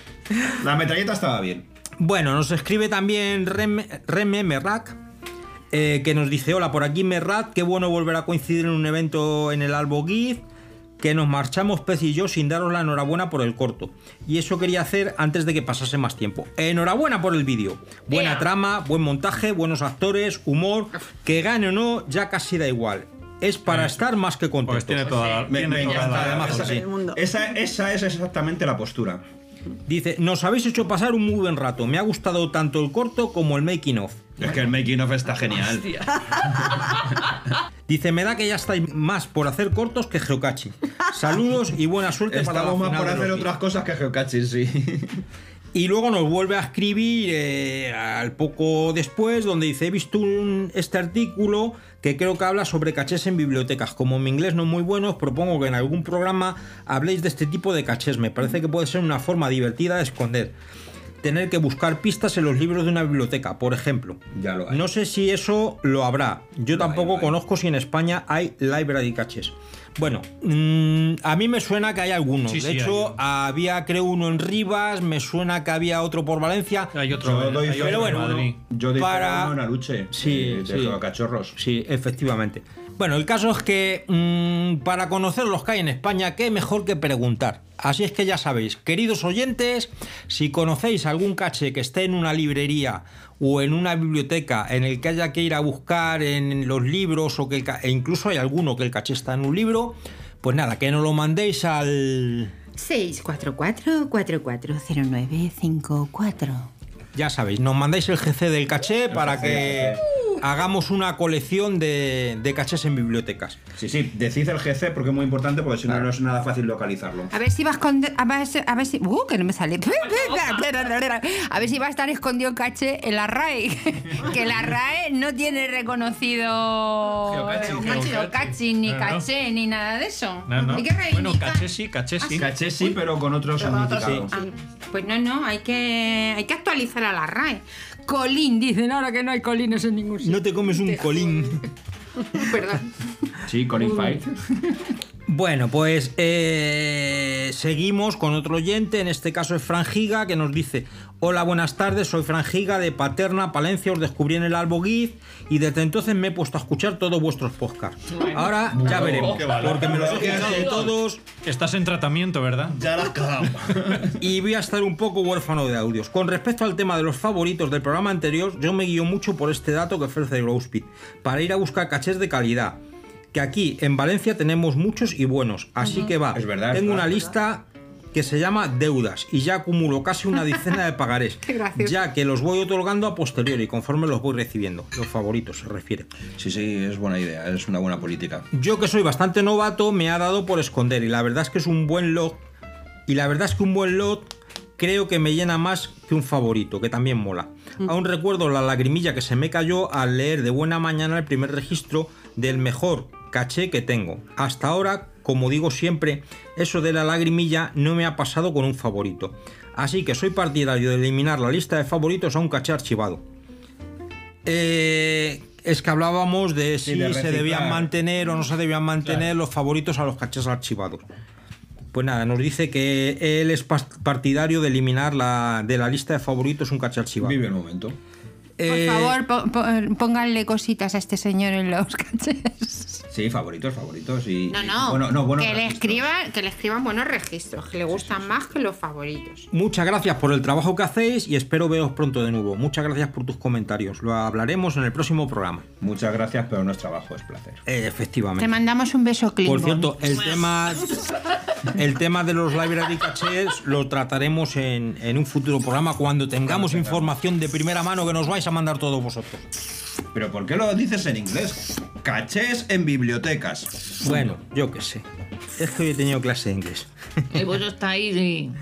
La metralleta estaba bien.
Bueno, nos escribe también Reme, Reme Merrak, eh, que nos dice, hola, por aquí Merrak, qué bueno volver a coincidir en un evento en el Alboguiz, que nos marchamos Pez y yo sin daros la enhorabuena por el corto. Y eso quería hacer antes de que pasase más tiempo. Enhorabuena por el vídeo. Buena trama, buen montaje, buenos actores, humor, que gane o no, ya casi da igual. Es para estar más
Pues
que contento.
tiene toda la-
Me- me encanta.
Además,
esa,
sí.
esa- esa es exactamente la postura.
Dice, nos habéis hecho pasar un muy buen rato. Me ha gustado tanto el corto como el making of.
Es que el making of está genial.
Dice, me da que ya estáis más por hacer cortos que geocachi. Saludos y buena suerte para la
Estamos más
final
por
de
hacer
los
otras cosas que geocaching, sí.
y luego nos vuelve a escribir eh, al poco después, donde dice: He visto un- este artículo que creo que habla sobre cachés en bibliotecas. Como mi inglés no es muy bueno, os propongo que en algún programa habléis de este tipo de cachés. Me parece que puede ser una forma divertida de esconder. Tener que buscar pistas en los libros de una biblioteca, por ejemplo. No sé si eso lo habrá. Yo tampoco conozco si en España hay library caches. Bueno, mm, a mí me suena que hay algunos.
Sí,
de
sí, hay
hecho, había, creo, uno en Rivas, me suena que había otro por Valencia.
Hay otro en- hay otro
pero
en
bueno,
Madrid.
Yo de
Para-
una luche.
Sí,
eh, de
sí.
cachorros.
Sí, efectivamente. Bueno, el caso es que mm, para conocer los que hay en España, qué mejor que preguntar. Así es que ya sabéis, queridos oyentes, si conocéis algún caché que esté en una librería o en una biblioteca en el que haya que ir a buscar en los libros o que el ca- e incluso hay alguno que el caché está en un libro, pues nada, que nos lo mandéis al
644-440954.
Ya sabéis, nos mandáis el GC del caché para que hagamos una colección de, de cachés en bibliotecas.
Sí, sí, decid el GC porque es muy importante porque si no, no es nada fácil localizarlo.
A ver si va a esconder. A ver, si- a ver si. ¡Uh! Que no me sale. [laughs] A ver si va a estar escondido el caché en la RAE. [laughs] Que la RAE no tiene reconocido.
Geocaching.
geocaching,
Geocaching.
ni
Claro.
caché, ni nada de eso.
No, no.
Hay que
Bueno,
reivindicar.
caché sí, caché sí.
Caché sí, pero con otro significado.
Ah, Pues no, no, hay que, hay que actualizar a la RAE. Colín, dicen ahora que no hay colines en ningún sitio.
No te comes un colín. [laughs]
Perdón.
Sí, Colin
Fight.
Bueno, pues eh, Eh, seguimos con otro oyente, en este caso es Frangiga, que nos dice: Hola, buenas tardes, soy Frangiga de Paterna, Palencia, os descubrí en el Alboguiz y desde entonces me he puesto a escuchar todos vuestros podcasts. Ahora ya
Bueno,
veremos,
Oh, qué valor.
porque me los he
Qué
escuchado
valor.
todos.
Estás en tratamiento, ¿verdad?
Ya la Y voy a estar un poco huérfano de audios. Con respecto al tema de los favoritos del programa anterior, yo me guío mucho por este dato que ofrece Growspeed, para ir a buscar cachés de calidad. Que aquí en Valencia tenemos muchos y buenos, así que va.
verdad, es
Tengo una
verdad.
lista que se llama deudas y ya acumulo casi una decena de
[laughs]
pagarés,
Qué gracioso.
ya que los voy otorgando a posteriori conforme los voy recibiendo. Los favoritos se refiere.
Sí, sí, es buena idea, es una buena política.
Yo que soy bastante novato me ha dado por esconder y la verdad es que es un buen lot. Y la verdad es que un buen lot creo que me llena más que un favorito, que también mola. Aún recuerdo la lagrimilla que se me cayó al leer de buena mañana el primer registro del mejor caché que tengo. Hasta ahora, como digo siempre, eso de la lagrimilla no me ha pasado con un favorito. Así que soy partidario de eliminar la lista de favoritos a un caché archivado. Eh, es que hablábamos de si
Sí, de
se
reciclar.
debían mantener o no se debían mantener los favoritos a los cachés archivados. Pues nada, nos dice que él es pas- partidario de eliminar la, de la lista de favoritos un caché archivado. Vive
el momento.
Eh,
Por favor, po- po- pónganle cositas a este señor en
[laughs]
los cachés.
Sí, favoritos, favoritos. Y,
No,
y-
no.
bueno, no, bueno,
que, le escriban, que le escriban buenos registros, que le gustan más que los favoritos.
Muchas gracias por el trabajo que hacéis y espero veros pronto de nuevo. Muchas gracias por tus comentarios. Lo hablaremos en el próximo programa.
Muchas gracias, pero no es trabajo, es placer.
Te
efectivamente.
mandamos un beso, Clinton.
[laughs]
Por cierto, el
[laughs]
tema, el tema de los library cachés lo trataremos en, en un futuro programa cuando tengamos información de primera mano que nos vais a mandar todos vosotros.
Pero ¿por qué lo dices en inglés? Cachés en bibliotecas.
Bueno, yo qué sé. Es que hoy he tenido clase de inglés.
Y vos estáis y...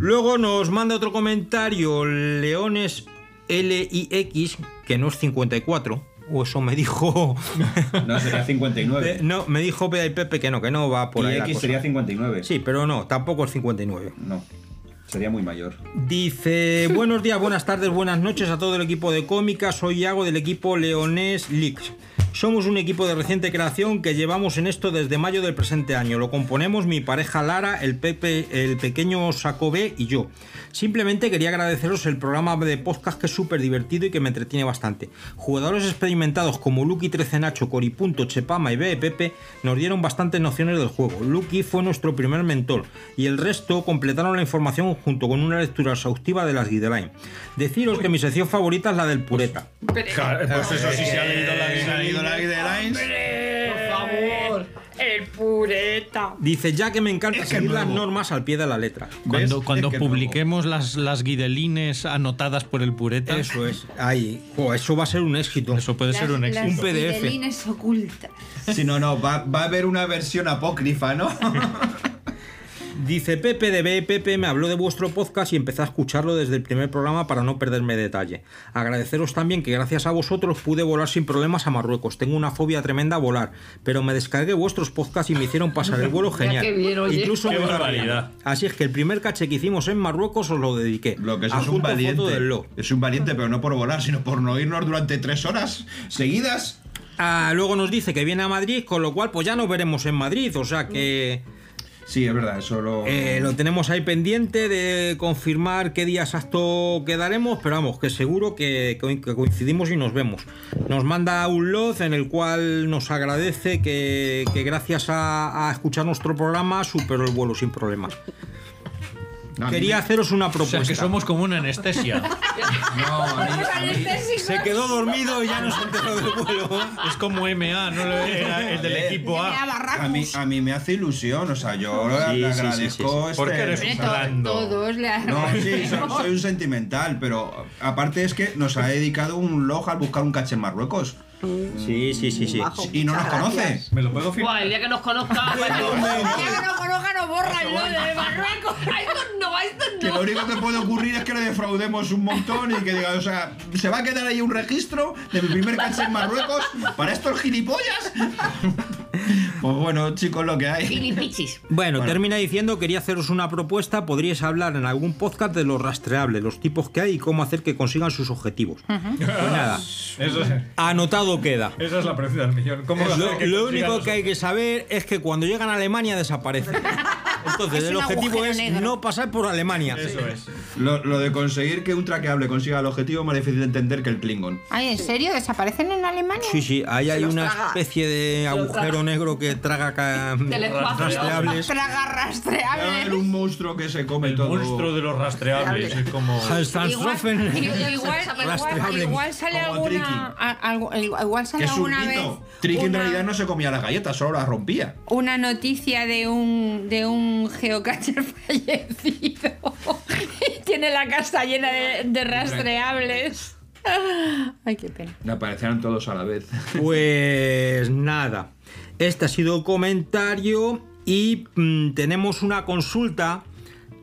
Luego nos manda otro comentario Leones LIX, que no es 54, o eso me dijo.
No, sería 59.
Eh, no, me dijo Peda y Pepe que no, que no va por
Y
ahí. la
X
cosa.
sería 59.
Sí, pero no, tampoco es 59.
No, sería muy mayor.
Dice, buenos días, buenas tardes, buenas noches a todo el equipo de cómica. Soy Iago del equipo Leonés Leaks. Somos un equipo de reciente creación que llevamos en esto desde mayo del presente año. Lo componemos mi pareja Lara, el, Pepe, el pequeño Saco B y yo. Simplemente quería agradeceros el programa de podcast que es súper divertido y que me entretiene bastante. Jugadores experimentados como Lucky 13 Nacho, Coripunto, Chepama y B. Pepe nos dieron bastantes nociones del juego. Lucky fue nuestro primer mentor y el resto completaron la información junto con una lectura exhaustiva de las guidelines. Deciros que mi sección favorita es la del pureta.
Pues eso sí se ha leído la
Se ha leído la guidelines.
Por favor. El pureta.
Dice ya que me encanta seguir las normas al pie de la letra.
Cuando, cuando
publica
publiquemos las, las guidelines anotadas por el pureta.
Eso es. Ahí. Jo, eso va a ser un éxito.
Eso puede ser un éxito.
fidelines ocultas.
Si no, no, va, va a haber una versión apócrifa, [laughs] ¿no?
Dice Pepe de B. Pepe me habló de vuestro podcast y empecé a escucharlo desde el primer programa para no perderme detalle. Agradeceros también que gracias a vosotros pude volar sin problemas a Marruecos. Tengo una fobia tremenda a volar, pero me descargué vuestros podcasts y me hicieron pasar el
[laughs]
vuelo
Ya
genial.
que bien, oye.
Incluso
Qué
me hizo
barbaridad.
reír. Así es que el primer caché que hicimos en Marruecos os lo dediqué.
Lo que eso es un
Adjunto foto
valiente.
del lo.
Es un valiente, pero no por volar, sino por no irnos durante tres horas seguidas.
Ah, luego nos dice que viene a Madrid, con lo cual pues ya nos veremos en Madrid, o sea que...
Sí, es verdad, eso lo...
Eh, lo tenemos ahí pendiente de confirmar qué día exacto quedaremos, pero vamos, que seguro que, co- que coincidimos y nos vemos. Nos manda un log en el cual nos agradece que, que gracias a, a escuchar nuestro programa superó el vuelo sin problemas.
a mí
Quería
me-
haceros una propuesta.
que somos como una anestesia.
Se quedó dormido y ya no se enteró del vuelo.
Es como MA, no lo era el del equipo A.
A mí, a mí me hace ilusión, o sea, yo
Sí,
le
sí, sí,
agradezco.
sí, sí.
este-
Porque eres
Hombre, to- todos le han
No, sí,
[laughs]
so- soy un sentimental, pero aparte es que nos ha dedicado un log al buscar un caché en Marruecos.
Sí, sí, sí, sí.
Y no nos conoce.
Me lo puedo
Buah, el día que nos conozca.
El día que no conozca, no borra el lodo de Marruecos. Ay, esto no, esto no.
Que lo único que puede ocurrir es que le defraudemos un montón y que diga, o sea, se va a quedar ahí un registro de mi primer caché en Marruecos para estos gilipollas. Pues bueno, chicos, lo que hay.
Bueno, termina diciendo, quería haceros una propuesta, podríais hablar en algún podcast de los rastreables, los tipos que hay y cómo hacer que consigan sus objetivos. Pues nada,
Eso es-
anotado queda.
Esa es la pregunta del millón. ¿Cómo
Lo,
hacer que consigan
lo único
los-
[laughs]
que hay que saber es que cuando llegan a Alemania desaparecen. Entonces,
Es
el
un
objetivo
agujero
es
negro.
no pasar por Alemania.
Eso es. Lo, lo de conseguir que un traqueable consiga el objetivo es más difícil de entender que el Klingon.
Ay, ¿en serio? ¿Desaparecen en Alemania?
Sí, sí, ahí hay
los
una
traga.
especie de
los
agujero
traga.
negro que traga
[laughs]
ca- rastreables.
Traga rastreables.
Era un monstruo que se come todo. monstruo
de los rastreables. Es como.
Hans
[laughs]
Sansthofen. [laughs]
Igual, igual,
Rastreable.
igual sale
Como
alguna, a- algo- igual
Que
sale
es un
alguna vez
mito. Trick en
una-
realidad no se comía las galletas, solo las rompía.
una noticia de un de un geocacher [laughs] fallecido [laughs] y tiene la casa llena de, de rastreables. [laughs] Ay, qué pena.
Le aparecieron todos a la vez.
Pues nada, este ha sido el comentario y mm, tenemos una consulta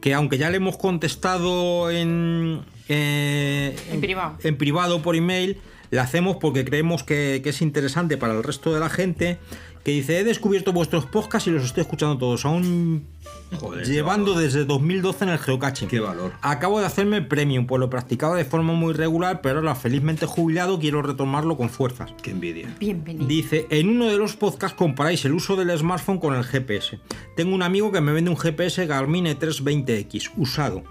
que aunque ya le hemos contestado en, eh, en
privado.
en privado por email, la hacemos porque creemos que, que es interesante para el resto de la gente, que dice, he descubierto vuestros podcasts y los estoy escuchando todos, aún llevando desde 2012 en el geocaching. Qué
valor.
Acabo de hacerme el premium, pues lo practicaba de forma muy regular, pero ahora felizmente jubilado quiero retomarlo con fuerzas.
Qué envidia.
Bienvenido.
Dice, en uno de los podcasts comparáis el uso del smartphone con el GPS. Tengo un amigo que me vende un GPS Garmin E E320X, usado.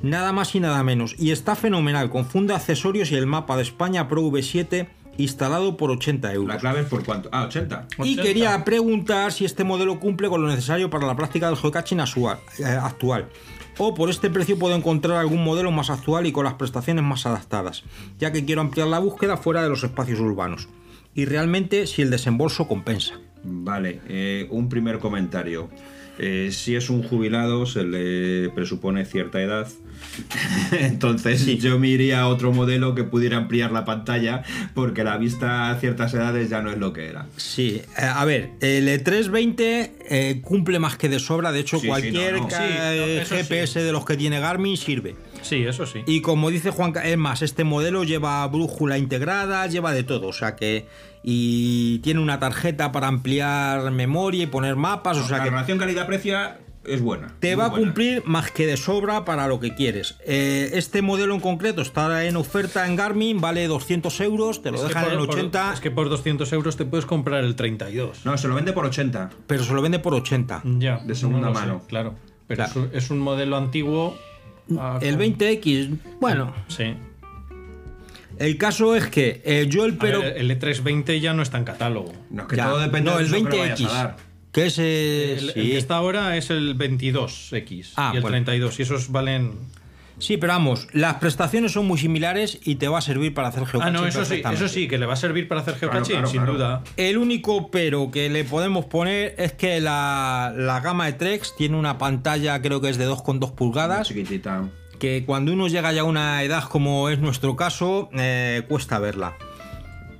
Nada más y nada menos. Y está fenomenal. Confunde accesorios y el mapa de España Pro V7 instalado por 80 euros. La
clave es por cuánto. Ah, 80.
Y
80.
quería preguntar si este modelo cumple con lo necesario para la práctica del geocaching asua- eh, actual. O por este precio puedo encontrar algún modelo más actual y con las prestaciones más adaptadas, ya que quiero ampliar la búsqueda fuera de los espacios urbanos. Y realmente si el desembolso compensa.
Vale, eh, un primer comentario. Eh, si es un jubilado, se le presupone cierta edad. [laughs] Entonces, yo me iría a otro modelo que pudiera ampliar la pantalla, porque la vista a ciertas edades ya no es lo que era.
Sí, eh, a ver, el E320 eh, cumple más que de sobra, de hecho
Sí, sí,
cualquier
no, no.
ca-
Sí, no,
eh,
eso
GPS de los que tiene Garmin sirve.
Sí, eso sí.
Y como dice Juan, Ca- es más, este modelo lleva brújula integrada, lleva de todo, o sea que... Y tiene una tarjeta para ampliar memoria y poner mapas, o sea
la
que...
relación calidad-precio es buena.
Te
muy
va a
buena.
cumplir más que de sobra para lo que quieres. Eh, este modelo en concreto está en oferta en Garmin, vale 200 euros, te lo
Es que
dejan
por-
en
por-
80.
es que por 200 euros te puedes comprar el 32.
No, se lo vende por 80.
Pero se lo vende por 80.
Ya.
De
no
segunda
lo sé,
mano.
claro. Pero es un- es un modelo antiguo. ah,
El
con-
20X, bueno.
Sí.
El caso es que eh, yo el pero.
el E320 ya no está en catálogo.
No,
Ya. No, el 20X. Que es. eh,
El, el
sí.
que está ahora es el 22X
Ah,
y el
bueno.
32. Y esos valen.
Sí, pero vamos, las prestaciones son muy similares y te va a servir para hacer
Ah,
geocaching.
no, eso sí,
perfectamente.
eso sí, que le va a servir para hacer geocaching,
Claro, claro,
sin
claro.
duda.
El único pero que le podemos poner es que la, la gama de Trex tiene una pantalla, creo que es de 2,2 pulgadas.
Chiquitita.
Que cuando uno llega ya a una edad como es nuestro caso, eh, cuesta verla.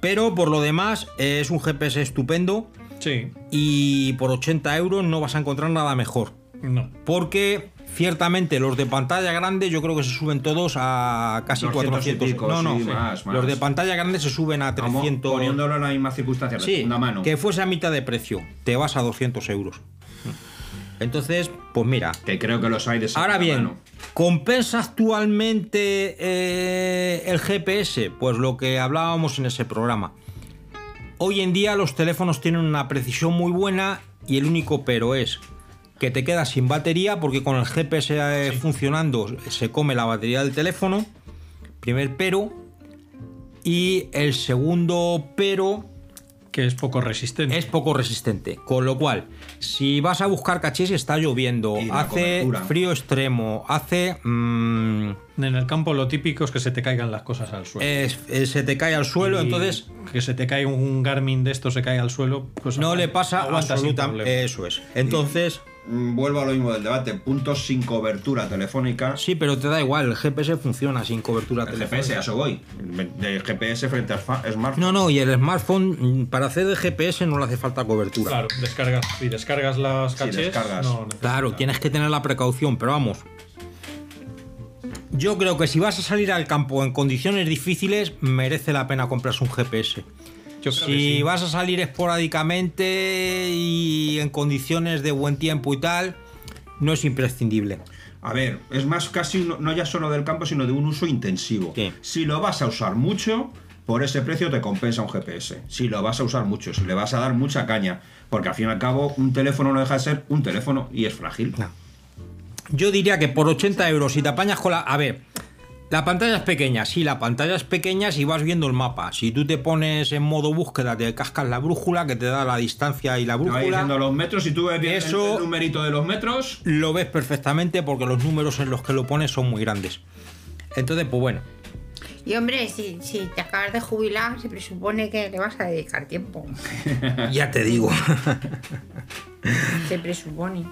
Pero por lo demás, eh, es un GPS estupendo.
Sí.
Y por 80 euros no vas a encontrar nada mejor.
No.
Porque ciertamente los de pantalla grande yo creo que se suben todos a casi
200 y
400.
pico,
no, no,
sí, más, más.
los de pantalla grande se suben a
Vamos
300.
Poniéndolo en la misma circunstancia,
Sí,
de segunda mano.
que fuese a mitad de precio. Te vas a 200 euros. Entonces, pues mira.
Que creo que los hay de segunda
Ahora bien,
mano.
¿compensa actualmente eh, el GPS? Pues lo que hablábamos en ese programa. Hoy en día los teléfonos tienen una precisión muy buena y el único pero es que te quedas sin batería porque con el GPS eh, funcionando se come la batería del teléfono. Primer pero. Y el segundo pero...
Que es poco resistente.
Es poco resistente. Con lo cual, si vas a buscar cachés y está lloviendo,
la
hace
cobertura.
frío extremo, hace... mm,
En el campo lo típico es que se te caigan las cosas al suelo.
es- eh, se te cae al suelo,
Y
entonces...
Que se te cae un Garmin de esto, se cae al suelo. Pues
No le pasa absolutam-
Eso
es. Entonces.
Mm, vuelvo a lo mismo del debate. Puntos sin cobertura telefónica.
Sí, pero te da igual, el GPS funciona sin cobertura
El GPS, a eso voy. Del GPS frente al fa- smartphone.
No, no, y el smartphone mm, para hacer de GPS no le hace falta cobertura.
Claro, descargas. Si descargas las
Sí,
cachés.
descargas.
no necesitas
claro,
nada.
tienes que tener la precaución, pero vamos. Yo creo que si vas a salir al campo en condiciones difíciles, merece la pena comprarse un GPS. si
sí.
vas a salir esporádicamente y en condiciones de buen tiempo y tal, no es imprescindible.
A ver, es más casi no, no ya solo del campo, sino de un uso intensivo. Si lo vas a usar mucho, Por ese precio te compensa un GPS. Si lo vas a usar mucho, si le vas a dar mucha caña. Porque al fin y al cabo, un teléfono no deja de ser un teléfono y es frágil.
Yo diría que por 80 euros, si te apañas con la. A ver, la pantalla es pequeña. Sí, la pantalla es pequeña si vas viendo el mapa. Si tú te pones en modo búsqueda, te cascas la brújula que te da la distancia y la
Te va
brújula.
diciendo los metros, si tú ves bien el-
Eso-
el numerito de los metros,
Lo ves perfectamente porque los números en los que lo pones son muy grandes. Entonces,
[laughs]
pues bueno.
Y hombre, si, si te acabas de jubilar, se presupone que le vas a dedicar tiempo.
Ya te digo. [laughs]
Se presupone.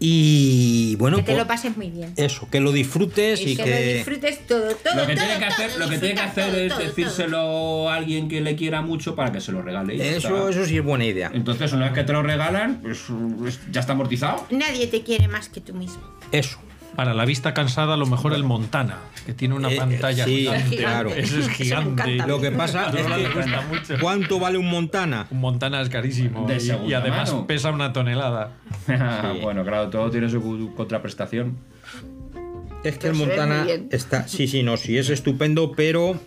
Y bueno,
que te
pues,
lo pases muy bien.
eso, que lo disfrutes y,
que,
que.
lo disfrutes todo, todo,
lo que
todo,
tiene que hacer,
todo,
lo que tiene que
disfruta
hacer
todo,
es
todo,
decírselo a alguien que le quiera mucho para que se lo regale. y ya
Eso-
está.
eso sí es buena idea.
Entonces, una vez que te lo regalan, pues pues, ya está amortizado.
todo. Nadie te quiere más que tú mismo.
Eso.
Para la vista cansada, a lo mejor el Montana, que tiene una pantalla
Eh, sí,
gigante.
claro.
Ese es gigante.
Lo que pasa es que ¿cuánto vale un Montana?
Un Montana es carísimo.
De
y- y,
segunda
además
mano. Ah,
pesa una tonelada.
[laughs] Bueno, claro, todo tiene su contraprestación.
Es que
Pero
el
se ve
Montana
muy bien.
está. Sí, sí, no, sí, es estupendo, pero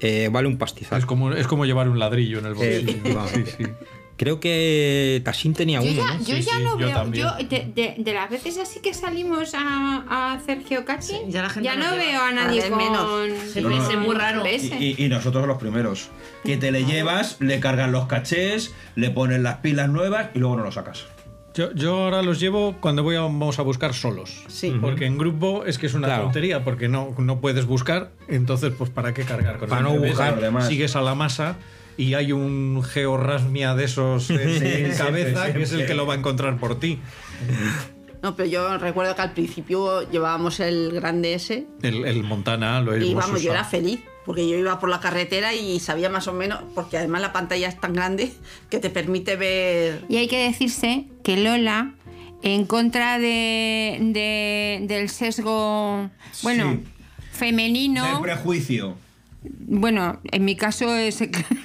eh, vale un pastizal. Es
como, es como llevar un ladrillo en el bolsillo.
Creo que Tassin tenía
Yo
uno.
ya,
¿no?
yo ya lo veo. Yo, de, de- de las veces así que salimos a, a hacer geocaching, ya, no,
nos lleva.
veo a
Cada
nadie
vez menos.
con
Se me hace muy raro.
GPS.
Y, y- y nosotros los primeros. Que te le llevas, le cargas los cachés, le pones las pilas nuevas y luego no lo sacas.
Yo, yo ahora los llevo cuando voy a- vamos a buscar solos. Sí. Porque en grupo es que es una
Claro.
tontería, porque no, no puedes buscar, entonces pues para qué cargar con
Para
el
no
GPS?
buscar. Además.
Sigues a la masa y hay un georrasmia de esos en
[laughs] Sí,
en
siempre,
cabeza que es el
siempre.
que lo va a encontrar por ti.
No, pero yo recuerdo que al principio llevábamos el grande ese
El, el Montana lo
y
hemos
vamos, yo
usado.
era feliz. Porque yo iba por la carretera y sabía más o menos, porque además la pantalla es tan grande que te permite ver.
Y hay que decirse que Lola, en contra de, de- del sesgo, bueno,
Sí. Del
femenino,
prejuicio.
bueno, en mi caso es [laughs]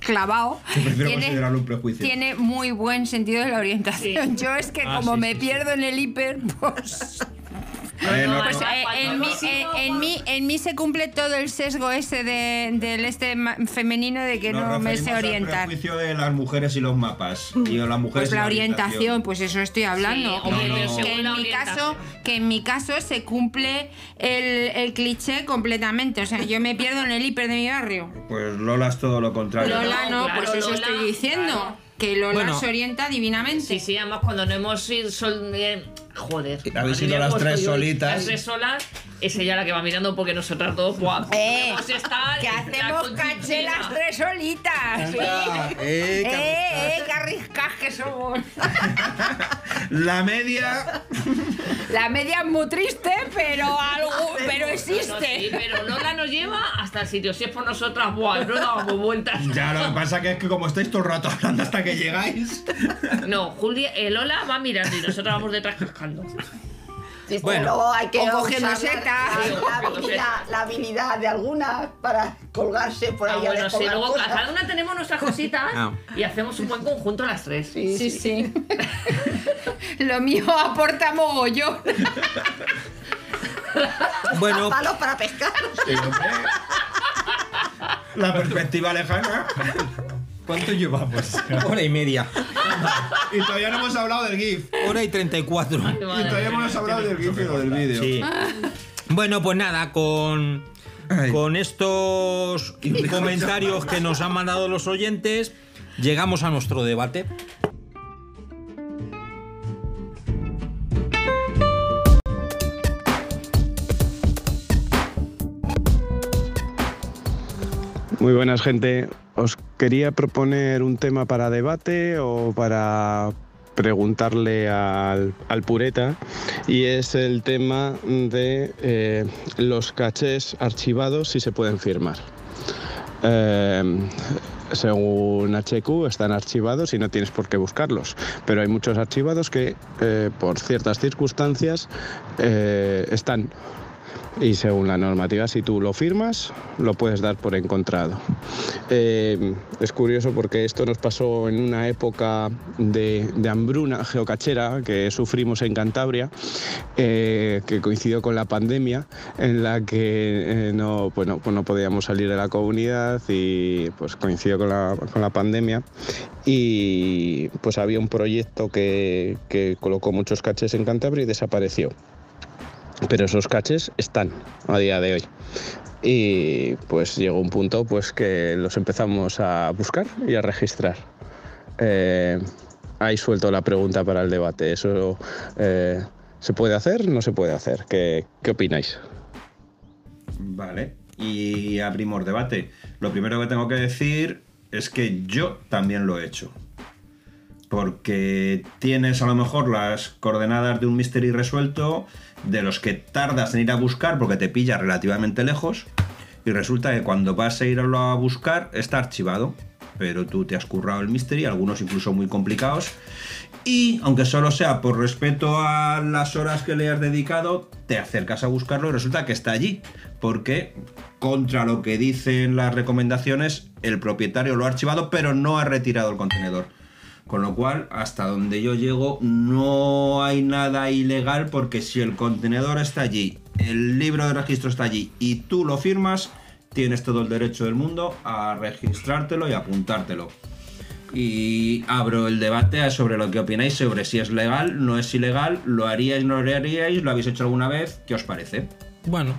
clavado,
Yo prefiero
tiene,
considerarlo un prejuicio.
tiene muy buen sentido de la orientación. Yo es que
Ah,
como
sí,
me pierdo en el hiper,
[laughs]
pues...
Eh, no,
pues,
no.
eh, en, mí, eh, en, mí, en mí se cumple todo el sesgo ese de- del este ma- femenino de que
Nos
no me sé
referimos al
orientar.
prejuicio de las mujeres y los mapas. Y de las mujeres
Pues
y
la orientación, pues eso estoy hablando.
Sí, hombre,
que,
pero
que
según
en
la
mi caso, que en mi caso se cumple el, el cliché completamente. O sea, yo me pierdo en el hiper de mi barrio.
Pues Lola es todo lo contrario.
Lola no,
claro,
pues eso
Lola,
estoy diciendo.
claro.
Que Lola
Bueno.
se orienta divinamente. Sí,
sí, además cuando no hemos ido. sol- eh, joder.
Habéis
madre
ido
mía,
las
cómo
tres
estoy hoy.
solitas.
Las tres solas. Es ella la que va mirando porque nosotras dos.
[laughs]
¡buah!
Eh.
podemos estar
Eh, que
en la
hacemos
conchita.
caché las tres solitas.
Anda,
¿sí?
eh, qué
eh, eh, qué arriscas que somos.
La media.
La media es muy triste, pero algo, pero
No,
existe.
sí, pero Lola nos lleva hasta el sitio. Si es por nosotras, ¡buah! No damos vueltas.
[laughs] Ya, lo que pasa que es que como estáis todo el rato hablando hasta que llegáis.
No, Julia, eh, Lola va mirando y nosotros vamos detrás cascando.
Bueno, luego Oh, hay que
o cogiendo
usar la-
setas.
La, habilidad, la habilidad de algunas para colgarse por
Ah,
ahí a
bueno, sí,
descolgar
luego
cosas. [laughs]
cada una tenemos nuestras cositas
Ah.
y hacemos un buen conjunto las tres.
Sí, sí.
Lo mío aporta mogollón.
Bueno.
Palos para pescar.
La perspectiva lejana.
¿Cuánto llevamos?
Hora y media.
Y todavía no hemos hablado del GIF.
Hora y 34.
Y todavía no hemos hablado del GIF y lo del vídeo.
Sí. Bueno, pues nada, con, con estos comentarios que nos han mandado los oyentes, llegamos a nuestro debate.
Muy buenas gente, os quería proponer un tema para debate o para preguntarle al, al pureta y es el tema de eh, los cachés archivados si se pueden firmar. Eh, según HQ están archivados y no tienes por qué buscarlos, pero hay muchos archivados que eh, por ciertas circunstancias eh, están y según la normativa, si tú lo firmas, lo puedes dar por encontrado. Eh, es curioso porque esto nos pasó en una época de, de hambruna geocachera que sufrimos en Cantabria, eh, que coincidió con la pandemia, en la que eh, no, pues no, pues no podíamos salir de la comunidad y pues coincidió con la, con la pandemia. Y pues había un proyecto que, que colocó muchos caches en Cantabria y desapareció pero esos caches están a día de hoy. Y pues llegó un punto pues que los empezamos a buscar y a registrar. Eh, ahí suelto la pregunta para el debate. ¿Eso eh, se puede hacer? ¿No se puede hacer? ¿Qué, qué opináis?
Vale, y abrimos debate. Lo primero que tengo que decir es que yo también lo he hecho. Porque tienes a lo mejor las coordenadas de un misterio resuelto, de los que tardas en ir a buscar porque te pilla relativamente lejos, y resulta que cuando vas a irlo a buscar está archivado. Pero tú te has currado el mystery, algunos incluso muy complicados. Y aunque solo sea por respeto a las horas que le has dedicado, te acercas a buscarlo y resulta que está allí. Porque, contra lo que dicen las recomendaciones, el propietario lo ha archivado, pero no ha retirado el contenedor. Con lo cual, hasta donde yo llego, no hay nada ilegal porque si el contenedor está allí, el libro de registro está allí y tú lo firmas, tienes todo el derecho del mundo a registrártelo y apuntártelo. Y abro el debate sobre lo que opináis sobre si es legal, no es ilegal, lo haríais, no lo haríais, lo habéis hecho alguna vez, ¿qué os parece?
Bueno,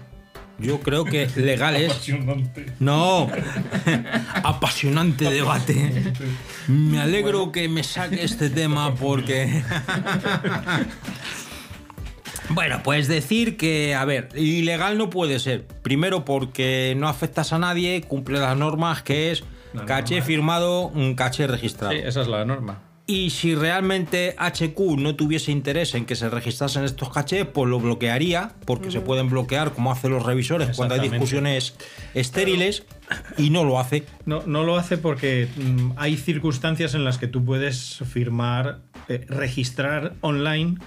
yo creo que legal es.
Apasionante.
No, [laughs] apasionante debate. Me alegro que me saque este tema porque. Bueno, pues decir que, a ver, ilegal no puede ser. Primero porque no afectas a nadie, cumple las normas que es
La
caché
norma.
firmado, un caché registrado.
Sí, esa es la norma.
Y si realmente HQ no tuviese interés en que se registrasen estos cachés, pues lo bloquearía, porque se pueden bloquear como hacen los revisores cuando hay
Exactamente.
discusiones estériles, y no lo hace.
No, no lo hace porque mm, hay circunstancias en las que tú puedes firmar, eh, registrar online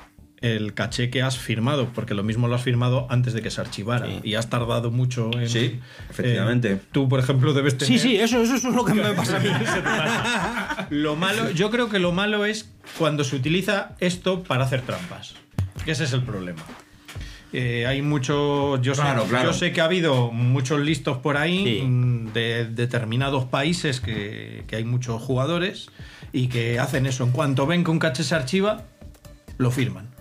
el caché que has firmado, porque lo mismo lo has firmado antes de que se archivara y has tardado mucho en... Sí,
efectivamente.
tú, por ejemplo, debes tener...
Sí, sí, eso, eso es lo que me pasa a
[laughs]
mí.
Lo malo, yo creo que lo malo es cuando se utiliza esto para hacer trampas. Que ese es el problema. Eh, hay mucho. Yo,
Claro,
sé,
claro.
yo sé que ha habido muchos listos por ahí mm, de determinados países que, que hay muchos jugadores y que hacen eso. En cuanto ven que un caché se archiva, lo firman.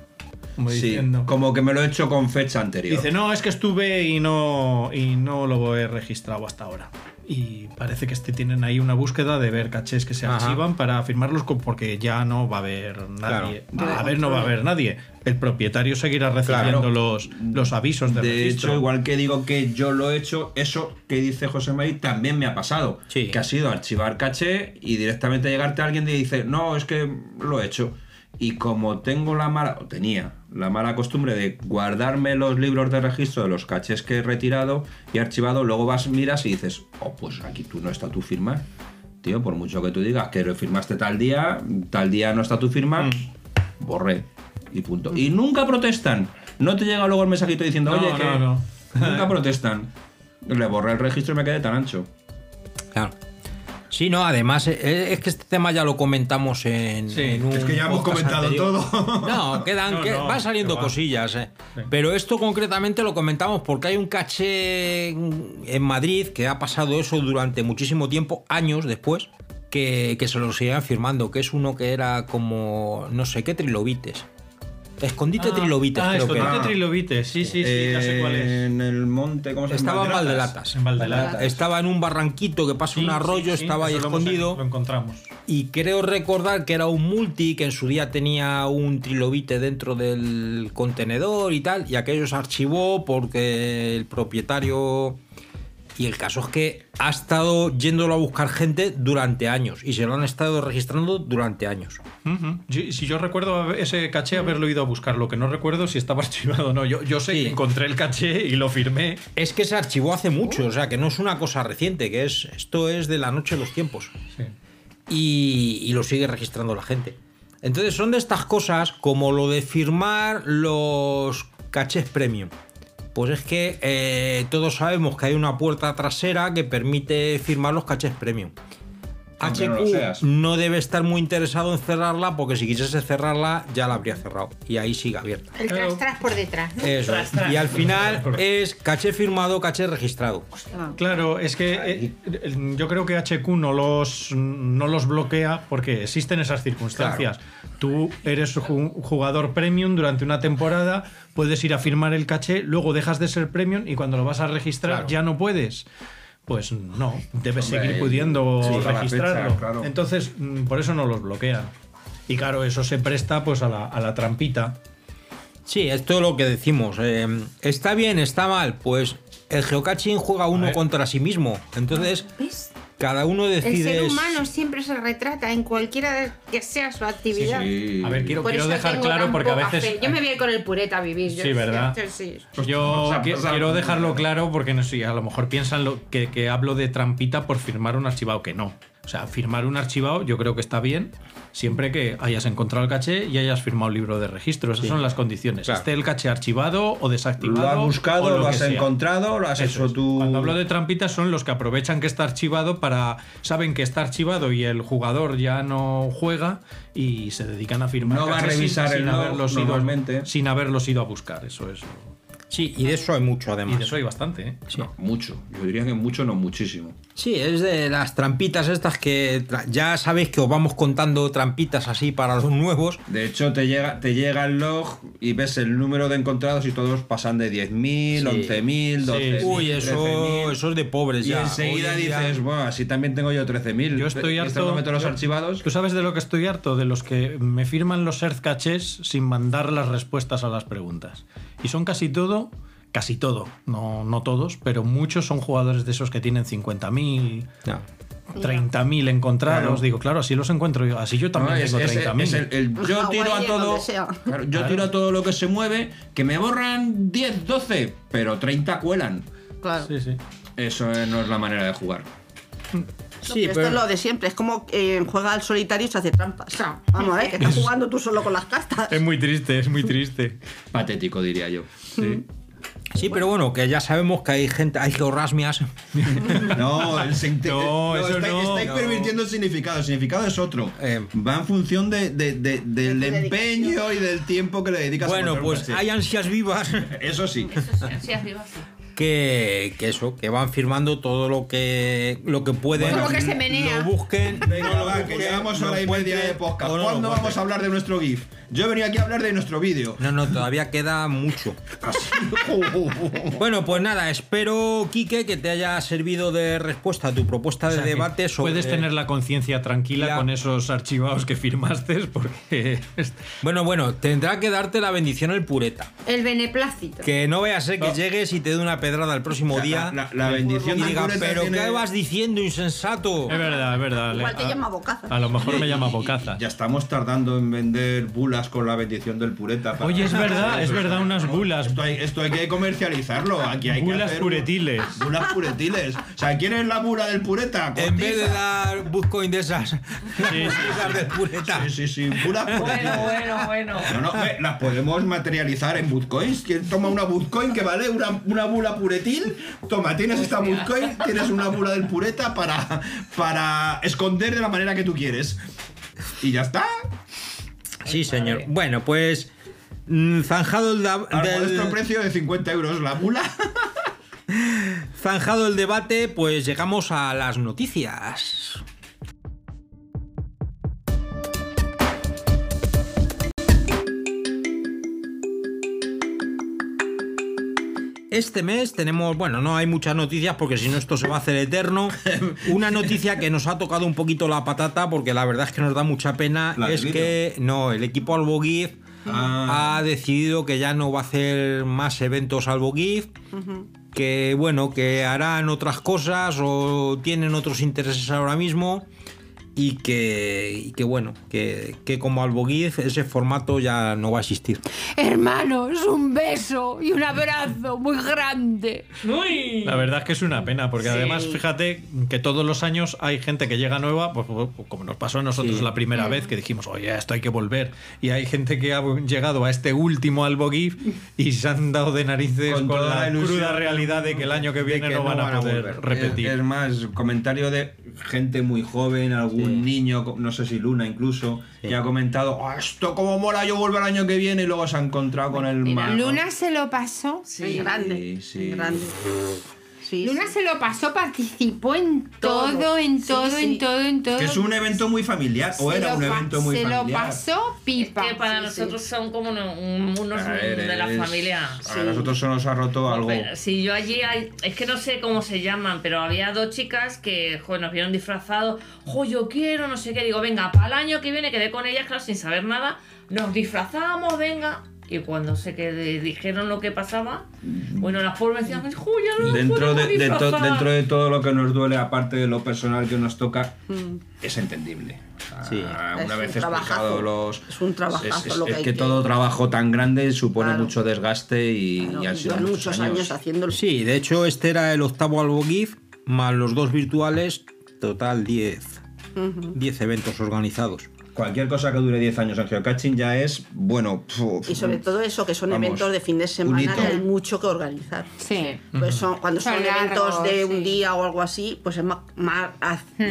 Como
Sí,
diciendo-
como que me lo he hecho con fecha anterior.
Dice, no, es que estuve y no, y no lo he registrado hasta ahora. Y parece que este tienen ahí una búsqueda de ver cachés que se
Ajá.
archivan para firmarlos con- porque ya no va a haber nadie.
Claro.
Va a haber, no va a haber nadie. El propietario seguirá recibiendo
Claro.
los, los avisos de,
De
registro.
hecho, igual que digo que yo lo he hecho, eso que dice José María también me ha pasado. Que ha sido archivar caché y directamente llegarte a alguien y dice, no, es que lo he hecho. Y como tengo la mala, o tenía la mala costumbre de guardarme los libros de registro de los cachés que he retirado y archivado, luego vas, miras y dices, oh, pues aquí tú no está tu firma. Tío, por mucho que tú digas que lo firmaste tal día, tal día no está tu firma,
Mm.
borré. Y punto. Y nunca protestan. No te llega luego el mensajito diciendo,
No,
oye,
Mm. no,
que
no. [laughs]
nunca protestan. Le borré el registro y me quedé tan ancho.
Claro. Sí, no, además, eh, es que este tema ya lo comentamos en, en un.
es que ya hemos
podcast
comentado
anterior.
todo.
No,
[laughs]
quedan.
No,
que-
no,
van saliendo
que va.
cosillas, eh. Pero esto concretamente lo comentamos porque hay un caché en en Madrid que ha pasado eso durante muchísimo tiempo, años después, que, que se lo siguen firmando, que es uno que era como. no sé qué trilobites. Escondite
Ah,
este trilobites,
ah,
creo que
escondite
era.
trilobites, sí, sí, sí, ya sé cuál es.
En el monte, ¿cómo se llama?
Estaba en Valdelatas.
En Valdelatas.
Estaba en un barranquito que pasa
Sí,
un arroyo,
sí, sí,
estaba ahí
eso lo hemos-
escondido.
Lo encontramos.
Y creo recordar que era un multi que en su día tenía un trilobite dentro del contenedor y tal, y aquello se archivó porque el propietario. Y el caso es que ha estado yéndolo a buscar gente durante años y se lo han estado registrando durante años.
Ujú. Yo- si yo recuerdo ese caché haberlo ido a buscar, lo que no recuerdo si estaba [laughs] archivado o no. Yo, yo sé que encontré el caché y lo firmé.
Es que se archivó hace mucho, o sea que no es una cosa reciente, que es esto es de la noche de los tiempos. Y, y lo sigue registrando la gente. Entonces son de estas cosas como lo de firmar los cachés premium. Pues es que eh, todos sabemos que hay una puerta trasera que permite firmar los caches premium.
Aunque no lo
HQ
seas.
no debe estar muy interesado en cerrarla porque si quisiese cerrarla ya la habría cerrado y ahí sigue abierta.
El tras tras por detrás. ¿no?
Eso. es. Y al final es caché firmado, caché registrado.
Ah.
Claro, es que eh, el- yo creo que HQ no los, no los bloquea porque existen esas circunstancias. Tú eres un jugador premium durante una temporada, puedes ir a firmar el caché, luego dejas de ser premium y cuando lo vas a registrar
Claro.
ya no puedes. Pues no, debes
Hombre,
seguir pudiendo
sí, para la
registrarlo.
fecha, claro.
Entonces, mm, por eso no los bloquea. Y claro, eso se presta pues a la, a la trampita.
Sí, es todo lo que decimos. eh, ¿Está bien? ¿Está mal? Pues el geocaching juega uno contra sí mismo. Entonces, cada uno
Ah, El
decide.
ser humano siempre se retrata en cualquiera de- que sea su actividad.
A ver, quiero,
Por
quiero
eso
dejar
tengo
claro
tan
porque a
poca
veces
fe. Yo me voy a ir con el pureta a vivir. yo-
Sí, ¿verdad?
yo- sí.
Yo qui- quiero dejarlo claro porque no sé, a lo mejor piensan lo- que, que hablo de trampita por firmar un archivado, que no. O sea, firmar un archivado yo creo que está bien siempre que hayas encontrado el caché y hayas firmado el libro de registro. Esas
Sí.
son las condiciones. Esté el caché archivado o desactivado.
Lo has buscado,
o
lo
que
has
sea.
encontrado, lo has
Eso
hecho
es.
tú.
Cuando hablo de trampitas son los que aprovechan que está archivado para... Saben que está archivado y el jugador ya no juega y se dedican a firmar
No va a
cachés
revisar el log
haberlos ido-
normalmente.
sin haberlos ido a buscar, eso es.
Sí, y de eso hay mucho además.
Y de eso hay bastante, ¿eh?
Mucho. Yo diría que mucho, no muchísimo.
Sí, es de las trampitas estas que tra- ya sabéis que os vamos contando trampitas así para los nuevos.
De hecho, te llega, te llega el log y ves el número de encontrados y todos pasan de 10.000,
Sí.
11.000,
Sí.
12.000.
Uy, eso-
13.000.
eso es de pobres
y
ya.
enseguida
Hoy en día-
dices, bueno, así también tengo yo 13.000.
Yo estoy
Y
harto.
esto no meto los
yo-
archivados.
¿Tú sabes de lo que estoy harto? De los que me firman los Earth Caches sin mandar las respuestas a las preguntas. Y son casi todo, casi todo, no, no todos, pero muchos son jugadores de esos que tienen 50.000. 30.000 encontrados,
Claro.
digo, claro, así los encuentro yo, así yo también
No, es-
tengo
es-
30.000.
es el- el yo tiro a
Hawái,
todo.
donde sea.
Claro, yo
Claro.
tiro a todo lo que se mueve, que me borran 10, 12, pero 30 cuelan.
Claro.
Sí, sí.
Eso eh, no es la manera de jugar.
No, pero esto es lo de siempre, es como eh, juega al solitario y se hace trampas. Vamos, eh, que estás jugando tú solo con las cartas.
Es muy triste, es muy triste.
Patético, diría yo. Sí.
Sí, pero bueno, que ya sabemos que hay gente, hay georrasmias.
No, el senti- eh,
No, eso
estáis,
no.
estáis
No.
pervirtiendo el significado. El significado es otro.
Eh.
Va en función de, de- de- del empeño y del tiempo que le dedicas a
Bueno,
montar un
pues
caché.
hay ansias vivas
Eso sí.
Sí, arriba, sí.
que, que eso, que van firmando todo lo que lo que pueden.
Todo lo que se
menea.
Lo busquen.
Venga, va, que llegamos a
lo
la y
encuentren
media de podcast.
o no lo
¿Cuándo vamos a hablar de nuestro GIF? Yo he venido aquí a hablar de nuestro vídeo.
No, no, todavía queda mucho. bueno, pues nada, espero, Quique, que te haya servido de respuesta a tu propuesta de
O sea, que
debate sobre.
Puedes tener la conciencia tranquila
la-
con esos archivados
[laughs]
que firmaste porque
Bueno, bueno, tendrá que darte la bendición el pureta.
El beneplácito.
Que no vaya a ser que llegues y te dé una pedrada el próximo
La-
día.
la- la bendición
Y
del
digan,
pureta
pero
tiene-
¿qué vas diciendo, insensato?
Es verdad, es verdad. Ah,
Igual te llama bocaza.
A lo mejor me
[laughs]
llama bocaza.
Ya estamos tardando en vender bulas con la bendición del pureta. para- [laughs]
Oye, es verdad, es verdad, unas bulas.
Esto hay, esto hay que comercializarlo. Aquí hay
Bulas puretiles.
Bulas puretiles. O sea, ¿quién es la bula del pureta?
En vez de dar Buscoin de esas, [laughs] las del pureta.
Sí, sí, sí. Bulas puretiles.
Bueno, bueno.
No, no, eh, las podemos materializar en Bitcoins. ¿Quién toma una Bitcoin que vale una, una bula puretil? Toma, tienes esta Bitcoin, tienes una bula del pureta para, para esconder de la manera que tú quieres. Y ya está.
Sí, señor. Bueno, pues. mm, Zanjado el, da-
Al
del-
modesto precio de 50 euros la bula.
[laughs] zanjado el debate, pues llegamos a las noticias. Este mes tenemos, bueno, no hay muchas noticias porque si no esto se va a
[laughs]
hacer eterno. Una noticia que nos ha tocado un poquito la patata porque la verdad es que nos da mucha pena
¿La del
es
vino?
que no, el equipo Albogift
Ah.
ha decidido que ya no va a hacer más eventos Albogift, que bueno, que harán otras cosas o tienen otros intereses ahora mismo y que, y que bueno, que, que como Albogif ese formato ya no va a existir.
Hermanos, un beso y un abrazo muy grande.
La verdad es que es una pena, porque
Sí.
además fíjate que todos los años hay gente que llega nueva, pues, pues, como nos pasó a nosotros la primera vez que dijimos, oye, esto hay que volver. Y hay gente que ha llegado a este último Albogif y se han dado de narices con,
toda
la,
la ilusión
cruda realidad de que el año que viene
que
no van, a poder repetir.
Es, es más, comentario de gente muy joven, algún niño, co- no sé si Luna incluso, que ha comentado, "Ah, esto como mola, yo vuelvo el año que viene y luego se ha encontrado con el mar.
Luna se lo pasó.
Sí, grande. Sí. Grande.
Luna se lo pasó, participó en todo,
Todo.
en
Sí,
todo,
sí.
en todo, en todo.
Que es un evento muy familiar, o
Se
era
lo
un
pa-
evento muy
se
familiar.
lo pasó pipa.
Que para nosotros son como uno- un- unos
A ver,
de la
es-
familia.
A nosotros se nos ha roto
Pues
algo.
Pero Si yo allí, hay- es que no sé cómo se llaman, pero había dos chicas que jo, nos vieron disfrazados. Jo, yo quiero, no sé qué. Digo, venga, para el año que viene quedé con ellas, claro, sin saber nada. Nos disfrazamos, venga. Y cuando se que dijeron lo que pasaba, bueno, las pobres me decían, jo, ya no
Dentro de,
nos podemos
de to-
disfrazar".
dentro de todo lo que nos duele, aparte de lo personal que nos toca,
Mm.
es entendible. Ah,
Es
una
un
vez
trabajazo.
explicado los.
Es un trabajazo
es, es-
lo que
es
hay
que
que-
todo trabajo tan grande supone mucho desgaste y, y han sido
Llevan muchos años haciéndolo.
Sí, de hecho este era el octavo Albogif más los dos virtuales, total 10. 10 eventos organizados.
Cualquier cosa que dure 10 años en geocaching ya es, bueno, pf,
Y sobre todo eso, que son
Vamos,
eventos de fin de
hito.
semana, que hay mucho que organizar.
Sí.
Pues son, cuando son,
Son
eventos
largos,
de un día o algo así, pues es más, más,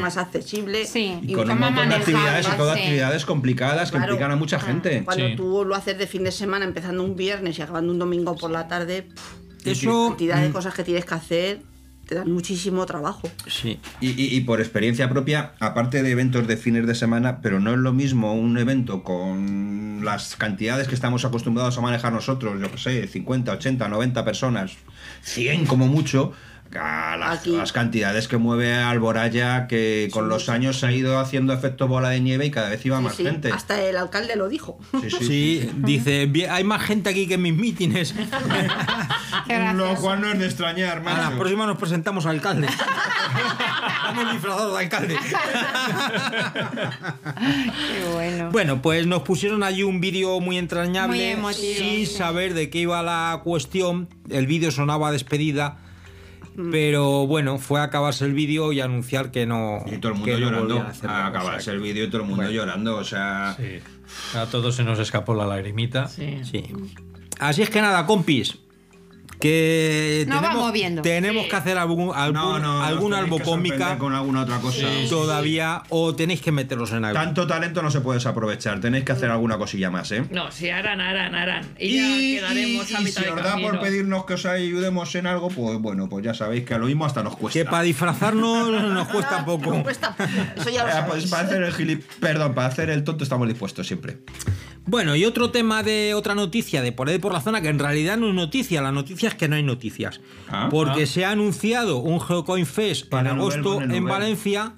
más accesible. Sí,
y con un montón de actividades y todas actividades complicadas que
Claro. Ah,
implican a mucha gente.
Cuando tú lo haces de fin de semana, empezando un viernes y acabando un domingo por la tarde, pff,
Eso-
cantidad de
Mm.
cosas que tienes que hacer, te dan muchísimo trabajo.
Sí. Y, y- y por experiencia propia, aparte de eventos de fines de semana, pero no es lo mismo un evento con las cantidades que estamos acostumbrados a manejar nosotros, yo qué sé, 50, 80, 90 personas, 100 como mucho, a las, las cantidades que mueve Alboraya, que con los años se ha ido haciendo efecto bola de nieve y cada vez iba
Sí,
más
sí,
gente.
Hasta el alcalde lo dijo. [laughs]
Sí, dice, "Bien, hay más gente aquí que en
[laughs]
mis mítines.
Lo cual no es de extrañar,
A la próxima nos presentamos
[laughs]
alcalde. Vamos disfrazados de alcalde.
Qué bueno.
Bueno, pues nos pusieron allí un vídeo muy entrañable.
Muy emotivo,
Sin saber de qué iba la cuestión. El vídeo sonaba a despedida.
Mm.
Pero bueno, fue a acabarse el vídeo y anunciar que no. Y todo
el mundo llorando, a acabarse el vídeo y todo el mundo llorando, o sea.
A todos se nos escapó la lagrimita.
Sí. Así es que nada, compis. Que
Nos
tenemos,
vamos viendo.
tenemos que hacer algún, algún,
no,
algún
nos tenéis que
albocómica
sorprender con alguna otra cosa. Sí, sí.
todavía o tenéis que meteros en algo.
Tanto talento no se puede desaprovechar, tenéis que hacer alguna cosilla más, ¿eh?
No, si harán, harán, harán. Y, ya quedaremos a
y
mitad
si
de
os da por
camino.
pedirnos que os ayudemos en algo, pues bueno, pues ya sabéis que a lo mismo hasta nos cuesta.
Que para disfrazarnos
[laughs]
nos cuesta poco.
Eso ya lo
Eh, pues para hacer el gilip... Perdón, para hacer el tonto estamos dispuestos siempre.
Bueno, y otro tema de otra noticia de por ahí por la zona que en realidad no es noticia. La noticia es que no hay noticias. porque
ah.
se ha anunciado un Geocoin Fest en
Para Nobel,
agosto
pone
en
Nobel.
Valencia,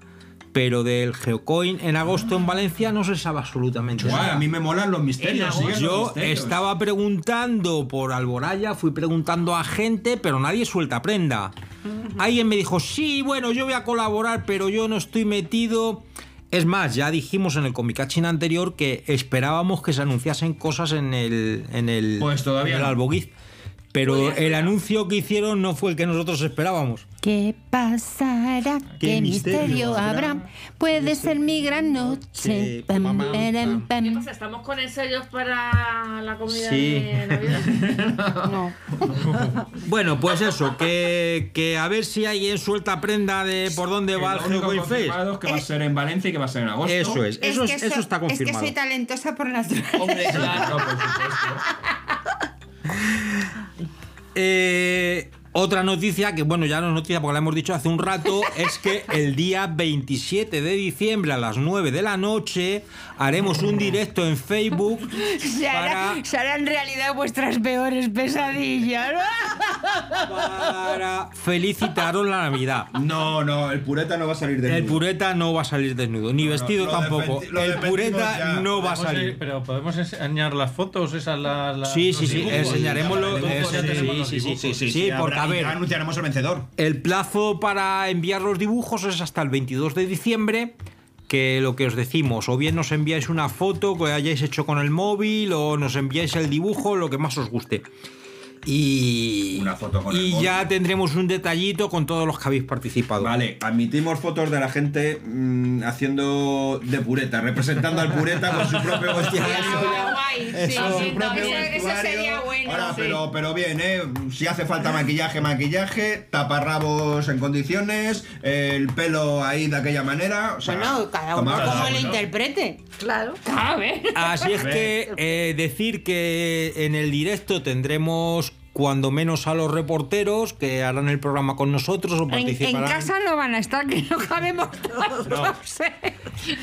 pero del Geocoin en agosto en Valencia no se sabe absolutamente
Guau,
nada.
a mí me molan los misterios. siguen los
Yo
misterios.
estaba preguntando por Alboraya, fui preguntando a gente, pero nadie suelta prenda. Alguien me dijo, sí, bueno, yo voy a colaborar, pero yo no estoy metido. Es más, ya dijimos en el Comicachin anterior que esperábamos que se anunciasen cosas en el, en el,
Pues todavía
en el
no.
Alboguiz. Pero el anuncio que hicieron no fue el que nosotros esperábamos.
¿Qué pasará? ¿Qué,
¿Qué
misterio,
misterio
habrá?
habrá?
Puede ser mi gran noche.
Sí, pam, pam,
pam,
¿Qué pasa? ¿Estamos con ensayos para la comida
Sí.
de Navidad?
Bueno, pues eso, que, que a ver si alguien suelta prenda de por dónde
Que
va el
lo único
Geocoin Fest.
confirmado es que va a ser en Valencia y que va a ser en agosto.
Eso es, eso, es-
que
eso
so-
está
Es
confirmado.
que soy talentosa por naturaleza.
Eh, otra noticia, que bueno, ya no es noticia porque la hemos dicho hace un rato, es que el día 27 de diciembre a las 9 de la noche haremos un directo en Facebook
Sara, Sara, en realidad vuestras peores pesadillas.
para felicitaros la Navidad.
No, no, el pureta no va a salir desnudo.
El pureta no va a salir desnudo, ni vestido
lo
tampoco.
defendi- lo
El
defendimos
pureta
ya.
no va a
Podemos
salir.
ir- pero podemos enseñar las fotos, esas las. las-
Sí,
los
sí, sí,
dibujos.
enseñaremos los-
Ya tenemos
sí, sí,
los
sí, sí,
dibujos.
sí, sí, sí, porque, a
habrá-
ver,
anunciaremos el vencedor.
El plazo para enviar los dibujos es hasta el 22 de diciembre, que lo que os decimos, o bien nos enviáis una foto que hayáis hecho con el móvil, o nos enviáis el dibujo, lo que más os guste. Y,
Una foto con el
y
móvil.
ya tendremos un detallito con todos los que habéis participado.
Vale, admitimos fotos de la gente mm, haciendo de pureta, representando al pureta con su
[laughs]
propio vestuario. Eso, su propio vestuario. Ahora, pero, pero bien, ¿eh? Si hace falta maquillaje, maquillaje, taparrabos en condiciones, el pelo ahí de aquella manera. o sea,
Bueno, cada uno
como haga
como
uno.
lo interprete.
Claro.
Así es que eh, decir que en el directo tendremos cuando menos a los reporteros que harán el programa con nosotros o
En, en
participarán.
casa no van a estar, que no cabemos todos.
No.
no sé.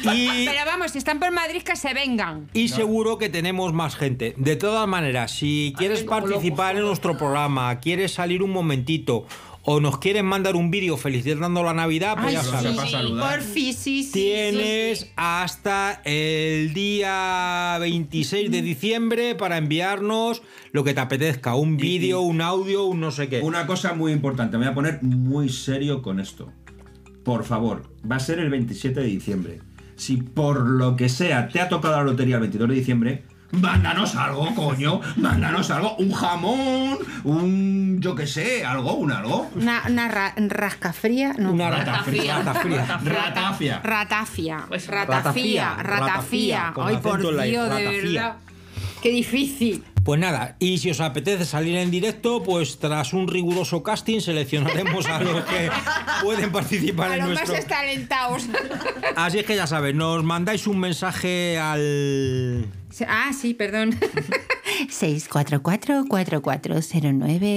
Pero vamos, si están por Madrid, que se vengan.
Y seguro que tenemos más gente. De todas maneras, si quieres participar en nuestro programa, quieres salir un momentito o nos quieres mandar un vídeo felicitando la Navidad, pues
Ay,
ya sabes.
sí, porfi, sí, sí.
Tienes hasta el día 26 de diciembre para enviarnos lo que te apetezca, un vídeo, un audio, un no sé qué.
Una cosa muy importante, me voy a poner muy serio con esto. Por favor, va a ser el 27 de diciembre. Si por lo que sea te ha tocado la lotería el 22 de diciembre, mándanos algo, coño. Mándanos algo, un jamón, un yo que sé, algo, un algo.
Una, una ra- rascafría, no.
Una ratafría, ratafría, ratafia.
Ratafia.
Pues,
ratafía,
ratafía,
ratafía.
con
Ay,
acento
por
en la i,
Dios, de
ratafía.
verdad. Qué difícil.
Pues nada, y si os apetece salir en directo, pues tras un riguroso casting seleccionaremos Pues a los que pueden participar
A
en
los
nuestro.
más estalentados.
Así es que ya sabéis, nos mandáis un mensaje al.
[laughs] ah, sí, perdón.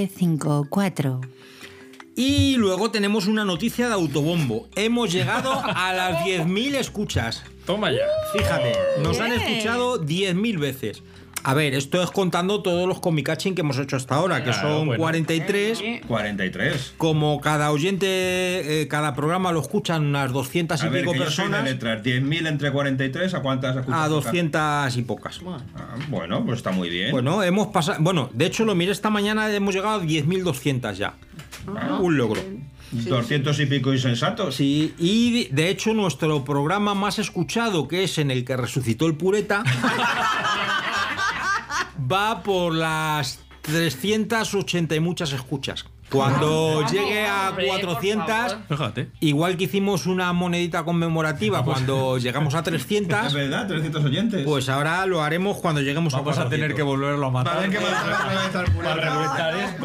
644-440954.
Y luego tenemos una noticia de autobombo. Hemos llegado a las 10.000 escuchas.
Toma ya.
Fíjate, nos han
Bien.
escuchado 10.000 veces. A ver, esto es contando todos los comicaching que hemos hecho hasta ahora, que
Claro,
son
bueno.
43.
43.
Como cada oyente, eh, cada programa lo escuchan unas 200 y
A ver,
pico
que yo soy de
personas.
letras. 10.000 entre 43, ¿a cuántas has escuchado?
A 200 y pocas.
Ah, bueno, pues está muy bien.
Bueno, hemos pasado. Bueno, de hecho lo miré esta mañana, hemos llegado a 10.200 ya.
Ah,
Un logro.
200 y pico insensato.
Sí, y de- de hecho nuestro programa más escuchado, que es en el que resucitó el
[laughs]
pureta, va por las 380 y muchas escuchas.
Ah,
Cuando
Vamos,
llegue a
hombre, por
400,
favor. Fíjate.
igual que hicimos una monedita conmemorativa cuando llegamos a 300,
Es verdad, 300 oyentes.
pues ahora lo haremos cuando lleguemos
Vamos
a
a
400.
tener que volverlo a matar.
[laughs]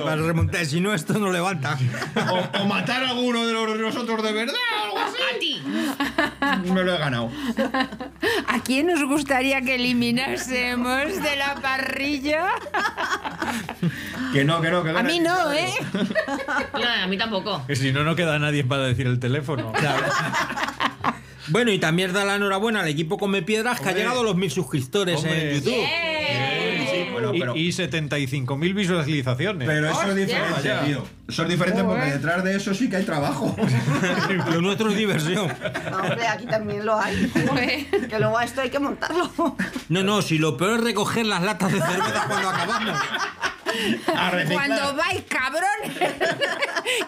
Para remontar, si no, esto no levanta.
O, o matar a alguno de los- nosotros de verdad, algo así. A ti. Me lo he ganado.
¿A quién nos gustaría que eliminásemos de la parrilla?
Que no, que no, que
A mí no, ¿eh?
a mí tampoco.
Que si no, no queda nadie para decir el
[laughs]
teléfono.
Bueno, y también da la enhorabuena al equipo Come Piedras que ha llegado a los mil suscriptores en
Hombre.
YouTube.
Y- y 75.000 visualizaciones.
Pero eso es diferente,
Vaya.
tío. Eso es diferente porque
Joder.
detrás de eso sí que
[laughs]
hay trabajo.
Lo nuestro es diversión.
No, hombre, aquí también lo hay. Que luego a esto hay que montarlo.
No, no, si lo peor es recoger las latas de cerveza cuando acabamos.
Cuando vais, cabrones, [laughs]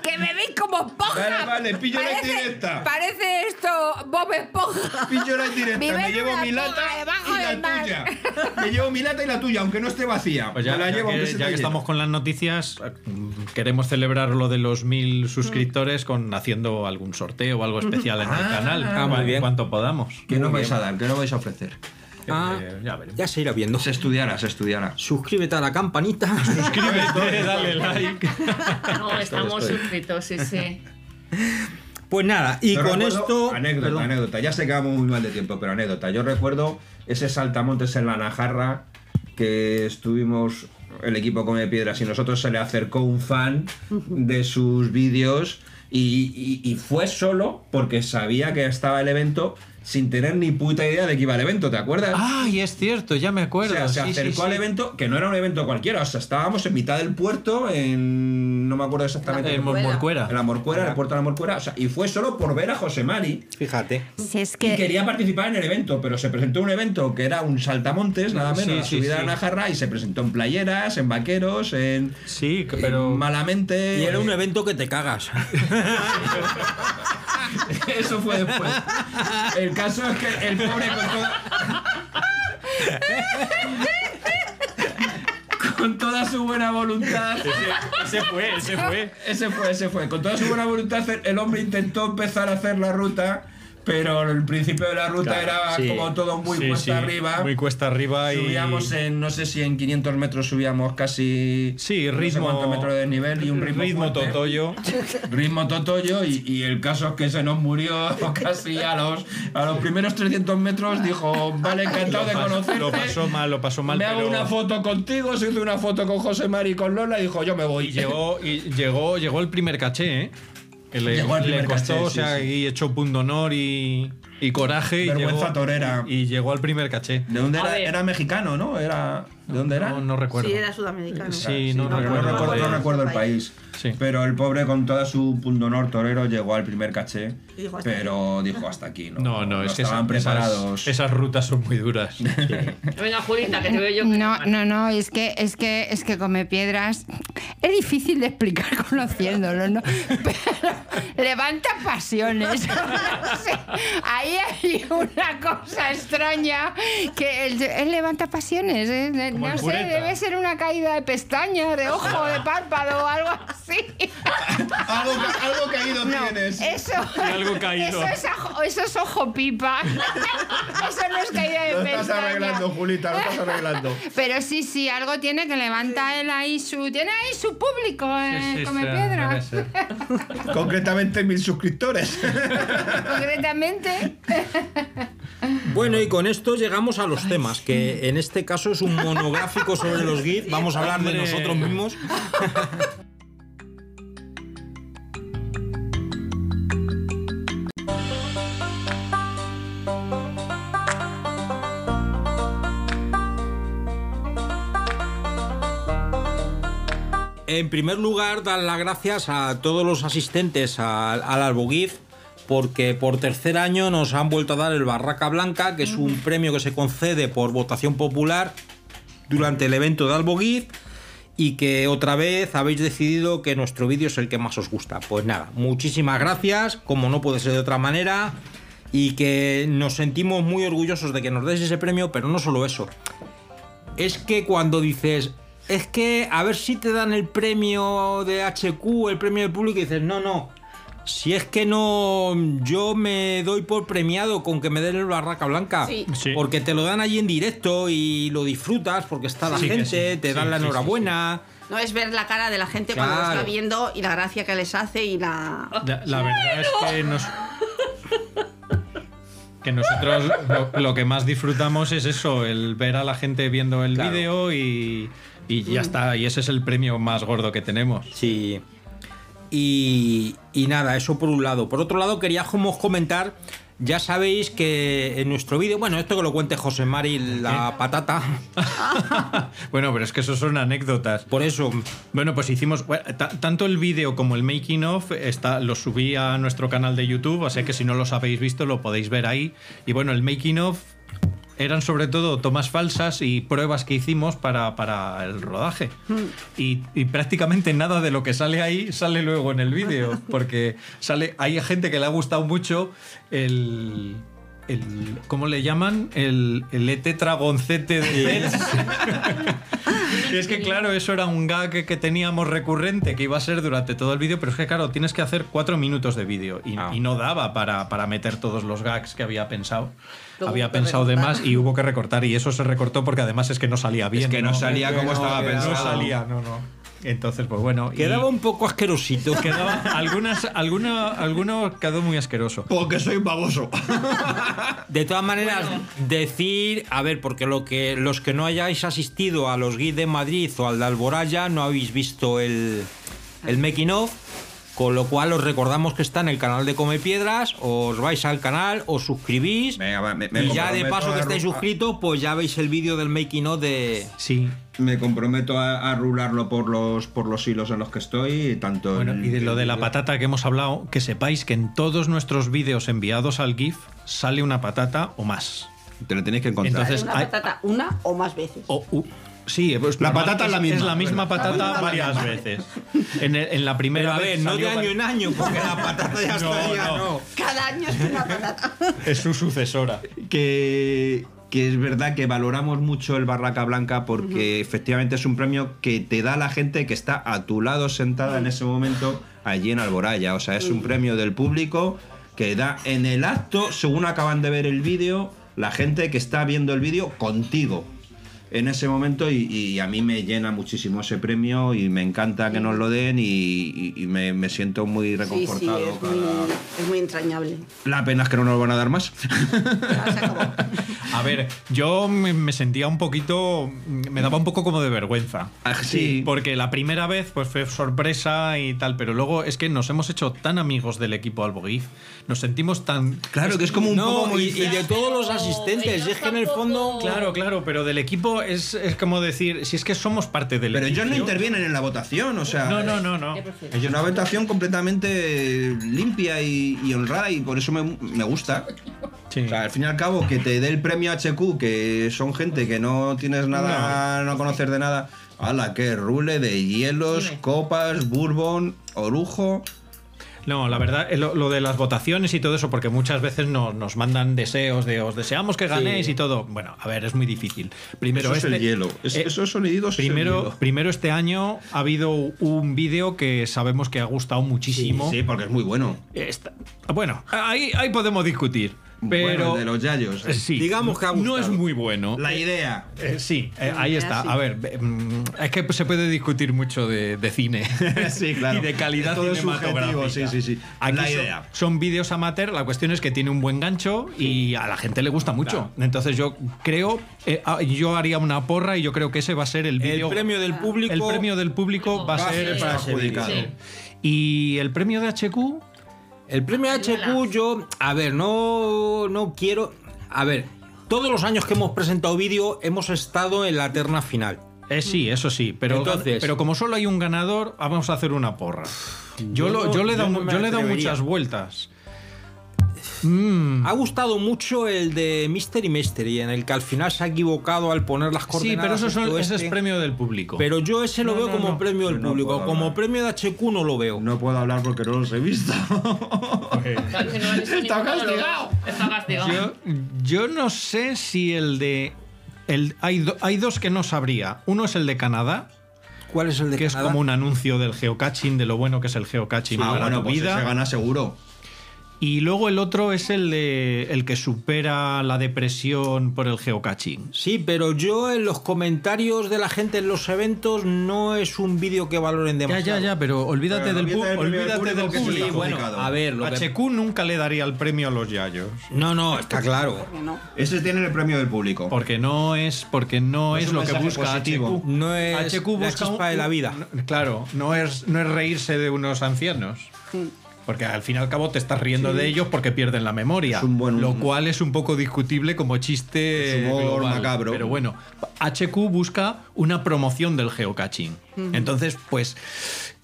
que me veis como poja.
Vale, vale, pillo la indirecta.
Parece esto Bob Esponja.
Pillo la indirecta,
Vive
me
en
llevo
una
mi lata
cueva debajo
y la
del mar.
tuya. Me llevo mi lata y la tuya, aunque no esté vacía.
Pues ya,
Me la
ya
llevo, aunque
que,
se
ya
te
que
llene.
estamos con las noticias, mm, queremos celebrar lo de los
Mm.
mil suscriptores con haciendo algún sorteo o algo especial en el
Ah,
canal,
ah,
cua-
muy bien.
cuanto podamos.
¿Qué nos vais a dar? ¿Qué nos vais a ofrecer?
Ah,
Eh, ya,
se irá viendo. Se
estudiará, se estudiará.
Suscríbete a la campanita.
Suscríbete, dale like.
No, estamos
estoy.
suscritos, sí, sí.
Pues nada, y
Yo
con
recuerdo-
esto.
Anécdota,
Perdón.
anécdota. Ya sé que vamos muy mal de tiempo, pero anécdota. Yo recuerdo ese saltamontes en la Najarra que estuvimos el equipo Come Piedras y nosotros se le acercó un fan de sus vídeos y, y- y fue solo porque sabía que estaba el evento sin tener ni puta idea de que iba el evento, ¿te acuerdas?
Ay, es cierto, ya me
O
acuerdo.
sea, se
sí, sí,
acercó al
sí.
evento, que no era un evento cualquiera, o sea, estábamos en mitad del puerto, en. No me acuerdo exactamente.
En
el
Morcuera.
En la Morcuera, en el puerto de la Morcuera, o sea, y fue solo por ver a José Mari.
Fíjate.
Si es
Y quería participar en el evento, pero se presentó en un evento que era un saltamontes, nada menos,
Sí,
la
sí,
subida
sí.
a Najarra, y se presentó en playeras, en vaqueros, en.
Sí, pero.
malamente. Eh,
Y era un evento que te cagas.
Eso fue
[laughs]
después.
[laughs] El caso es que el pobre con toda,
con toda su buena voluntad.
Ese, ese fue, ese fue.
Ese fue, ese fue.
con toda su buena voluntad el hombre intentó empezar a hacer la ruta, pero el principio de la ruta
Claro,
era
sí.
como todo muy
Sí,
cuesta
sí,
arriba.
Muy cuesta arriba y.
Subíamos en, no sé si en 500 metros subíamos casi. Sí,
ritmo-
metros de nivel y un ritmo.
ritmo
fuerte.
totoyo.
Ritmo totoyo y, y el caso es que se nos murió [laughs] casi a los, a los primeros 300 metros. Dijo, [laughs] vale, encantado de
pas-
conocerte.
Lo pasó mal, lo pasó mal.
Me hago
pero
una foto contigo, se hizo una foto con José Mari y con Lola y dijo, yo me voy.
y llegó, y llegó, llegó el primer caché, ¿eh? Que le,
Llegó el
le
primer
costó,
caché,
o
sí,
sea,
sí.
y echó punto honor y, y coraje.
Vergüenza
y llegó,
torera.
Y llegó al primer caché.
¿De dónde era? Era mexicano, ¿no? Era, ¿De dónde era?
No, no recuerdo.
Sí, era sudamericano.
Sí, no
no
recuerdo.
recuerdo, no recuerdo el país. Pero el pobre, con toda su pundonor torero, llegó al primer caché.
Y dijo, hasta
Pero dijo hasta aquí, ¿no?
No, no, es que
estaban
esas- esas-
preparados.
Esas, rutas son muy duras.
Venga, Julita, que te veo yo.
No, no, no, es que, es que, es que come piedras es difícil de explicar [laughs] conociéndolo, ¿no? Pero levanta pasiones. [laughs] No sé, Ahí hay una cosa extraña que él, él levanta pasiones. ¿eh? De-
Como el
No sé,
cureta.
debe ser una caída de pestaña, de ojo,
[laughs]
de párpado o algo así.
algo, algo caído tienes.
Eso,
Algo
Eso
caído.
es, ajo- eso es ojo pipa. [laughs] Eso no es caída de
Lo
pestaña.
estás arreglando, Julita, lo estás arreglando.
Pero sí, sí, algo tiene que levanta él ahí su. Tiene ahí su público, eh,
sí,
come
sí, debe
piedras.
ser. [laughs] Concretamente mil suscriptores.
[laughs] Concretamente.
Bueno, y con esto llegamos a los temas, que en este caso es un monográfico sobre los GIF. Vamos a hablar de
Hombre.
nosotros mismos. En primer lugar, dar las gracias a todos los asistentes al, al AlboGIF porque por tercer año nos han vuelto a dar el Barraca Blanca, que es un premio que se concede por votación popular durante el evento de AlboGIF y que otra vez habéis decidido que nuestro vídeo es el que más os gusta. Pues nada, muchísimas gracias, como no puede ser de otra manera, y que nos sentimos muy orgullosos de que nos deis ese premio, pero no solo eso, es que cuando dices, es que a ver si te dan el premio de HQ, el premio del público, y dices, no, no. Si es que no, yo me doy por premiado con que me den el Barraca Blanca.
Sí. Sí.
Porque te lo dan allí en directo y lo disfrutas porque está la
Sí, que
gente,
sí.
te dan
Sí,
la
sí, sí,
enhorabuena.
No es ver la cara de la gente cuando lo
Claro.
está viendo y la gracia que les hace y la.
La, la verdad es que nos. Que nosotros lo, lo que más disfrutamos es eso, el ver a la gente viendo el vídeo y, y ya
Mm.
está. Y ese es el premio más gordo que tenemos.
Sí. Y, y nada, eso por un lado. Por otro lado, queríamos comentar, ya sabéis que en nuestro vídeo, bueno, esto que lo cuente José Mari, la patata.
Bueno, pero es que eso son anécdotas.
Por eso.
Bueno, pues hicimos. bueno, ta- tanto el vídeo como el making of está, lo subí a nuestro canal de YouTube, así que si no los habéis visto, lo podéis ver ahí. Y bueno, el making of eran sobre todo tomas falsas y pruebas que hicimos para, para el rodaje. Y, y prácticamente nada de lo que sale ahí sale luego en el vídeo, porque sale, hay gente que le ha gustado mucho el. el- ¿Cómo le llaman? El, el ET tragoncete de
[laughs]
Pets. Y es que claro, eso era un gag que teníamos recurrente que iba a ser durante todo el vídeo, pero es que claro, tienes que hacer cuatro minutos de vídeo y,
Ah.
y no daba para, para meter todos los gags que había pensado.
Luego
había
hubo que
pensado de
recortar.
más y hubo que recortar y eso se recortó porque además es que no salía bien.
que no salía
Es que
como estaba
quedaba-
pensado.
No salía, no, no. Entonces, pues bueno. y-
Quedaba un poco asquerosito.
[laughs] Quedaba, algunas, alguna, alguno quedó muy asqueroso.
Porque soy baboso.
De todas maneras, decir, a ver, porque lo que, los que no hayáis asistido a los GIF de Madrid o al de Alboraya no habéis visto el, el making of, con lo cual os recordamos que está en el canal de Come Piedras, os vais al canal, os suscribís
me
y ya de
comprometo
paso
a
que estáis
ru- a-
suscritos, pues ya veis el vídeo del making of de...
[laughs] Sí.
Me comprometo a, a rularlo por los, por los hilos en los que estoy, tanto
Bueno,
en-
y de lo de la patata que hemos hablado, que sepáis que en todos nuestros vídeos enviados al GIF sale una patata o más.
Te lo tenéis que encontrar.
Entonces,
una
hay-
patata una o más veces.
o, u- Sí, pues
La
normal,
patata es la misma.
Es la misma
Bueno, la
patata
misma, la
varias
misma.
veces. En, el- en la primera
Pero a ver,
vez
no
salió
de año
vari-
en año, porque la
[laughs]
patata ya
No,
está, ya
no.
no.
Cada año es una patata.
[laughs] Es su sucesora.
que, que es verdad que valoramos mucho el Barraca Blanca porque efectivamente es un premio que te da la gente que está a tu lado sentada en ese momento allí en Alboraya. O sea, es un premio del público que da en el acto, según acaban de ver el vídeo, la gente que está viendo el vídeo contigo. En ese momento y, y a mí me llena muchísimo ese premio y me encanta que nos lo den y, y- y me, me siento muy
Sí, sí,
reconfortado.
es muy, es muy entrañable.
La pena es que no nos lo van a dar más.
A ver, yo me, me sentía un poquito. Me daba un poco como de vergüenza. Sí. Porque la primera vez pues fue sorpresa y tal, pero luego es que nos hemos hecho tan amigos del equipo Alboguiz. Nos sentimos tan. Claro, que es como
un poco como
y, y
dices,
de todos los asistentes.
ellos
Es que en el fondo. Claro, claro, pero del equipo es, es como decir, si es que somos parte del
Pero
equipo.
ellos no intervienen en la votación, o sea.
No, no, no, no.
Es una votación completamente limpia y, y honrada y por eso me, me gusta.
O
sea, al fin y al cabo, que te dé el premio HQ, que son gente que no tienes nada, no, conoces de nada. ¡Hala, qué rule de hielos, copas, bourbon, orujo!
No, la verdad, eh, lo, lo de las votaciones y todo eso, porque muchas veces no- nos mandan deseos de os deseamos que ganéis
Sí.
y todo. Bueno, a ver, es muy difícil. Primero
Eso es
este-
el hielo. Es-
eh,
esos soniditos es el
primero,
hielo.
primero este año ha habido un vídeo que sabemos que ha gustado muchísimo.
Sí, sí, porque es muy bueno.
eh, Está- bueno, ahí, ahí podemos discutir. Pero
Bueno, el de los yayos. eh.
Sí. No es muy bueno.
La idea.
Eh, sí, eh,
La
ahí
idea,
está.
sí.
A ver, eh, mm, es que se puede discutir mucho de, de
[laughs]
cine.
Sí, claro.
Y de calidad
Todo es
cinematográfica.
subjetivo, sí, sí, sí.
Aquí
La
son-
idea.
Son, vídeos amateur, la cuestión es que tiene un buen gancho y a la gente le gusta mucho. Entonces yo creo, eh, ah, yo haría una porra y yo creo que ese va a ser el vídeo.
premio del
Ah.
público-
El premio del público va a ser
para ese vídeo.
perjudicado. Y el premio de HQ.
El premio HQ yo, a ver, no, no quiero... A ver, todos los años que hemos presentado vídeo hemos estado en la terna final.
Eh, sí, eso sí, pero,
Entonces,
pero como solo hay un ganador, vamos a hacer una porra. Yo, lo- yo le he dado,
yo no me
yo le he dado
atrevería.
muchas vueltas. mm.
Ha gustado mucho el de Mystery Mystery, en el que al final se ha equivocado al poner las
Sí, pero
coordenadas.
eso, son-
esto,
ese es
este.
premio del público.
Pero yo ese lo
No,
veo
no,
como
no.
premio del
Yo no
público.
puedo
como premio de HQ no lo veo.
No puedo hablar porque no los he visto.
Está castigado. Está castigado.
Yo, yo no sé si el de. El, hay, do- hay dos que no sabría. Uno es el de Canadá.
¿Cuál es el de
que
Canadá?
es como un anuncio del geocaching, de lo bueno que es el geocaching
Sí. Ah,
para
bueno,
tu
pues
vida.
ese gana seguro.
Y luego el otro es el de el que supera la depresión por el geocaching.
Sí, pero yo en los comentarios de la gente en los eventos no es un vídeo que valoren
Ya,
demasiado.
ya, ya, pero olvídate del, pu- olvídate del público.
Sí, bueno, a ver, lo
HQ
que...
nunca le daría el premio a los yayos.
No, no, está claro.
Ese tiene el premio del público.
Porque no es, porque no,
No es
es
un
lo que
mensaje
busca
positivo.
HQ.
No es
HQ
la
busca
chispa de la vida.
no- claro, no es, no es reírse de unos ancianos. Porque al fin y al cabo te estás riendo
Sí.
de ellos porque pierden la memoria.
Es un buen-
lo cual es un poco discutible como chiste
Es humor
global.
macabro.
Pero bueno, HQ busca una promoción del geocaching.
Ujú.
Entonces, pues,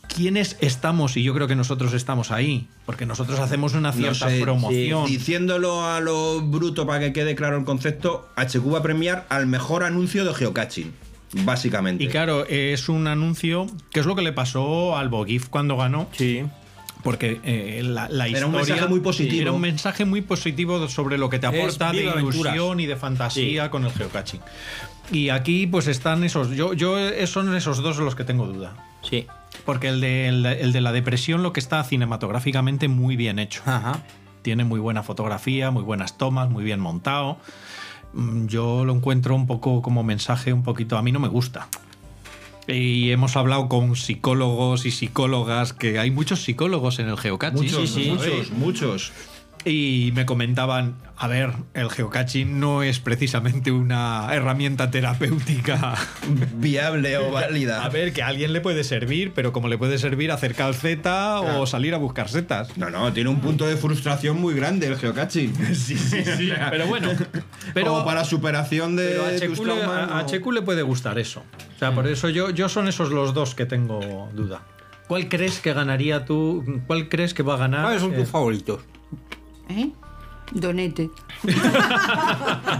¿quiénes estamos? Y yo creo que nosotros estamos ahí. Porque nosotros hacemos una cierta
No sé,
promoción.
sí. Diciéndolo a lo bruto para que quede claro el concepto, HQ va a premiar al mejor anuncio de geocaching, básicamente.
Y claro, es un anuncio que es lo que le pasó al Bogif cuando ganó.
Sí.
Porque eh, la, la historia.
Era un mensaje muy positivo.
Era un mensaje muy positivo sobre lo que te
Es
aporta de
viva aventuras.
ilusión y de fantasía con el geocaching. Y aquí, pues están esos. Yo, yo eh, son esos dos los que tengo duda.
Sí.
Porque el de, el, de- el de la depresión, lo que está cinematográficamente muy bien hecho. Tiene muy buena fotografía, muy buenas tomas, muy bien montado. Mm, Yo lo encuentro un poco como mensaje, un poquito. A mí no me gusta. Y hemos hablado con psicólogos y psicólogas, que hay muchos psicólogos en el geocaching.
Muchos, Sí, sí. muchos, muchos.
Y me comentaban, a ver, el geocaching no es precisamente una herramienta terapéutica
viable o válida.
A ver, que a alguien le puede servir, pero como le puede servir hacer calceta o salir a buscar setas.
No, no, tiene un punto de frustración
[laughs]
muy grande el geocaching. sí, sí, [laughs] sí.
pero bueno. Pero,
Como para superación de
pero a
tus
HQ, le,
traumas,
a- a
no. Mm.
HQ le puede gustar eso. O sea, por eso yo, yo son esos los dos que tengo duda. ¿Cuál Ah, crees que ganaría tú? ¿Cuál crees que va a ganar?
¿Cuáles son tus
favoritos?
Donete.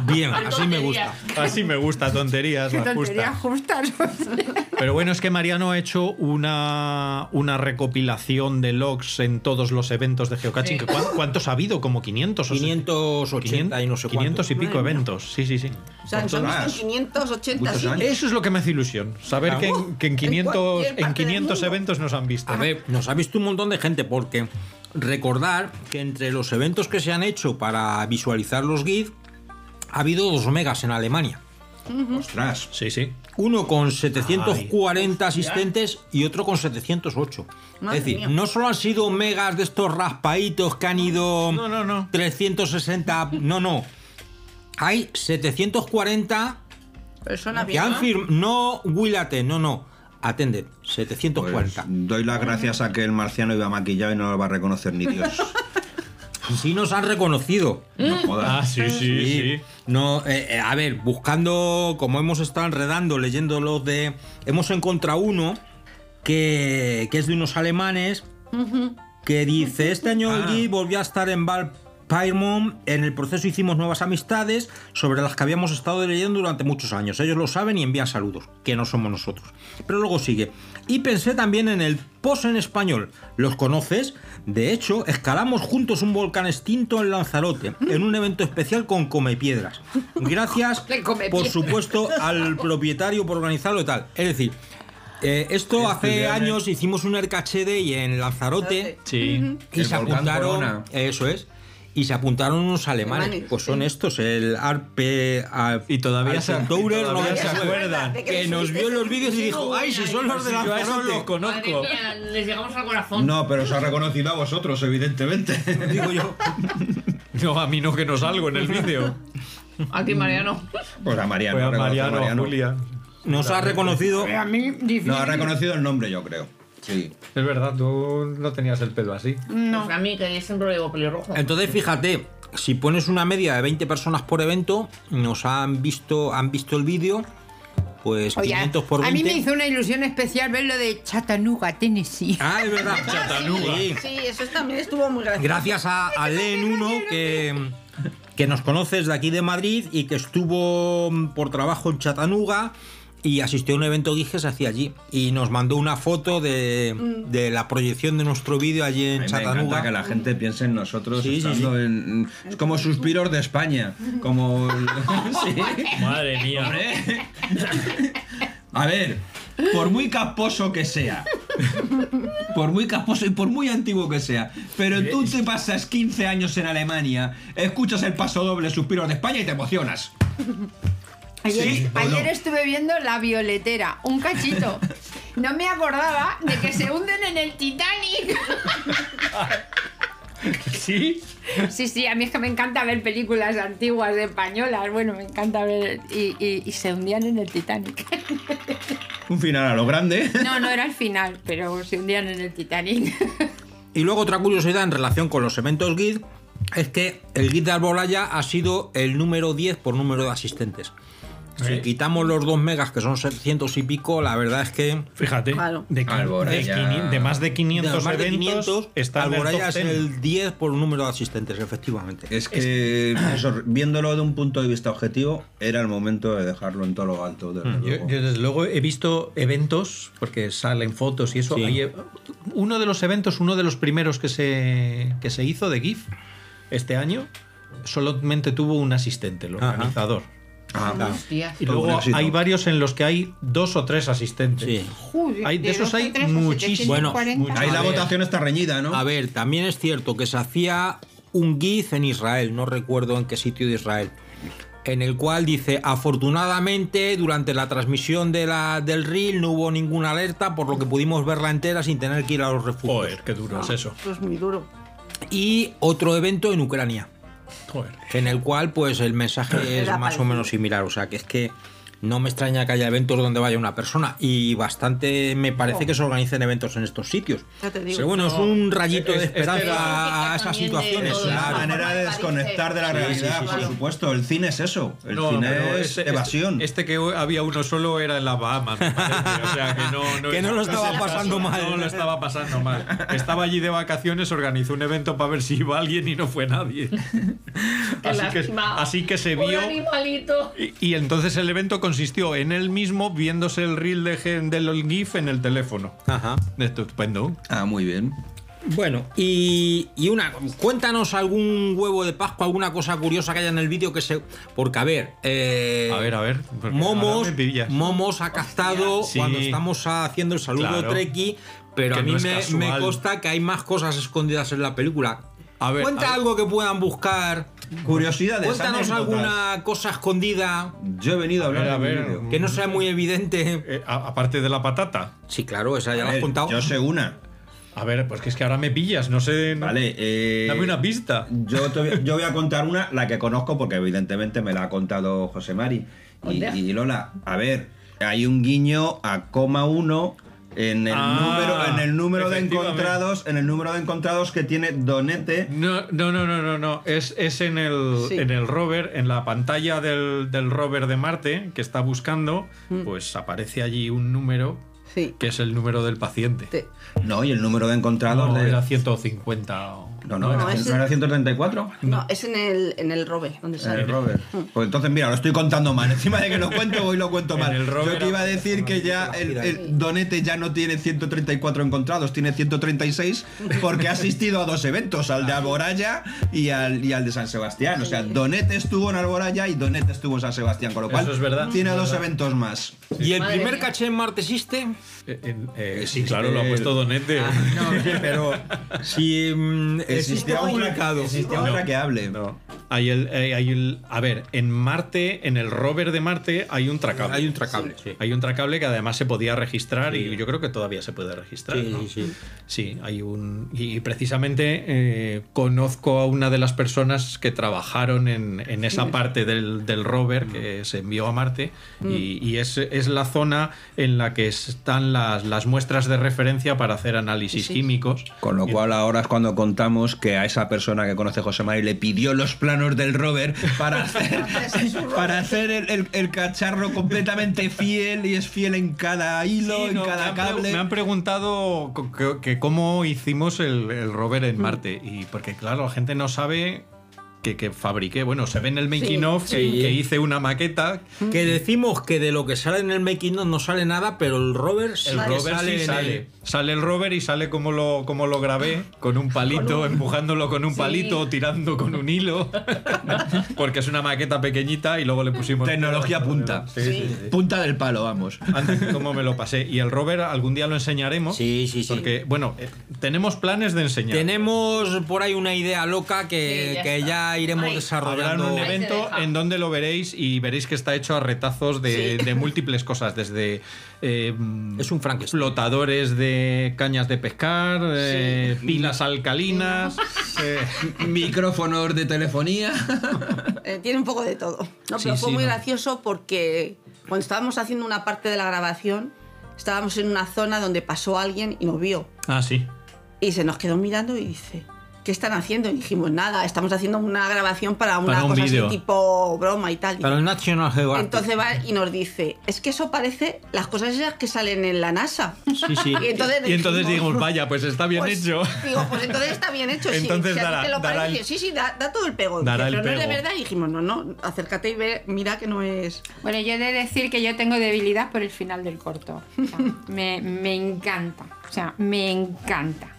Bien,
así me gusta.
Así me gusta, tonterías,
Qué
las justas.
tontería justa.
Pero bueno, es que Mariano ha hecho una, una recopilación de logs en todos los eventos de Geocaching. que
Sí.
cuán- ¿Cuántos ha habido? ¿Como 500? 580 y no sé 500
cuántos.
y pico
Madre mía.
eventos. Sí, sí, sí.
O sea,
Cuantos
son
más.
580
Muchos años.
sitios.
Eso es lo que me hace ilusión. Saber
Claro.
que, en- que en
En
500,
cualquier
en
parte del
500
mundo.
eventos nos han visto.
A ver, nos ha visto un montón de gente porque recordar que entre los eventos que se han hecho para visualizar los GIF ha habido dos megas en Alemania.
Ostras. Sí, sí.
Uno con 740 asistentes y otro con 708.
Madre
es decir,
mía.
no solo han sido megas de estos raspaditos que han ido 360... No, no. Hay 740
Persona
que
bien.
han firmado... No, Willate, no, no. Atended, 740.
Pues, Doy las gracias a que el marciano iba maquillado y no lo va a reconocer ni Dios.
[laughs] Sí nos han reconocido.
No jodas.
Ah, sí, sí, sí.
No, eh, eh, a ver, buscando, como hemos estado enredando, leyendo los de... Hemos encontrado uno que, que es de unos alemanes que dice, este año el Gui volvió a estar en Val Pyrmont, en el proceso hicimos nuevas amistades sobre las que habíamos estado leyendo durante muchos años. Ellos lo saben y envían saludos, que no somos nosotros. Pero luego sigue. Y pensé también en el POS en español. ¿Los conoces? De hecho, escalamos juntos un volcán extinto en Lanzarote, en un evento especial con Comepiedras. Gracias, por
Comepiedras.
supuesto, al propietario por organizarlo y tal. Es decir, eh, esto hace
Estudiar en-
años hicimos un RKHD y en Lanzarote
Sí. Ujú.
y
El
se
volcán Corona.
apuntaron eso es y se apuntaron unos alemanes,
Alemanes,
pues
sí.
son estos el Arpe y
todavía se- [laughs] y todavía se
acuerdan.
que nos vio en los vídeos y dijo ay si son los de
Yo a esos
Lanzarote
los conozco.
Madre mía, les llegamos al corazón.
No, pero se ha reconocido a vosotros, evidentemente.
Digo yo.
[laughs] No, a mí no que no salgo en el vídeo.
Aquí Mariano.
Pues a Mariano.
Fue a
reconoce a
Mariano, a
Mariano.
Julia.
Nos ha reconocido.
A
mí, difícil.
No, ha reconocido el nombre, yo creo. Sí.
Es verdad, tú no tenías el pelo así.
No. a mí, que yo siempre lo llevo pelirrojo.
entonces fíjate si pones una media de 20 personas por evento nos han visto han visto el vídeo pues
Oye,
500 por 20
A mí me hizo una ilusión especial ver lo de Chattanooga, Tennessee.
ah es verdad Sí.
Sí, eso también estuvo muy gracioso.
Gracias a, a Len1 que, que nos conoces de aquí de Madrid y que estuvo mm, por trabajo en Chattanooga y asistió a un evento GIG que se hacía allí. Y nos mandó una foto de,
Mm.
de la proyección de nuestro vídeo allí en
Me
Chattanooga.
encanta
[laughs]
que la gente piense en nosotros
Sí, sí,
estando en... Es como suspiros de España. Como...
[laughs]
[laughs] sí.
Madre mía.
A ver, por muy casposo que sea, por muy casposo y por muy antiguo que sea, pero tú te pasas 15 años en Alemania, escuchas el paso doble Suspiros de España y te emocionas.
Ayer,
Sí,
[laughs]
¿o
ayer
no?
estuve viendo La Violetera, un cachito. No me acordaba de que se hunden en el Titanic.
¿Sí?
Sí, sí, a mí es que me encanta ver películas antiguas españolas. Bueno, me encanta ver. Y, y- y se hundían en el Titanic.
Un final a lo grande.
No, no era el final, pero se hundían en el Titanic. [laughs]
Y luego otra curiosidad en relación con los eventos GID es que el GID de Arbolaya ha sido el número 10 por número de asistentes. Si
Sí.
quitamos los 2 megas, que son 700 y pico, la verdad es que...
Fíjate,
Claro.
de, quin-
Alboraya.
de quini- de más de 500
De más de
eventos
500,
está en el
Alboraya
top
es
10.
el 10 por número de asistentes, efectivamente.
Es que, eso, viéndolo de un punto de vista objetivo, era el momento de dejarlo en todo lo alto. desde
Mm, Yo,
luego.
yo desde luego he visto eventos, porque salen fotos y eso.
Sí.
hay, eh, uno de los eventos, uno de los primeros que se, que se hizo de GIF este año, solamente tuvo un asistente, el
Ajá. Ah,
organizador.
claro.
Y
Todo un
luego
éxito.
hay varios en los que hay dos o tres asistentes. Hay- de de esos dos a hay tres a muchísimos.
Bueno,
740.
muchísimos.
Ahí la
A ver,
votación
está reñida, ¿no?
A ver, también es cierto que se hacía un GIF en Israel, no recuerdo en qué sitio de Israel, en el cual dice, afortunadamente durante la transmisión de la, del reel no hubo ninguna alerta, por lo que pudimos verla entera sin tener que ir a los refugios. Joder,
qué duro es eso.
Esto es muy duro.
Y otro evento en Ucrania.
Joder.
En el cual, pues, el mensaje es
Era
más o
parecido.
menos similar. O sea, que es que No me extraña que haya eventos donde vaya una persona y bastante me parece que se organicen eventos en estos sitios.
Ya te
Pero bueno, es un rayito de esperanza a esas situaciones.
Es una
claro.
manera de desconectar de la
Sí, sí,
realidad,
sí,
por
sí.
supuesto. El cine es eso. El
No, pero
cine es
este-
evasión.
Este, que hoy había uno solo era en las Bahamas. me parece. O sea, que no,
[laughs] Que no lo estaba
es el caso.
pasando mal.
No lo estaba pasando mal. Estaba allí de vacaciones, organizó un evento para ver si iba alguien y no fue nadie. Así que,
lástima.
así que se
Un
vio.
animalito.
Y, y entonces el evento consistió en él mismo viéndose el reel de, gen- del GIF en el teléfono.
Ajá.
Estupendo.
Ah, muy bien.
Bueno, y, y una, cuéntanos algún huevo de Pascua, alguna cosa curiosa que haya en el vídeo que se. Porque, a ver. eh, a ver,
a ver.
Momos,
ahora me pillas.
Momos ha captado
Sí.
cuando estamos haciendo el saludo
Claro.
Treki, pero
Que
a mí
no es
me,
casual.
me consta que hay más cosas escondidas en la película.
A ver, a
Cuenta
ver.
algo que puedan buscar.
Curiosidades,
Cuéntanos
anécdotas.
alguna cosa escondida.
Yo he venido a hablar
A ver,
de
a
mi
ver.
vídeo.
Que no sea muy evidente.
Eh, aparte de la patata.
Sí, claro, esa ya
A
la has
ver,
contado.
Yo sé una.
A ver, pues que es que ahora me pillas, no sé.
Vale, eh,
Dame una pista.
Yo, te voy- yo voy a contar una, la que conozco, porque evidentemente me la ha contado José Mari. Y,
Onda.
y Lola, a ver, hay un guiño a coma uno en el
Ah,
número, en el número de
efectivamente.
encontrados, en el número de encontrados que tiene Donete.
No, no, no, no, no, no. Es, es en, el,
Sí.
en el rover, en la pantalla del, del rover de Marte que está buscando, pues aparece allí un número que es el número del paciente.
No, y el número de encontrados
No,
de-
era 150. o-
No, no,
No,
era,
ese-
¿no era 134.
No, es en el, en el robe, donde
En
sale.
el rover. Pues entonces, mira, lo estoy contando mal. Encima de que lo cuento, voy y lo cuento
En
mal.
el rover
Yo te iba a decir que ya el,
eh.
el Donete ya no tiene 134 encontrados, tiene 136 porque ha asistido a dos eventos, al de
Ah.
Alboraya y al, y al de San Sebastián. O sea, Donete estuvo en Alboraya y Donete estuvo en San Sebastián, con lo cual
Eso es verdad.
tiene
Es
dos
verdad.
eventos más.
¿Y el
Madre
primer
mía.
caché en
[laughs]
Marte existe?
Eh, en- eh, Ah, sí, claro, lo ha puesto Donete.
pero si mm,
Existía
existe
una-
publicado.
existía otra que
hable.
Hay el, eh, hay el- a ver, en Marte, en el rover de Marte, hay un tracable.
Hay un tracable,
Hay un tracable que además se podía registrar y yo creo que todavía se puede registrar.
Sí,
¿no?
sí, sí.
Sí, hay un. Y precisamente eh, conozco a una de las personas que trabajaron en, en esa parte del, del rover que se envió a Marte
Mm.
y, y es, es la zona en la que están las, las muestras de referencia para hacer análisis químicos.
Con lo cual ahora es cuando contamos que a esa persona que conoce José Mari le pidió los planos del rover
[laughs]
para hacer, para hacer el, el- el
[laughs]
cacharro completamente fiel y es fiel en cada hilo,
Sí,
en
no,
cada
me han pre-
cable.
Me han preguntado co- que, que cómo hicimos el, el rover en Marte. Y porque, claro, la gente no sabe que, que fabriqué. Bueno, se ve en el making
Sí,
of
sí.
que, que hice una maqueta.
Que decimos que de lo que sale en el making of no sale nada, pero el rover sí
El
que
rover sí
en
sale.
el-
Sale el rover y sale como lo, como lo grabé, con un palito, empujándolo con un palito, tirando con un hilo. Porque es una maqueta pequeñita y luego le pusimos.
Tecnología punta. Punta del palo, vamos.
Antes cómo me lo pasé. Y el rover algún día lo enseñaremos.
Sí, sí, sí.
Porque, bueno, eh, tenemos planes de enseñar.
Tenemos por ahí una idea loca que,
Sí, ya
que
está.
ya iremos
Habrá
desarrollando.
un evento en donde lo veréis y veréis que está hecho a retazos de, de múltiples cosas, desde eh, es un flotadores de cañas de pescar, eh, pilas alcalinas, eh,
[laughs]
micrófonos de telefonía.
Eh, tiene un poco de todo. No,
Sí,
pero fue
sí,
muy
no.
gracioso porque cuando estábamos haciendo una parte de la grabación, estábamos en una zona donde pasó alguien y nos vio.
Ah, sí.
Y se nos quedó mirando y dice, ¿qué están haciendo? Y dijimos, nada, estamos haciendo una grabación para una
Para un
cosa así
vídeo.
tipo broma y tal.
Para el National Geographic.
Entonces va y nos dice, es que eso parece las cosas esas que salen en la NASA.
Sí, sí.
[laughs] Y entonces,
[laughs] Y entonces
dijimos,
dijimos, vaya, pues está bien
Pues,
hecho.
Digo, pues entonces está bien hecho. sí.
Entonces
si, a
dará-
ti te lo
dará
parece,
el-
sí, sí, da, da todo el pego.
dará
Dice,
el
pero no es de
pego.
verdad. Y dijimos, no, no, acércate y ve, mira que no es.
Bueno, yo he de decir que yo tengo debilidad por el final del corto. O sea, me, me encanta. O sea, me encanta.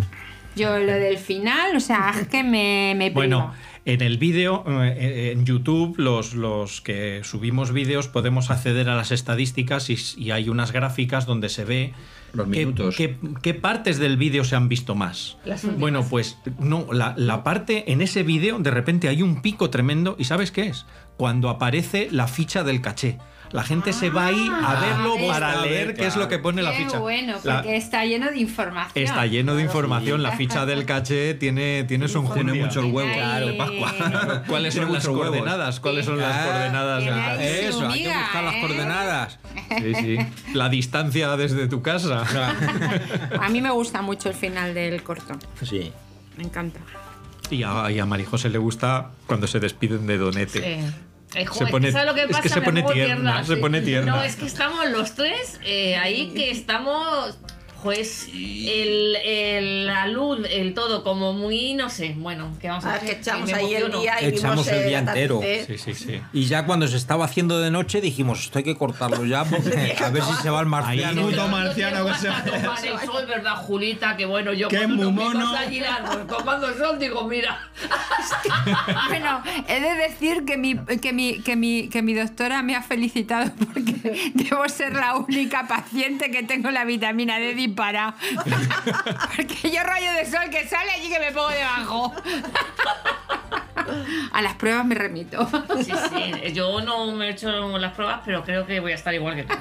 Yo lo del final, o sea, es que me, me
Bueno,
priva.
en el vídeo, eh, en YouTube, los, los que subimos vídeos podemos acceder a las estadísticas y, s- y hay unas gráficas donde se ve los
minutos.
Qué, qué partes del vídeo se han visto más?
Las últimas.
Bueno, pues no, la, la parte en ese vídeo de repente hay un pico tremendo y ¿sabes qué es? Cuando aparece la ficha del caché. la gente se va ahí a
Ah,
verlo
ves.
para
A ver,
leer qué es lo que pone la
Qué
ficha.
bueno,
La-
porque está lleno de información.
Está lleno de información, la ficha del caché tiene, tiene su enjundia.
Tiene muchos huevos.
de Pascua. ¿Cuáles
Tiene
son las
muchos huevos.
coordenadas? ¿Cuáles son las
Ah,
coordenadas?
tiene ahí
de-
su
Eso, hay que
miga,
buscar las
¿eh?
coordenadas. Sí, sí. La distancia desde tu [laughs] casa.
[laughs] A mí me gusta mucho el final del corto.
Sí.
Me encanta.
Y a, y a Marijose le gusta cuando se despiden de Donete.
Eh,
Se
joder,
pone-
¿sabes lo que
es que
pasa?
se
Me
pone
pongo
tierna, se
sí.
pone tierna.
No, es que estamos los tres eh, ahí que estamos, pues, el, el, la luz, el todo, como muy, no sé, bueno, que vamos a
Ah,
hacer?
que echamos
Me
ahí el
emociono.
día
Echamos el día entero.
Sí, sí, sí.
Y ya cuando se estaba haciendo de noche dijimos, esto hay que cortarlo ya, porque a ver si se va el marciano.
Yo tengo hasta tomar el sol, ¿verdad, Julita? Que bueno, yo
Que es
cuando
muy
me
mono.
vas allí la- tomando el sol, digo,
[laughs]
mira.
[laughs] Bueno, he de decir que mi, que, mi, que, mi, que mi doctora me ha felicitado porque [laughs] debo ser la única paciente que tengo la vitamina D disparada. [laughs] Porque yo rayo de sol que sale allí que me pongo debajo. [laughs] A las pruebas me remito.
Sí, sí, Eh, yo no me he hecho las pruebas, pero creo que voy a estar igual que tú.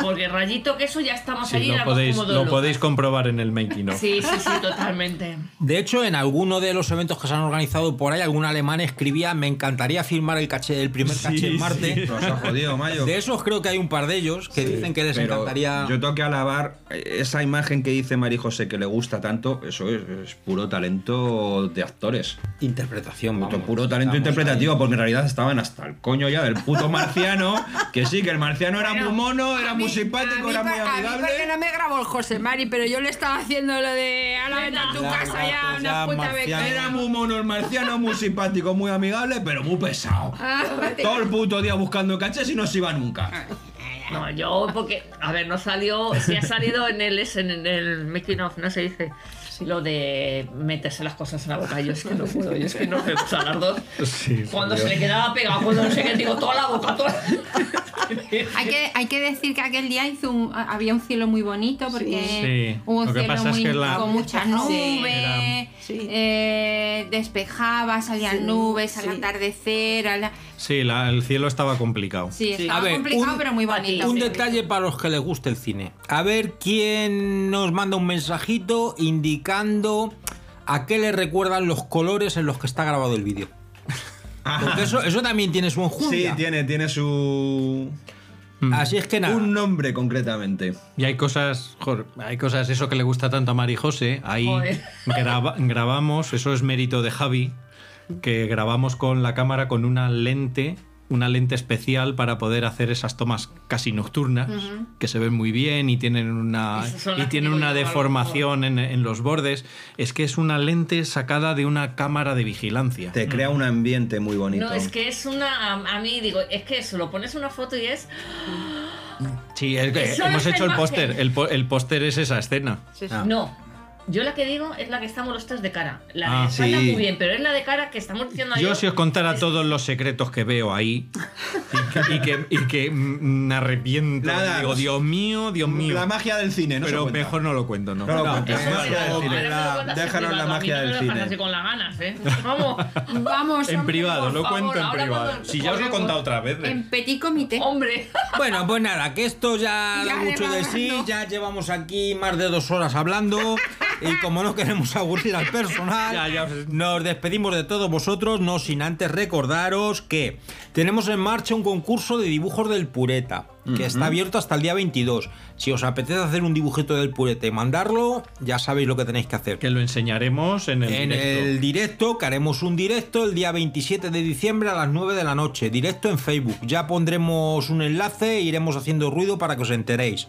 Porque rayito que eso ya estamos
Sí,
allí,
lo
éramos
podéis,
como dos
lo
locos.
podéis comprobar en el making of.
Sí, sí, sí, totalmente.
De hecho, en alguno de los eventos que se han organizado por ahí, algún alemán escribía, me encantaría firmar el caché, el primer caché
[laughs]
en Marte.
Los ha jodido, Mayo.
De esos creo que hay un par de ellos que dicen que les
Pero
encantaría...
Yo tengo que alabar esa imagen que dice Mari José que le gusta tanto. Eso es, es puro talento de actores.
Interpretación,
Puto, puro talento interpretativo, porque en realidad estaban hasta el coño ya del puto marciano. que sí, que el marciano era muy mono, era muy
[laughs] A
simpático,
mí,
era muy
pa- a mí
amigable.
porque no me grabó el José Mari, pero yo le estaba haciendo lo de a la venta a tu casa ya, una puta
Era
beca.
muy mono el marciano, muy simpático, muy amigable, pero muy pesado.
Ah,
Todo el puto día buscando cachés y no se iba nunca.
No, yo, porque, a ver, no salió, si ha salido en el, es en el making of, no se dice lo de meterse las cosas en la boca. Yo es que no puedo, yo es que no me gustan las dos. cuando se le quedaba pegado, cuando no sé qué, digo, toda la boca, toda la-
Hay que, hay que decir que aquel día hizo un- había un cielo muy bonito porque
Sí.
hubo un
Lo que
cielo
pasa es
muy,
que la-
con muchas nubes,
Era-
eh, despejaba, salían nubes al atardecer. a la-
Sí, la- el cielo estaba complicado.
Sí, estaba complicado, pero muy bonito.
Un
Sí.
detalle para los que les guste el cine. A ver quién nos manda un mensajito indicando a qué le recuerdan los colores en los que está grabado el vídeo. Porque eso, eso también tiene su
Sí,
enjundia.
tiene, tiene su.
Así es que nada.
Un nombre Eh, concretamente.
Y hay cosas, joder, hay cosas, eso que le gusta tanto a Mari José. Ahí
Joder.
graba- grabamos, eso es mérito de Javi, que grabamos con la cámara con una lente, una lente especial para poder hacer esas tomas casi nocturnas,
Ujú.
que se ven muy bien y tienen una,
Esas son
y
las
tienen
que
una
digo yo, a lo
deformación en, en los bordes. Es que es una lente sacada de una cámara de vigilancia. Mm.
Te crea un ambiente muy bonito.
No, es que es una. A, a mí, digo, es que eso, lo pones una foto y es.
Sí, es que
Eso
hemos
es
hecho el
la
póster.
imagen.
El, po- el póster es esa escena. Ah.
No. Yo la que digo es la que estamos los tres de cara. La de
Ah,
espalda
sí.
muy bien, pero es la de cara que estamos diciendo
Yo
ayer.
si os contara todos los secretos que veo ahí y que, y que- y que, mm, me arrepiento,
Nada.
digo, Dios mío, Dios mío.
La magia del cine, no se
Pero
cuenta.
mejor no lo cuento, ¿no?
No lo cuento.
eso
La magia
es-
del
Ahora
cine.
me lo
La-
cuentas en
déjanos la
privado, a mí
magia
no me
del
lo
cine.
dejas así con las ganas, ¿eh? Vamos.
[laughs] Vamos,
En
hombre,
privado,
por
lo
favor,
cuento en
ahora
privado.
cuando-
Si ya os lo he contado otras veces.
En petit comité.
Hombre.
Bueno, pues nada, que esto ya,
Ya
da mucho de sí.
divagando.
Ya llevamos aquí más de dos horas hablando. Y como no queremos aburrir al personal, nos despedimos de todos vosotros, no sin antes recordaros que tenemos en marcha un concurso de dibujos del Pureta, que está abierto hasta el día 22. Si os apetece hacer un dibujito del Pureta y mandarlo, ya sabéis lo que tenéis que hacer.
Que lo enseñaremos en el
en
directo.
el directo, que haremos un directo el día 27 de diciembre a las 9 de la noche, directo en Facebook. Ya pondremos un enlace e iremos haciendo ruido para que os enteréis.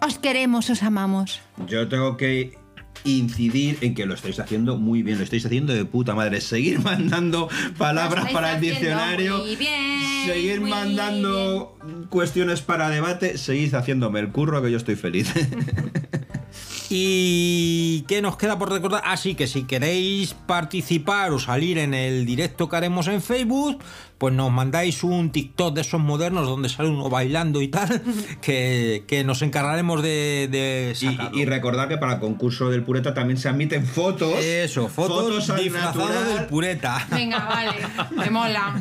Os queremos, os amamos.
Yo tengo que incidir en que lo estáis haciendo muy bien, lo estáis haciendo de puta madre. Seguir mandando palabras
Lo
para el
estáis haciendo
diccionario,
muy bien,
seguir
muy
mandando cuestiones para debate, seguid haciéndome el curro que yo estoy feliz. [laughs]
¿Y qué nos queda por recordar? Así que si queréis participar o salir en el directo que haremos en Facebook, pues nos mandáis un TikTok de esos modernos donde sale uno bailando y tal, [laughs] que, que nos encargaremos de, de sacarlo.
y, y recordar que para el concurso del Pureta también se admiten fotos.
Eso, fotos,
al
disfrazadas
natural.
del Pureta.
Venga, vale, me mola.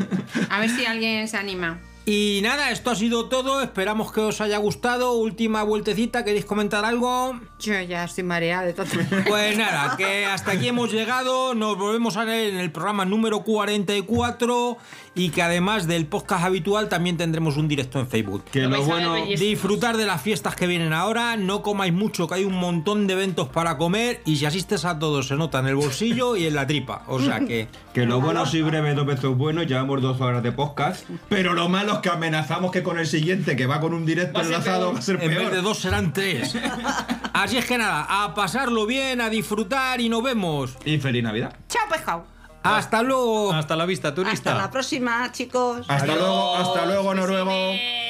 A ver si alguien se anima.
Y nada, esto ha sido todo. Esperamos que os haya gustado. Última vueltecita, ¿queréis comentar algo?
Yo ya estoy mareada de todo.
Pues nada, que hasta aquí hemos llegado. Nos volvemos a ver en el programa número 44. Y que además del podcast habitual también tendremos un directo en Facebook.
Que lo bueno-
Disfrutar de las fiestas que vienen ahora. No comáis mucho, que hay un montón de eventos para comer. Y si asistes a todos, se nota en el bolsillo y en la tripa. O sea que.
Que lo bueno sí breve, dos veces bueno, llevamos dos horas de podcast, pero lo malo es que amenazamos que con el siguiente, que va con un directo enlazado, va a ser
En vez
peor.
de dos serán tres. Así es que nada, a pasarlo bien, a disfrutar y nos vemos.
Y feliz Navidad.
Chao, pescado.
Hasta luego.
Hasta la vista, turista.
Hasta la próxima, chicos.
Hasta luego, hasta luego, Noruego.
Noruego.